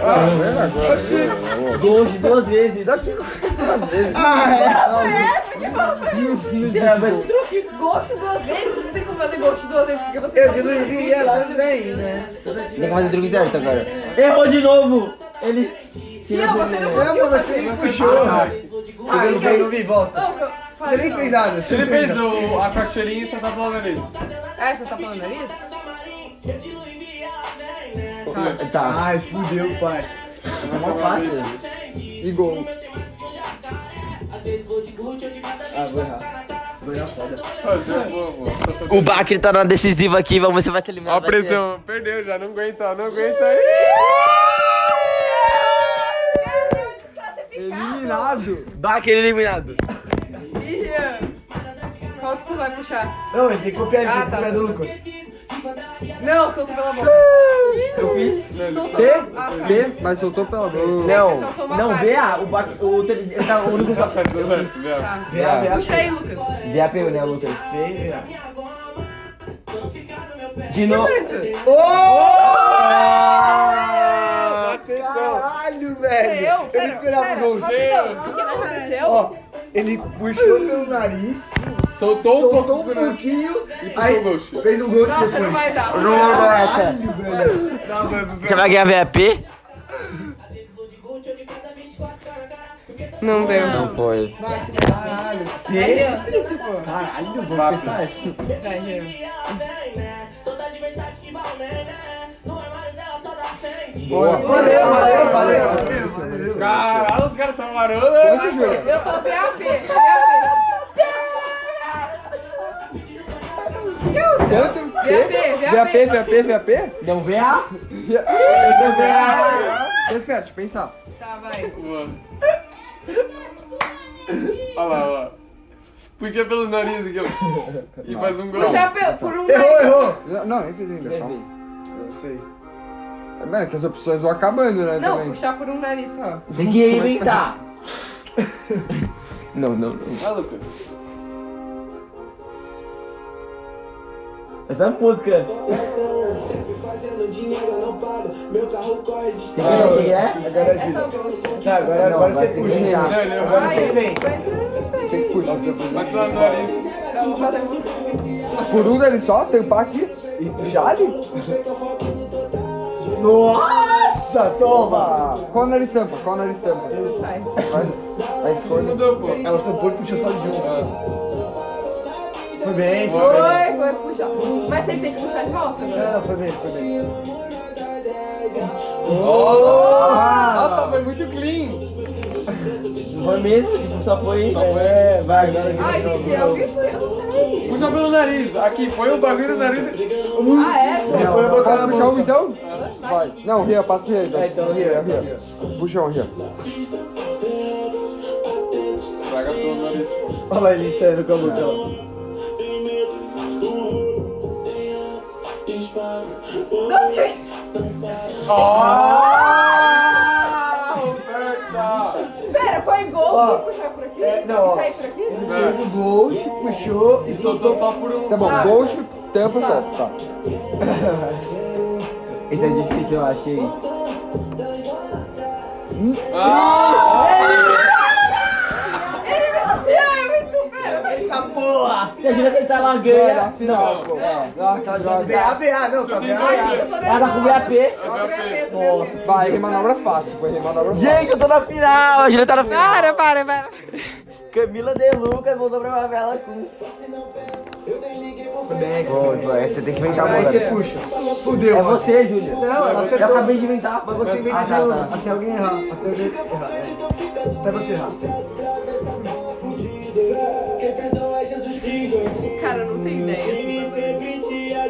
[SPEAKER 2] Ah, era agora.
[SPEAKER 10] Dois, duas vezes.
[SPEAKER 8] Ah,
[SPEAKER 4] Gosto duas vezes, não tem como fazer gosto duas vezes, porque você...
[SPEAKER 8] é. Eu diluí ela bem, né?
[SPEAKER 10] Tem que fazer o truque certo agora. Errou de novo! Ele.
[SPEAKER 4] Não, você não conseguiu
[SPEAKER 8] Não, mas né? você
[SPEAKER 4] fazer
[SPEAKER 8] nem
[SPEAKER 4] isso.
[SPEAKER 8] puxou.
[SPEAKER 4] Ah,
[SPEAKER 8] Eu não vi, não vi, volta.
[SPEAKER 4] Não, eu-
[SPEAKER 8] Você
[SPEAKER 4] faz
[SPEAKER 8] nem
[SPEAKER 4] não.
[SPEAKER 8] fez nada. Você
[SPEAKER 7] Ele
[SPEAKER 8] nem
[SPEAKER 7] fez
[SPEAKER 8] fez nada.
[SPEAKER 7] o, a cachoeirinha e só tá falando isso.
[SPEAKER 4] É, você tá falando nariz?
[SPEAKER 10] Tá.
[SPEAKER 8] Ai, fudeu, pai.
[SPEAKER 10] É mó fácil.
[SPEAKER 2] E gol.
[SPEAKER 8] Ah, vou errar. Vou errar foda.
[SPEAKER 7] A Ju é boa, boa. Só tô-
[SPEAKER 10] O Bakri tá na decisiva aqui, vamos ver se vai se eliminar.
[SPEAKER 7] Ó a
[SPEAKER 10] vai ser-
[SPEAKER 7] pressão, perdeu já, não aguenta, não aguenta. Ih!
[SPEAKER 8] Tá
[SPEAKER 2] Eliminado.
[SPEAKER 10] Bakri é eliminado.
[SPEAKER 4] Ih, Ian. Qual que tu vai puxar?
[SPEAKER 8] Não, ele tem que copiar, ele tem
[SPEAKER 4] Ah,
[SPEAKER 8] que
[SPEAKER 4] tá.
[SPEAKER 8] copiar do Lucas.
[SPEAKER 4] Não, solta pela boca.
[SPEAKER 10] Eu fiz.
[SPEAKER 4] Solta
[SPEAKER 2] B,
[SPEAKER 4] pela boca. Ah, tá.
[SPEAKER 2] B, mas soltou pela boca.
[SPEAKER 10] Não,
[SPEAKER 4] Só toma
[SPEAKER 10] não,
[SPEAKER 4] parte.
[SPEAKER 10] VA, o Bakri. O, ele tá- o único VA
[SPEAKER 4] Tá.
[SPEAKER 8] VA, VA.
[SPEAKER 4] Puxa aí, Lucas.
[SPEAKER 10] VAP, né, Lucas?
[SPEAKER 8] Vem, VA.
[SPEAKER 10] De novo.
[SPEAKER 8] Ah. Caralho, velho.
[SPEAKER 4] Eu?
[SPEAKER 8] Eu
[SPEAKER 4] Pera,
[SPEAKER 8] não esperava
[SPEAKER 4] pera,
[SPEAKER 8] gol.
[SPEAKER 4] rapidão, O que aconteceu?
[SPEAKER 8] Ó, ele puxou pelo nariz,
[SPEAKER 7] Soltou, um
[SPEAKER 8] soltou
[SPEAKER 7] pouco.
[SPEAKER 8] um pouquinho,
[SPEAKER 7] puxou
[SPEAKER 8] aí
[SPEAKER 7] o gol.
[SPEAKER 8] fez um gol depois.
[SPEAKER 4] Nossa, não vai dar.
[SPEAKER 8] Caralho, velho. Não, vai, vai, vai.
[SPEAKER 10] Você vai ganhar VAP?
[SPEAKER 3] tá
[SPEAKER 4] Não deu.
[SPEAKER 10] Não foi.
[SPEAKER 8] Caralho.
[SPEAKER 4] Mas
[SPEAKER 8] Que?
[SPEAKER 4] é difícil, pô.
[SPEAKER 8] Caralho, vamos pensar assim. essa.
[SPEAKER 4] Vai, Ian.
[SPEAKER 3] né?
[SPEAKER 2] Boa.
[SPEAKER 8] Valeu, valeu, valeu.
[SPEAKER 7] Caralho, os caras tão varando. né?
[SPEAKER 4] Eu tô VAP. VAP.
[SPEAKER 2] Quanto? VAP,
[SPEAKER 4] VAP,
[SPEAKER 2] VAP, VAP?
[SPEAKER 10] Deu VA?
[SPEAKER 2] Eu espero, deixa eu pensar.
[SPEAKER 4] Tá, vai.
[SPEAKER 7] Boa. Olha lá, olha lá. Puxa pelo nariz aqui, ó. E faz um gol.
[SPEAKER 4] Puxa pe- por um
[SPEAKER 8] então.
[SPEAKER 4] nariz.
[SPEAKER 8] Errou, né, errou.
[SPEAKER 2] Não, nem fiz ainda. calma.
[SPEAKER 8] não sei.
[SPEAKER 2] Mano, é que as opções vão acabando, né?
[SPEAKER 4] Não,
[SPEAKER 2] também.
[SPEAKER 4] puxar por um nariz só.
[SPEAKER 2] Tem que inventar.
[SPEAKER 10] Não, não, não.
[SPEAKER 8] Maluco.
[SPEAKER 10] Essa música.
[SPEAKER 8] Fazendo dinheiro, eu não pago. Meu carro corre de
[SPEAKER 10] que é?
[SPEAKER 8] Agora ajuda. Tá, agora, agora você puxa. Agora você vem.
[SPEAKER 2] Tem que puxar.
[SPEAKER 7] Mas lá no nariz.
[SPEAKER 2] Por um dele só, tampar aqui. Jade?
[SPEAKER 8] Nossa, toma!
[SPEAKER 2] Qual nariz tampa? Qual nariz tampa? Faz a escolha.
[SPEAKER 8] Ela tampou e puxou só de um. Foi bem, foi bem.
[SPEAKER 4] Foi, foi, puxa. Mas você tem que puxar de volta. né?
[SPEAKER 8] Não, foi bem, foi bem.
[SPEAKER 7] Oh! Nossa, foi muito clean.
[SPEAKER 10] Foi mesmo? Tipo, só foi.
[SPEAKER 8] É, vai, agora
[SPEAKER 4] Ai, gente, alguém foi, eu não sei.
[SPEAKER 7] Puxa pelo nariz. Aqui, põe o bagulho no nariz.
[SPEAKER 4] Ah, é? Pô.
[SPEAKER 2] Não,
[SPEAKER 8] eu vou botar
[SPEAKER 2] posso
[SPEAKER 8] na
[SPEAKER 2] puxar um
[SPEAKER 8] bolsa.
[SPEAKER 2] então? Vai. Não, Ria, passa pro Ria.
[SPEAKER 8] É, então, Ria,
[SPEAKER 2] Puxa um, Ria.
[SPEAKER 7] Traga pelo nariz.
[SPEAKER 8] Olha lá ele saindo com a boca.
[SPEAKER 7] Ah, Roberta!
[SPEAKER 4] Pera, foi gol
[SPEAKER 8] Ó,
[SPEAKER 4] se puxar por aqui?
[SPEAKER 8] é, não, ó.
[SPEAKER 4] Sair por aqui?
[SPEAKER 8] Ele fez o gol, puxou e
[SPEAKER 7] Soltou só por um.
[SPEAKER 2] Tá bom,
[SPEAKER 4] Ah.
[SPEAKER 2] Ghost, tampa e solta. Tá.
[SPEAKER 10] Esse é difícil, eu achei.
[SPEAKER 4] É, muito pera.
[SPEAKER 8] Eita porra!
[SPEAKER 10] Você jura que ele tá lá
[SPEAKER 2] É,
[SPEAKER 10] ganha?
[SPEAKER 2] na final, pô. É, na final.
[SPEAKER 8] VA, VA, não, tá VA.
[SPEAKER 10] Ela tá com VAP.
[SPEAKER 2] Nossa, vai, remanobra fácil, foi remanobra fácil.
[SPEAKER 10] Gente, eu tô na final. A Júlia tá na final.
[SPEAKER 4] Para, para, para.
[SPEAKER 10] Camila De Lucas voltou pra favela com.
[SPEAKER 8] Foi bem.
[SPEAKER 10] Pô, Joé, você tem que inventar
[SPEAKER 8] Aí você
[SPEAKER 10] agora.
[SPEAKER 8] puxa. Fudeu,
[SPEAKER 10] É
[SPEAKER 8] mano.
[SPEAKER 10] você, Júlia.
[SPEAKER 8] Não, ela
[SPEAKER 10] Eu
[SPEAKER 8] acertou.
[SPEAKER 10] acabei de inventar.
[SPEAKER 8] Mas você
[SPEAKER 10] Ah, tá,
[SPEAKER 8] inventou.
[SPEAKER 10] tá.
[SPEAKER 8] Até alguém errar. Até alguém errar. é. Até você errar.
[SPEAKER 4] Cara, eu não tenho ideia.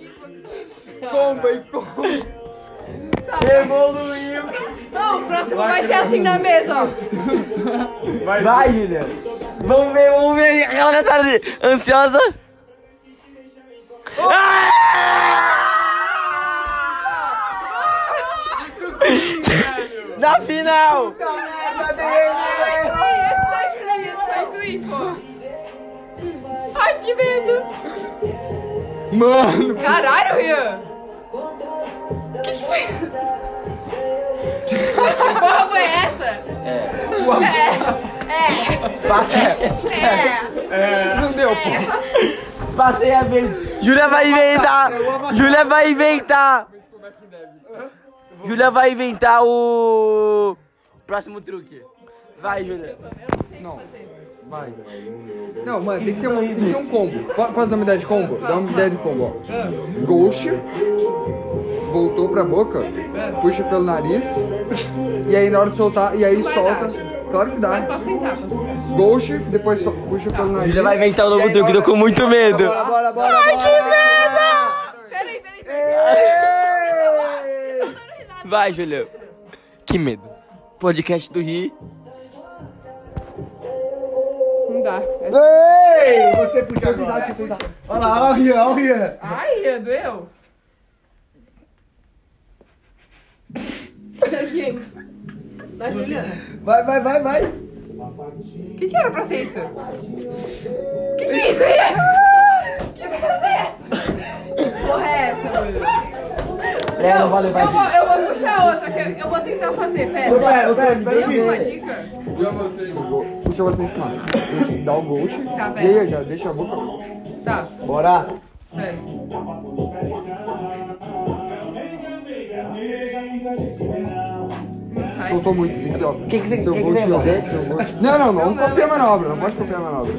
[SPEAKER 10] Inventei!
[SPEAKER 2] Comba e comba.
[SPEAKER 10] Evoluiu!
[SPEAKER 4] Não, o próximo vai ser assim na mesa, ó.
[SPEAKER 10] Vai, Júlia! Vamos ver, vamos ver! Ela já tá ali, ansiosa! Na final!
[SPEAKER 4] Ai, esse vai de mim, esse vai do Ipo. Ai, que medo.
[SPEAKER 2] Mano,
[SPEAKER 4] Caralho, Rian. O que que foi? Que porra foi essa?
[SPEAKER 10] Passei,
[SPEAKER 4] É.
[SPEAKER 2] não deu, pô.
[SPEAKER 10] passei a vez! Júlia vai inventar! Júlia vai inventar! Júlia vai inventar o. Próximo truque! Vai, Júlia!
[SPEAKER 2] Vai. Não, mano, tem que ser um, tem que ser um combo. Po- Posso dar uma ideia de combo? Dá uma ideia de combo, ó. Ghost, voltou pra boca, puxa pelo nariz, e aí na hora de soltar, e aí solta. Claro que
[SPEAKER 4] Mas
[SPEAKER 2] dá.
[SPEAKER 4] posso sentar, posso sentar.
[SPEAKER 2] Ghost, depois sol- puxa pelo nariz.
[SPEAKER 10] Júlia vai inventar o novo truque, tô com muito medo!
[SPEAKER 8] Bora, bora, bora. Ai,
[SPEAKER 4] Peraí, peraí, peraí.
[SPEAKER 10] Vai, Julião. Que medo. Podcast do Ri.
[SPEAKER 4] Não dá. é
[SPEAKER 8] Ei, você puxou agora. Olha lá, olha lá o Rian, olha o Rian.
[SPEAKER 4] Ai, Rian, doeu.
[SPEAKER 11] Da Juliana.
[SPEAKER 8] Vai, vai, vai, vai.
[SPEAKER 4] O que, que era pra ser isso? O que, que é isso, Rian? Que merda é essa? Que porra é essa, mano?
[SPEAKER 10] É, não valeu, vai.
[SPEAKER 4] Eu vou, eu vou puxar outra, que eu- eu vou tentar fazer, pera.
[SPEAKER 8] Pera, pera,
[SPEAKER 4] Tem alguma
[SPEAKER 8] pera.
[SPEAKER 4] dica?
[SPEAKER 7] Já voltei.
[SPEAKER 2] Puxa bastante final. Dá o ghost.
[SPEAKER 4] Tá,
[SPEAKER 2] E aí,
[SPEAKER 4] pera.
[SPEAKER 2] já deixa a boca.
[SPEAKER 4] Tá,
[SPEAKER 8] Bora.
[SPEAKER 4] pera. Não sai.
[SPEAKER 2] Soltou muito, disse, ó. O
[SPEAKER 10] que que tem-
[SPEAKER 2] seu
[SPEAKER 10] que que
[SPEAKER 2] ghost,
[SPEAKER 10] tem a
[SPEAKER 2] ó,
[SPEAKER 10] fazer?
[SPEAKER 2] seu ghost. Não, não, não. Não copia a manobra. Não pode copiar a manobra.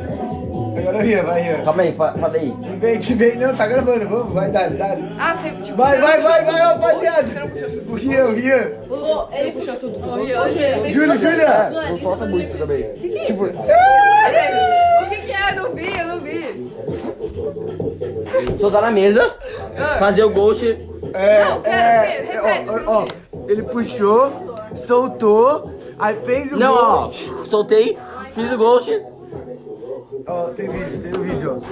[SPEAKER 8] Agora o Rian, vai, Rian.
[SPEAKER 10] Calma aí, fa- fala aí.
[SPEAKER 8] Vem, que vem. Não, tá gravando. Vamos, vai, dá, dá.
[SPEAKER 4] Ah, você, tipo,
[SPEAKER 8] Vai,
[SPEAKER 4] você não
[SPEAKER 8] vai,
[SPEAKER 4] puxou
[SPEAKER 8] vai, vai,
[SPEAKER 4] tudo.
[SPEAKER 8] rapaziada.
[SPEAKER 4] Você não puxou tudo.
[SPEAKER 8] O Rian, o Rian.
[SPEAKER 11] Ô, Ele puxou tudo.
[SPEAKER 4] Ô, Rian, ô, Rian.
[SPEAKER 8] Júlia, Júlia!
[SPEAKER 2] Não solta muito também.
[SPEAKER 4] O que, que é
[SPEAKER 2] Tipo,
[SPEAKER 4] isso? Peraí, O que, que é? Eu não vi, eu não vi.
[SPEAKER 10] Soltar na mesa. Fazer o ghost.
[SPEAKER 8] É,
[SPEAKER 4] Não, pera,
[SPEAKER 8] é,
[SPEAKER 4] pera,
[SPEAKER 8] é, ó, ó, ó, ele puxou, soltou, Aí fez o
[SPEAKER 10] Não,
[SPEAKER 8] ghost.
[SPEAKER 10] ó, soltei, fiz o ghost.
[SPEAKER 8] Ó, tem vídeo, tem o vídeo.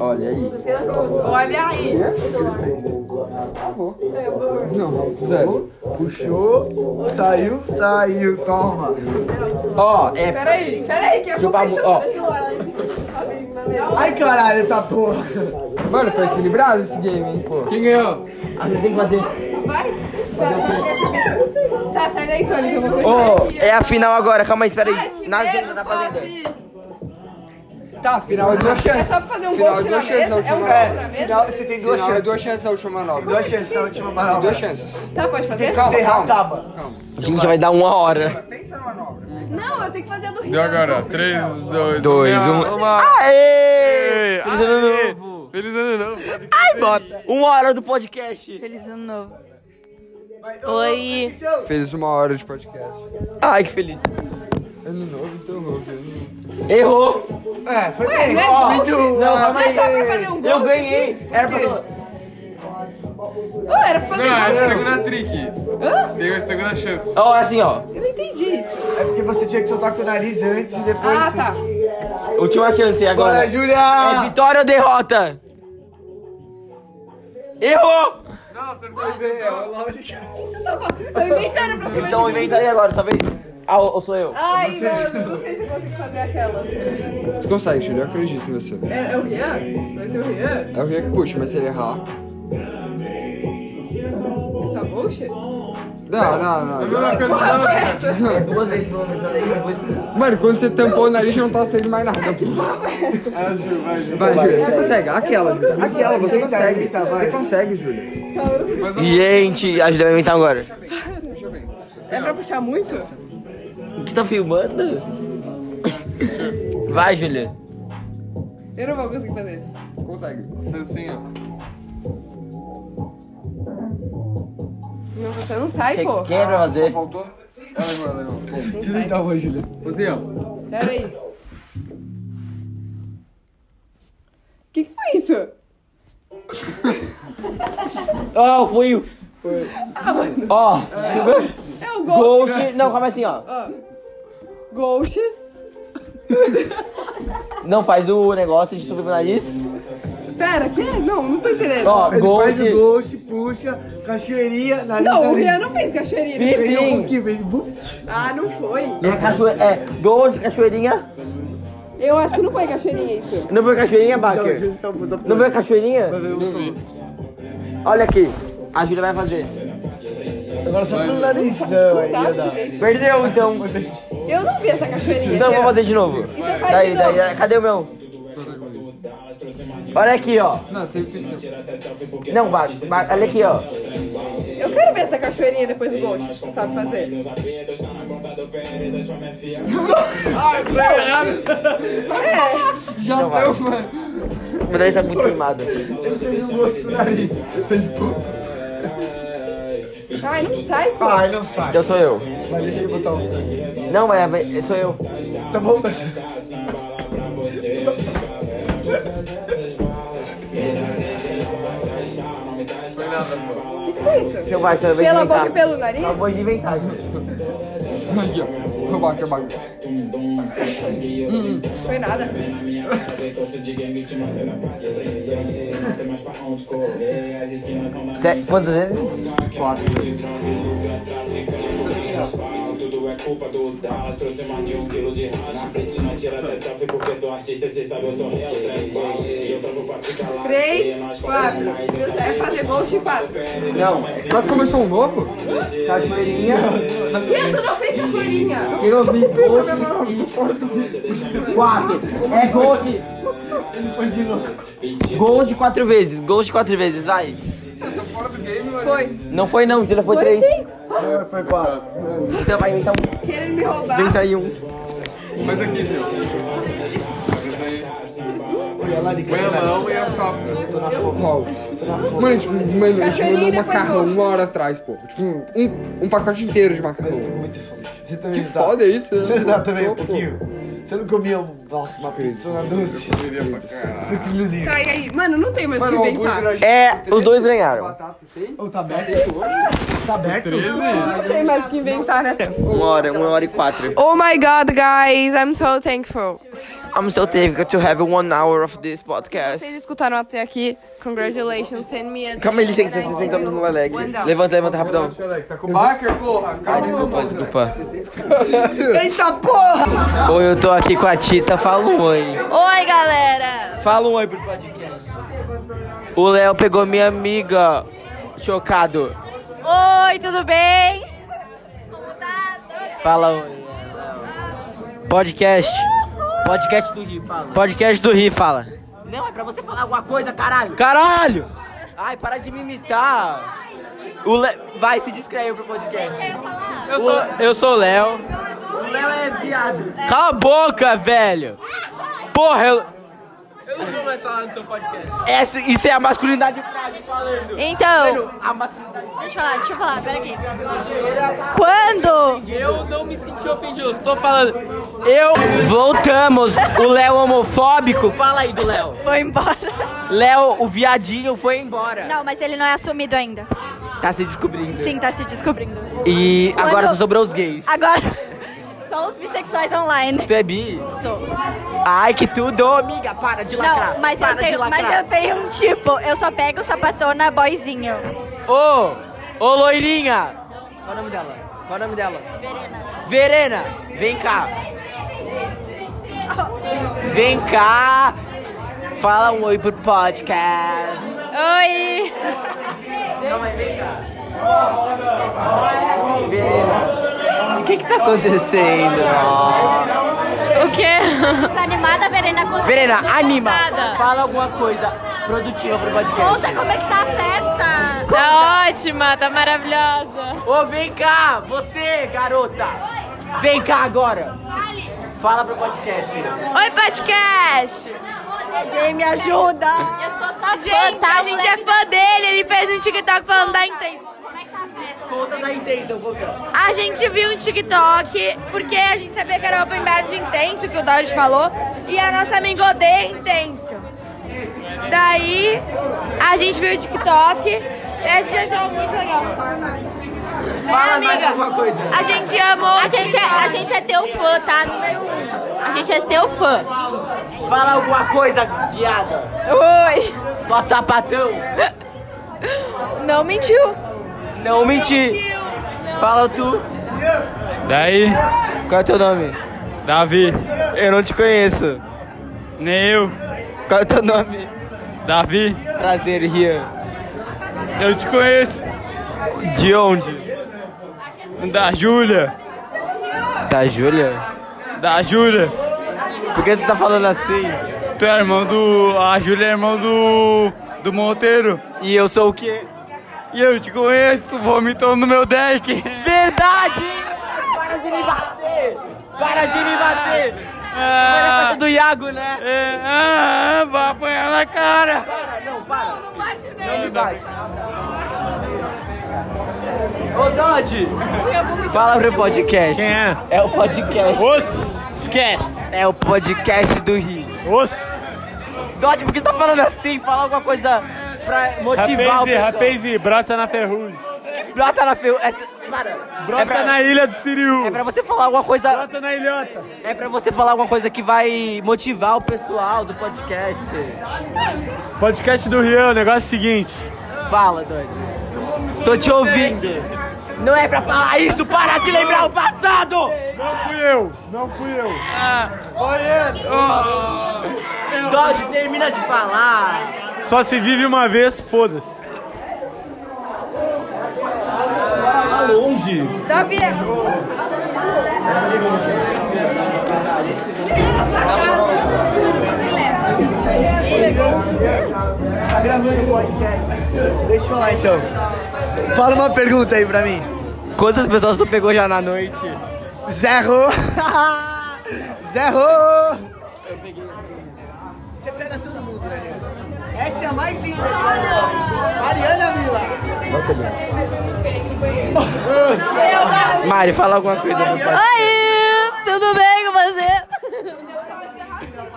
[SPEAKER 2] Olha aí.
[SPEAKER 4] Olha aí.
[SPEAKER 2] Não, zero.
[SPEAKER 8] Puxou, saiu, saiu, toma.
[SPEAKER 10] Ó, é.
[SPEAKER 4] Peraí, peraí, que eu vou
[SPEAKER 10] Chupa a mu- ó.
[SPEAKER 8] Ai, caralho, tá porra.
[SPEAKER 2] Mano, foi equilibrado esse game, hein, pô. Quem ganhou?
[SPEAKER 10] A gente tem que fazer.
[SPEAKER 4] Vai. Tá, sai daí, Tony, que eu vou
[SPEAKER 10] Ô,
[SPEAKER 4] continuar aqui.
[SPEAKER 10] é a final agora, calma aí, espera aí. Na agenda, na fazenda.
[SPEAKER 2] Tá, final é duas chances.
[SPEAKER 4] É só pra fazer um
[SPEAKER 2] final
[SPEAKER 4] gol
[SPEAKER 2] é duas
[SPEAKER 4] na
[SPEAKER 2] chances na
[SPEAKER 4] mesa?
[SPEAKER 2] última
[SPEAKER 4] É um
[SPEAKER 2] manobra.
[SPEAKER 4] gol na mesa? Final- você
[SPEAKER 8] tem duas
[SPEAKER 2] Final
[SPEAKER 8] chances.
[SPEAKER 2] É duas chances na última manobra.
[SPEAKER 8] Duas chances na última manobra.
[SPEAKER 2] Duas chances.
[SPEAKER 4] Tá, pode fazer?
[SPEAKER 2] Calma, calma.
[SPEAKER 10] Gente, vai dar uma hora.
[SPEAKER 4] Não, eu tenho que fazer a do Rio.
[SPEAKER 7] E agora? 3, 2, 1.
[SPEAKER 10] Dois, um. Aê! Feliz ano novo!
[SPEAKER 7] Feliz ano novo!
[SPEAKER 10] Ai, bota! Uma hora do podcast!
[SPEAKER 11] Feliz ano novo.
[SPEAKER 3] Oi.
[SPEAKER 2] Fez uma hora de podcast.
[SPEAKER 10] Ai, que feliz.
[SPEAKER 2] Ano novo, então novo.
[SPEAKER 10] Errou!
[SPEAKER 8] É, foi
[SPEAKER 4] Ué,
[SPEAKER 8] bem.
[SPEAKER 4] não é
[SPEAKER 10] Ó,
[SPEAKER 4] gol,
[SPEAKER 10] não,
[SPEAKER 4] gente.
[SPEAKER 10] calma
[SPEAKER 4] Mas
[SPEAKER 10] aí.
[SPEAKER 4] só pra fazer um gol,
[SPEAKER 10] Eu ganhei! Era pra.
[SPEAKER 4] Ué, Oh, era pra fazer
[SPEAKER 7] Não, é a
[SPEAKER 4] gol.
[SPEAKER 7] segunda trick. Tem a segunda chance.
[SPEAKER 10] Ó, assim, ó.
[SPEAKER 4] Eu não entendi isso.
[SPEAKER 8] É porque você tinha que soltar com o nariz antes e depois.
[SPEAKER 4] Ah, tá.
[SPEAKER 10] Última chance agora.
[SPEAKER 8] Bora, Júlia!
[SPEAKER 10] É vitória ou derrota? Errou!
[SPEAKER 8] Pois é, é lógica.
[SPEAKER 4] Só inventaram pra cima
[SPEAKER 10] Então
[SPEAKER 4] de mim.
[SPEAKER 10] inventa aí agora, talvez. Ah, ou ou sou eu?
[SPEAKER 4] Ai, mano, não sei se eu consigo fazer aquela. É,
[SPEAKER 2] Você consegue, Júlio, eu acredito em você.
[SPEAKER 4] é o Rian? Vai ser o Rian?
[SPEAKER 2] É o Rian que puxa, mas se ele errar.
[SPEAKER 4] É só bullshit?
[SPEAKER 2] Não, não, não.
[SPEAKER 10] Duas vezes pelo menos, olha aí, depois.
[SPEAKER 2] Mano, quando você tampou o nariz, não tá saindo mais nada.
[SPEAKER 7] Ah, Ju, vai, Ju.
[SPEAKER 2] Vai, Júlio, você consegue. Aquela, Júlio. Aquela, você consegue.
[SPEAKER 8] tá,
[SPEAKER 2] Você consegue, Júlio.
[SPEAKER 10] Gente, a gente vai inventar agora.
[SPEAKER 4] É pra puxar muito?
[SPEAKER 10] O que tá filmando? Vai, Julia.
[SPEAKER 4] Eu não vou conseguir fazer.
[SPEAKER 2] Consegue.
[SPEAKER 7] Assim, ó.
[SPEAKER 4] Não, você não sai,
[SPEAKER 10] Quem,
[SPEAKER 4] pô.
[SPEAKER 10] quem é pra fazer?
[SPEAKER 2] Faltou?
[SPEAKER 8] Deixa eu tentar uma, Júlia.
[SPEAKER 7] Você, ó.
[SPEAKER 10] é?
[SPEAKER 4] Pera aí. Que que foi isso?
[SPEAKER 10] Ó, foi o. Ó, chegou.
[SPEAKER 4] É o Ghost.
[SPEAKER 10] Ghost. Não, calma assim, ó.
[SPEAKER 4] Ah. Ghost.
[SPEAKER 10] Não, faz o negócio de subir pro nariz.
[SPEAKER 4] Pera, que é? Não, não tô entendendo.
[SPEAKER 10] Ó,
[SPEAKER 8] Ele faz
[SPEAKER 10] Ghost.
[SPEAKER 8] o ghost, puxa, cachoeirinha, nariz.
[SPEAKER 4] Não, o
[SPEAKER 8] nariz.
[SPEAKER 4] Rian não fez cachoeirinha.
[SPEAKER 10] Fiz
[SPEAKER 8] Veio um
[SPEAKER 10] sim.
[SPEAKER 8] pouquinho, veio. bum.
[SPEAKER 4] Ah, não foi.
[SPEAKER 10] É, cachoe... é, Ghost, cachoeirinha.
[SPEAKER 4] Eu acho que não foi cachoeirinha isso.
[SPEAKER 10] Não foi cachoeirinha, Baker?
[SPEAKER 8] Então, só pra-
[SPEAKER 10] Não veio cachoeirinha? Olha aqui, a Júlia vai fazer.
[SPEAKER 8] Agora só pelo nariz. Não, aí não dá.
[SPEAKER 10] Perdeu, então.
[SPEAKER 4] Tá? Eu não vi essa cachoeirinha.
[SPEAKER 10] Então eu vou
[SPEAKER 4] Rian.
[SPEAKER 10] fazer de novo.
[SPEAKER 4] Então faz
[SPEAKER 10] Daí,
[SPEAKER 4] de
[SPEAKER 10] daí,
[SPEAKER 4] novo.
[SPEAKER 10] daí, cadê o meu? Olha aqui, ó.
[SPEAKER 2] Não, sempre tem.
[SPEAKER 10] Não, Baco, olha aqui, ó.
[SPEAKER 4] Eu quero ver essa cachoeirinha depois do Ghost. Tu sabe fazer. É.
[SPEAKER 2] Já
[SPEAKER 10] Então vai.
[SPEAKER 2] deu, mano.
[SPEAKER 10] Meu nariz tá muito queimado.
[SPEAKER 8] Veio um gosto no nariz.
[SPEAKER 4] Ai, não sai, pô.
[SPEAKER 8] Ai, não sai.
[SPEAKER 10] Então sou eu.
[SPEAKER 8] Mas deixa eu botar um.
[SPEAKER 10] Não, mas vai- sou eu.
[SPEAKER 8] Tá bom, mas.
[SPEAKER 7] Foi nada, pô.
[SPEAKER 4] O que que foi isso?
[SPEAKER 10] Então vai, sou eu. vou
[SPEAKER 4] Pela
[SPEAKER 10] inventar.
[SPEAKER 4] boca e pelo nariz?
[SPEAKER 10] Eu vou inventar, gente.
[SPEAKER 2] Aqui, ó. Meu bagulho, bagulho.
[SPEAKER 4] Foi nada.
[SPEAKER 10] Sé- Quantas vezes?
[SPEAKER 2] Quatro.
[SPEAKER 4] Três, quatro. É fazer Ghost e quatro.
[SPEAKER 10] Não.
[SPEAKER 2] Quase começou um novo?
[SPEAKER 10] Cachoeirinha.
[SPEAKER 4] Rian, tu não fez cachoeirinha.
[SPEAKER 10] Eu vi Ghost. Quatro. É Ghost.
[SPEAKER 8] Foi de novo.
[SPEAKER 10] Ghost quatro vezes. Ghost quatro vezes, vai.
[SPEAKER 4] Foi.
[SPEAKER 10] Não foi não, Julia, foi,
[SPEAKER 4] Foi
[SPEAKER 10] três.
[SPEAKER 4] sim.
[SPEAKER 8] Não, É, Foi quatro.
[SPEAKER 10] Então vai inventar um.
[SPEAKER 4] Querendo me roubar.
[SPEAKER 10] Inventa aí um.
[SPEAKER 7] Mas aqui, Ju. Põe a mão e a copa.
[SPEAKER 2] Qual? Mano, tipo, mano, a gente mandou um
[SPEAKER 4] Cachoeirinha depois
[SPEAKER 2] macarrão
[SPEAKER 4] outro.
[SPEAKER 2] uma hora atrás, pô. Tipo, um, um pacote inteiro de macarrão.
[SPEAKER 8] Você também
[SPEAKER 2] Que foda é isso, né?
[SPEAKER 8] Você não dá também um
[SPEAKER 2] Pô, pô.
[SPEAKER 8] pouquinho? Você não comia um- nossa, uma pizza na doce? Eu comeria pra caralho. Suquilhozinho.
[SPEAKER 4] Tá, e aí? Mano, não tem mais o que
[SPEAKER 8] Mano, o
[SPEAKER 4] inventar.
[SPEAKER 8] hambúrguer
[SPEAKER 10] É, os dois ganharam.
[SPEAKER 8] Ô, tá aberto hoje? Tá aberto?
[SPEAKER 4] Não tem mais o que inventar nessa.
[SPEAKER 10] Uma hora, uma
[SPEAKER 2] Tá
[SPEAKER 10] hora e quatro.
[SPEAKER 4] Oh my god, guys, I'm so thankful.
[SPEAKER 10] I'm so thankful to have one hour of this podcast.
[SPEAKER 4] Vocês escutaram até aqui. Congratulations, send me a
[SPEAKER 10] Calma aí, eles têm que ser 60 anos no Alec.
[SPEAKER 4] One down.
[SPEAKER 10] Levanta, levanta rapidão.
[SPEAKER 21] Tá com o Barker, porra. Calma,
[SPEAKER 10] Desculpa, desculpa.
[SPEAKER 8] Eita porra!
[SPEAKER 10] Ou eu tô aqui com a Tita, fala um oi.
[SPEAKER 11] Oi, galera!
[SPEAKER 10] Fala um oi pro podcast. O Léo pegou minha amiga. Chocado.
[SPEAKER 11] Oi, tudo bem?
[SPEAKER 10] Fala
[SPEAKER 22] é,
[SPEAKER 10] oi. Podcast. Podcast do Rio, fala. Podcast do Rio, fala.
[SPEAKER 22] Não, é pra você falar alguma coisa, caralho.
[SPEAKER 10] Caralho!
[SPEAKER 22] Ai, para de me imitar.
[SPEAKER 10] O Le... Vai, se descreve pro podcast.
[SPEAKER 22] Eu sou-
[SPEAKER 10] eu sou o Léo.
[SPEAKER 22] O Léo é viado.
[SPEAKER 10] Cala a boca, velho! Porra, eu...
[SPEAKER 22] Eu não vou mais falar no seu podcast.
[SPEAKER 10] Essa, isso é a masculinidade frágil falando.
[SPEAKER 11] Então.
[SPEAKER 10] Mano, a masculinidade...
[SPEAKER 11] Deixa eu falar, deixa eu falar, pera aqui. Quando?
[SPEAKER 22] Eu não me senti ofendido, eu estou falando.
[SPEAKER 10] Eu... Voltamos. O Léo homofóbico... Fala aí do Léo.
[SPEAKER 11] Foi embora.
[SPEAKER 10] Léo, o viadinho, foi embora.
[SPEAKER 3] Não, mas ele não é assumido ainda.
[SPEAKER 10] Tá se descobrindo.
[SPEAKER 3] Sim, tá se descobrindo.
[SPEAKER 10] E agora
[SPEAKER 3] Quando-
[SPEAKER 10] só sobrou os gays.
[SPEAKER 3] Agora, só os bissexuais online.
[SPEAKER 10] Tu é bi?
[SPEAKER 3] Sou.
[SPEAKER 10] Ai, que tudo, amiga. Para de lacrar.
[SPEAKER 3] Não, mas
[SPEAKER 10] para
[SPEAKER 3] eu, tenho,
[SPEAKER 10] de lacrar.
[SPEAKER 3] mas eu tenho um tipo. Eu só pego o sapatona boyzinho.
[SPEAKER 10] Ô, ô loirinha! Qual o nome dela? Qual o nome dela? Verena. Verena, vem cá. Vem cá. Fala um oi pro podcast.
[SPEAKER 3] Oi!
[SPEAKER 10] O que que tá acontecendo?
[SPEAKER 3] O quê? Desanimada, Verena. conta-
[SPEAKER 10] Verena,
[SPEAKER 3] Tô
[SPEAKER 10] anima.
[SPEAKER 3] cansada.
[SPEAKER 10] Fala alguma coisa produtiva pro podcast.
[SPEAKER 3] Conta como é que tá a festa.
[SPEAKER 10] Tá
[SPEAKER 3] ótima, tá maravilhosa.
[SPEAKER 10] Ô, vem cá, você, garota. Vem cá agora. Fala pro podcast.
[SPEAKER 11] Oi, podcast! Alguém me ajuda! Eu sou tua gente, a gente é fã dele, ele fez um TikTok falando da Intenso.
[SPEAKER 10] Conta da intenção, vou ver.
[SPEAKER 11] A gente viu um TikTok, porque a gente sabia que era open bar de Intenso, que o Dodge falou, e a nossa amiga odeia Intenso. Daí, a gente viu o TikTok, e a gente achou muito legal.
[SPEAKER 3] Fala
[SPEAKER 11] mais
[SPEAKER 10] alguma coisa.
[SPEAKER 11] A gente amou.
[SPEAKER 3] A gente, é, a gente é teu fã, tá? Número um. A gente é teu fã.
[SPEAKER 10] Fala alguma coisa, viada.
[SPEAKER 11] Oi.
[SPEAKER 10] Tua sapatão.
[SPEAKER 11] Não mentiu.
[SPEAKER 10] Não menti. Fala tu. Daí? Qual é teu nome? Davi. Eu não te conheço. Nem eu. Qual é teu nome? Davi. Prazer, Rian. Eu te conheço. De onde?
[SPEAKER 22] Da Júlia.
[SPEAKER 10] Da Júlia?
[SPEAKER 22] Da Júlia.
[SPEAKER 10] Por que tu tá falando assim?
[SPEAKER 22] Tu é irmão do. A Júlia é irmão do. Do Monteiro.
[SPEAKER 10] E eu sou o quê?
[SPEAKER 22] E eu te conheço, tu vomitou no meu deck.
[SPEAKER 10] Verdade! Para de me bater! Para de me bater! Foi na conta do Iago, né?
[SPEAKER 22] Ah, É, vai apanhar na cara.
[SPEAKER 10] Para, não, para! Não,
[SPEAKER 4] bate
[SPEAKER 10] me bate! Ô, Dodge! Fala pro podcast. Quem é? É o podcast. Os esquece. É o podcast do Rio. Os. Dodge, por que você tá falando assim? Fala alguma coisa pra motivar o pessoal.
[SPEAKER 7] Rapazi, brota na ferrugem.
[SPEAKER 10] Brota na ferro. Essa... Para.
[SPEAKER 7] Brota na
[SPEAKER 10] ilha do Siriu. É pra você falar alguma coisa. Brota na ilhota. É pra você falar alguma coisa que vai motivar o pessoal do podcast.
[SPEAKER 7] Podcast do Rio, o negócio é o seguinte.
[SPEAKER 10] Fala, doido. Tô te ouvindo. Não é pra falar isso, para de lembrar o passado!
[SPEAKER 7] Não fui eu, não fui eu.
[SPEAKER 10] Foi ele. Dodge, termina de falar.
[SPEAKER 7] Só se vive uma vez, foda-se. Tá longe.
[SPEAKER 4] Dá Diego.
[SPEAKER 8] Tá gravando o podcast. Deixa eu falar então. Fala uma pergunta aí pra mim.
[SPEAKER 10] Quantas pessoas tu pegou já na noite?
[SPEAKER 8] Zero! Zero!
[SPEAKER 22] Você pega todo mundo, né?
[SPEAKER 8] Essa é a mais linda. Mariana
[SPEAKER 10] Mari, fala alguma coisa.
[SPEAKER 11] Oi, tudo bem com você?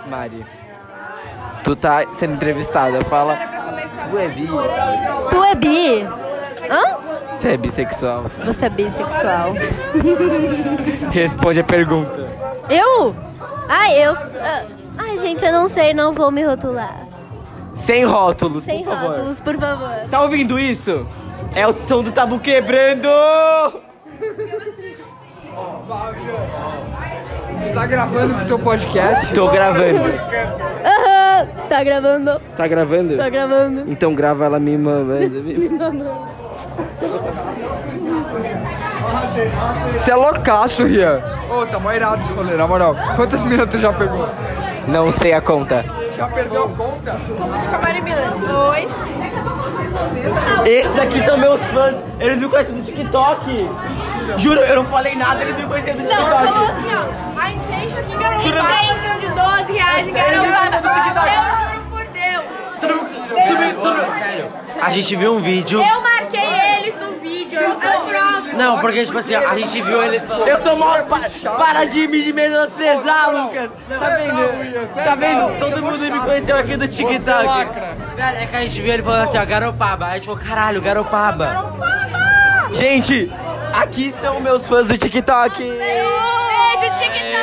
[SPEAKER 10] Mari. Tu tá sendo entrevistada, fala. Tu é bi.
[SPEAKER 11] Tu é bi? Hã?
[SPEAKER 10] Você é bissexual.
[SPEAKER 11] Você é bissexual.
[SPEAKER 10] Responde a pergunta.
[SPEAKER 11] eu? Ai, eu. s- ah, Ai, gente, eu não sei, não vou me rotular.
[SPEAKER 10] Sem rótulos,
[SPEAKER 11] Sem
[SPEAKER 10] por favor.
[SPEAKER 11] rótulos, por favor.
[SPEAKER 10] Tá ouvindo isso? É o som do tabu quebrando!
[SPEAKER 2] Tu tá gravando pro teu podcast?
[SPEAKER 10] Tô gravando.
[SPEAKER 11] Aham, tá gravando.
[SPEAKER 23] Tá gravando?
[SPEAKER 11] Tá gravando.
[SPEAKER 23] Então grava ela né? me mamando.
[SPEAKER 2] Você é loucaço, Rian. Ô, tá mó irado esse rolê, na moral. Quantas minas tu já pegou?
[SPEAKER 10] Não sei a conta.
[SPEAKER 2] Já perdeu a conta?
[SPEAKER 3] Como de Camari Miller. Oi.
[SPEAKER 10] Esses aqui são meus fãs, eles me conhecem do TikTok. Juro, eu não falei nada, eles me conhecem do
[SPEAKER 3] Não,
[SPEAKER 10] TikTok.
[SPEAKER 3] falou assim, ó. A intention aqui em
[SPEAKER 10] Tudo
[SPEAKER 3] Garumbá
[SPEAKER 10] bem?
[SPEAKER 3] é de 12 reais em
[SPEAKER 10] Eu sei, eu
[SPEAKER 3] Garumbá.
[SPEAKER 10] sei do TikTok.
[SPEAKER 3] Eu juro por Deus.
[SPEAKER 24] A gente viu um vídeo.
[SPEAKER 3] Eu marquei eles no vídeo. Eu, eu provo.
[SPEAKER 24] Não, porque tipo assim, a gente viu eles falando.
[SPEAKER 10] Eu sou mó. Pa para de me de menosprezar, Lucas! Tá vendo? Tá vendo? Todo mundo me conheceu aqui do TikTok.
[SPEAKER 24] Velho, é que a gente viu ele falando assim, ó, garopaba. Aí a gente falou, caralho, garopaba.
[SPEAKER 10] tipo, Gente, aqui são meus fãs do TikTok.
[SPEAKER 3] Beijo, TikTok.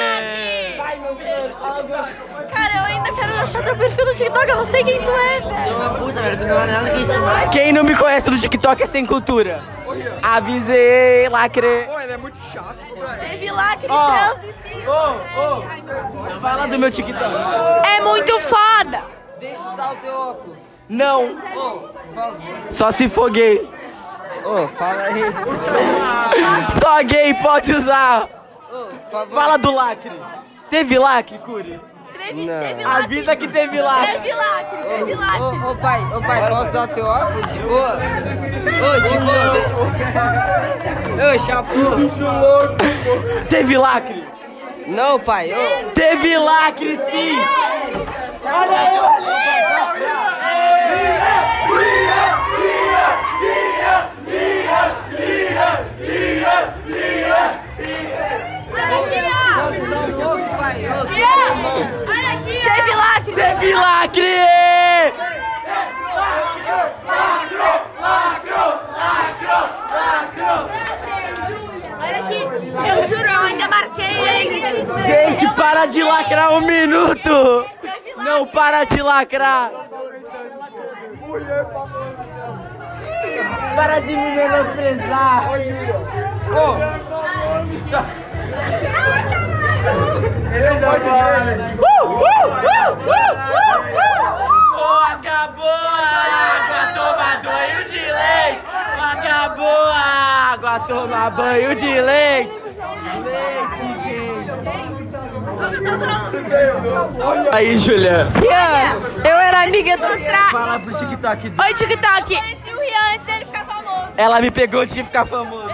[SPEAKER 3] Vai, meu Deus, TikTok. Cara, eu ainda quero achar teu perfil no TikTok. Eu não sei quem tu é, velho.
[SPEAKER 10] é Quem não me conhece do TikTok é sem cultura. Avisei, lacre.
[SPEAKER 2] Pô, ele é muito chato, velho.
[SPEAKER 3] Teve lá que
[SPEAKER 10] Ó.
[SPEAKER 3] trans e cis.
[SPEAKER 10] Fala do meu TikTok.
[SPEAKER 3] É muito foda.
[SPEAKER 25] Deixa eu usar o teu óculos.
[SPEAKER 10] Não, só se for gay. Ô, fala aí. Só gay pode usar. Fala do lacre. Teve lacre, Curi?
[SPEAKER 25] teve lacre.
[SPEAKER 10] Avisa que teve lacre.
[SPEAKER 3] lacre,
[SPEAKER 25] teve lacre. Ô, ô, pai, ô pai, posso usar teu óculos de boa? Ô, de boa. Ô, chapu.
[SPEAKER 10] Teve lacre?
[SPEAKER 25] Não, pai. Ô.
[SPEAKER 10] Teve lacre, sim. Olha aí, olha
[SPEAKER 25] um
[SPEAKER 3] Teve lacre.
[SPEAKER 10] Teve lacre!
[SPEAKER 3] Olha aqui. Eu juro, eu ainda marquei eles.
[SPEAKER 10] Gente, para de lacrar um minuto. Não para de lacrar. Para de me menosprezar.
[SPEAKER 26] Ele já pode
[SPEAKER 24] Oh, acabou a água, toma banho de leite. Acabou a
[SPEAKER 10] Água, toma banho de leite. Aí, Julia.
[SPEAKER 3] Rian, eu era amiga do Astra.
[SPEAKER 10] Fala Ah, pro TikTok. dele.
[SPEAKER 3] Oi, TikTok. Eu conheci o Rian antes dele ficar famoso.
[SPEAKER 10] Ela me pegou antes de ficar famoso.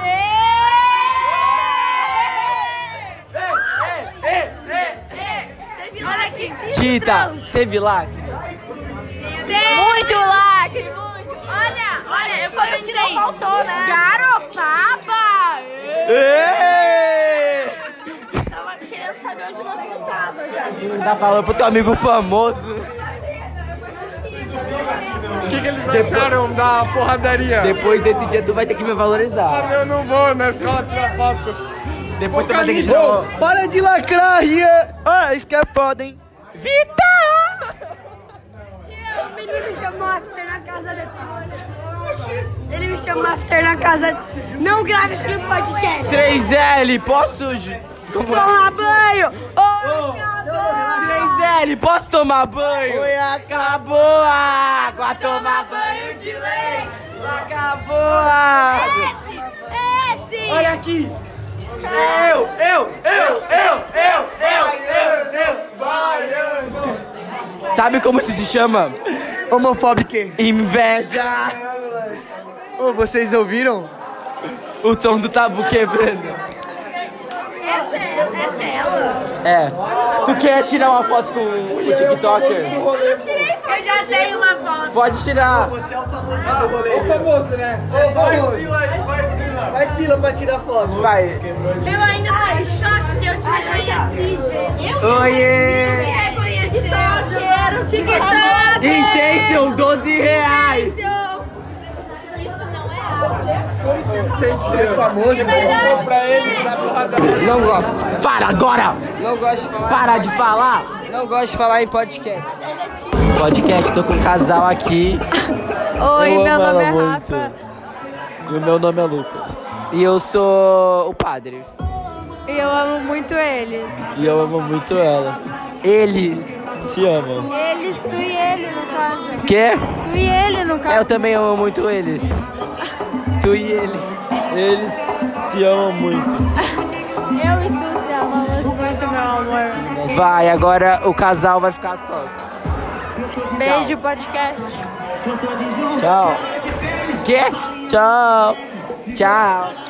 [SPEAKER 3] Olha aqui.
[SPEAKER 10] Tita, teve lacre?
[SPEAKER 3] Muito lacre, muito. Olha, olha, foi o que não faltou, né? Garopaba.
[SPEAKER 10] Ê!
[SPEAKER 3] Tava querendo saber onde o novinho tava já.
[SPEAKER 10] Tu não tá falando pro teu amigo famoso.
[SPEAKER 7] O que, que eles acharam da porradaria? Ah,
[SPEAKER 10] Depois desse dia tu vai ter que me valorizar.
[SPEAKER 7] Eu não vou né? na escola tirar foto.
[SPEAKER 10] Depois tu vai ter que
[SPEAKER 7] Ô, Camilo,
[SPEAKER 10] tirar. Para de lacrar, Ria! Ah, isso que é foda, hein? Vita!
[SPEAKER 3] O menino me chamou after na casa depois. Ele me chamou after na casa. Não grave esse podcast.
[SPEAKER 10] 3L, posso. ju- Como é?
[SPEAKER 3] Tomar banho! Ô,
[SPEAKER 10] 3L, posso tomar banho? Oi, acabou a água, tomar banho de leite. Acabou a água.
[SPEAKER 3] Esse! Esse!
[SPEAKER 10] Olha aqui. Eu, eu, eu, eu, eu, eu, eu, eu. Sabe como isso se chama?
[SPEAKER 26] Homofóbico.
[SPEAKER 10] Inveja.
[SPEAKER 26] Ô, vocês ouviram?
[SPEAKER 10] O tom do tabu quebrando.
[SPEAKER 3] Essa é, essa é ela.
[SPEAKER 10] É. Tu quer tirar uma foto com o TikToker?
[SPEAKER 3] Eu tirei foto. Eu já tenho uma foto.
[SPEAKER 10] Pode tirar.
[SPEAKER 3] Você é o
[SPEAKER 2] Ô, famoso, né? Ô, famoso.
[SPEAKER 27] Faz fila pra tirar foto. Vai.
[SPEAKER 11] Eu ainda tô em choque que eu te reconheci, gente.
[SPEAKER 27] Oiê!
[SPEAKER 11] Me reconheci, TikToker, TikToker!
[SPEAKER 27] Intention, 12 reais.
[SPEAKER 11] Isso não é algo.
[SPEAKER 27] Como que se sente ser famoso?
[SPEAKER 10] Verdade.
[SPEAKER 27] Não gosto.
[SPEAKER 10] Fala agora!
[SPEAKER 27] Não gosto de falar.
[SPEAKER 10] Para de falar!
[SPEAKER 27] Não gosto de falar em podcast.
[SPEAKER 10] Podcast, tô com um casal aqui.
[SPEAKER 11] Oi,
[SPEAKER 10] Eu
[SPEAKER 11] meu
[SPEAKER 10] amo ela
[SPEAKER 11] nome é
[SPEAKER 10] muito.
[SPEAKER 11] Rafa.
[SPEAKER 10] E o meu nome é Lucas. E eu sou o padre.
[SPEAKER 11] E eu amo muito eles.
[SPEAKER 10] E eu amo muito ela. Eles se amam.
[SPEAKER 11] Eles, tu e ele, no caso.
[SPEAKER 10] Quê?
[SPEAKER 11] Tu e ele, no caso.
[SPEAKER 10] É, Eu também amo muito eles. Tu e eles. Eles se amam muito.
[SPEAKER 11] Eu e tu te amamos muito, meu amor.
[SPEAKER 10] Vai, agora o casal vai ficar sós.
[SPEAKER 11] Beijo, podcast.
[SPEAKER 10] Tchau. Quê? Tchau. Tchau.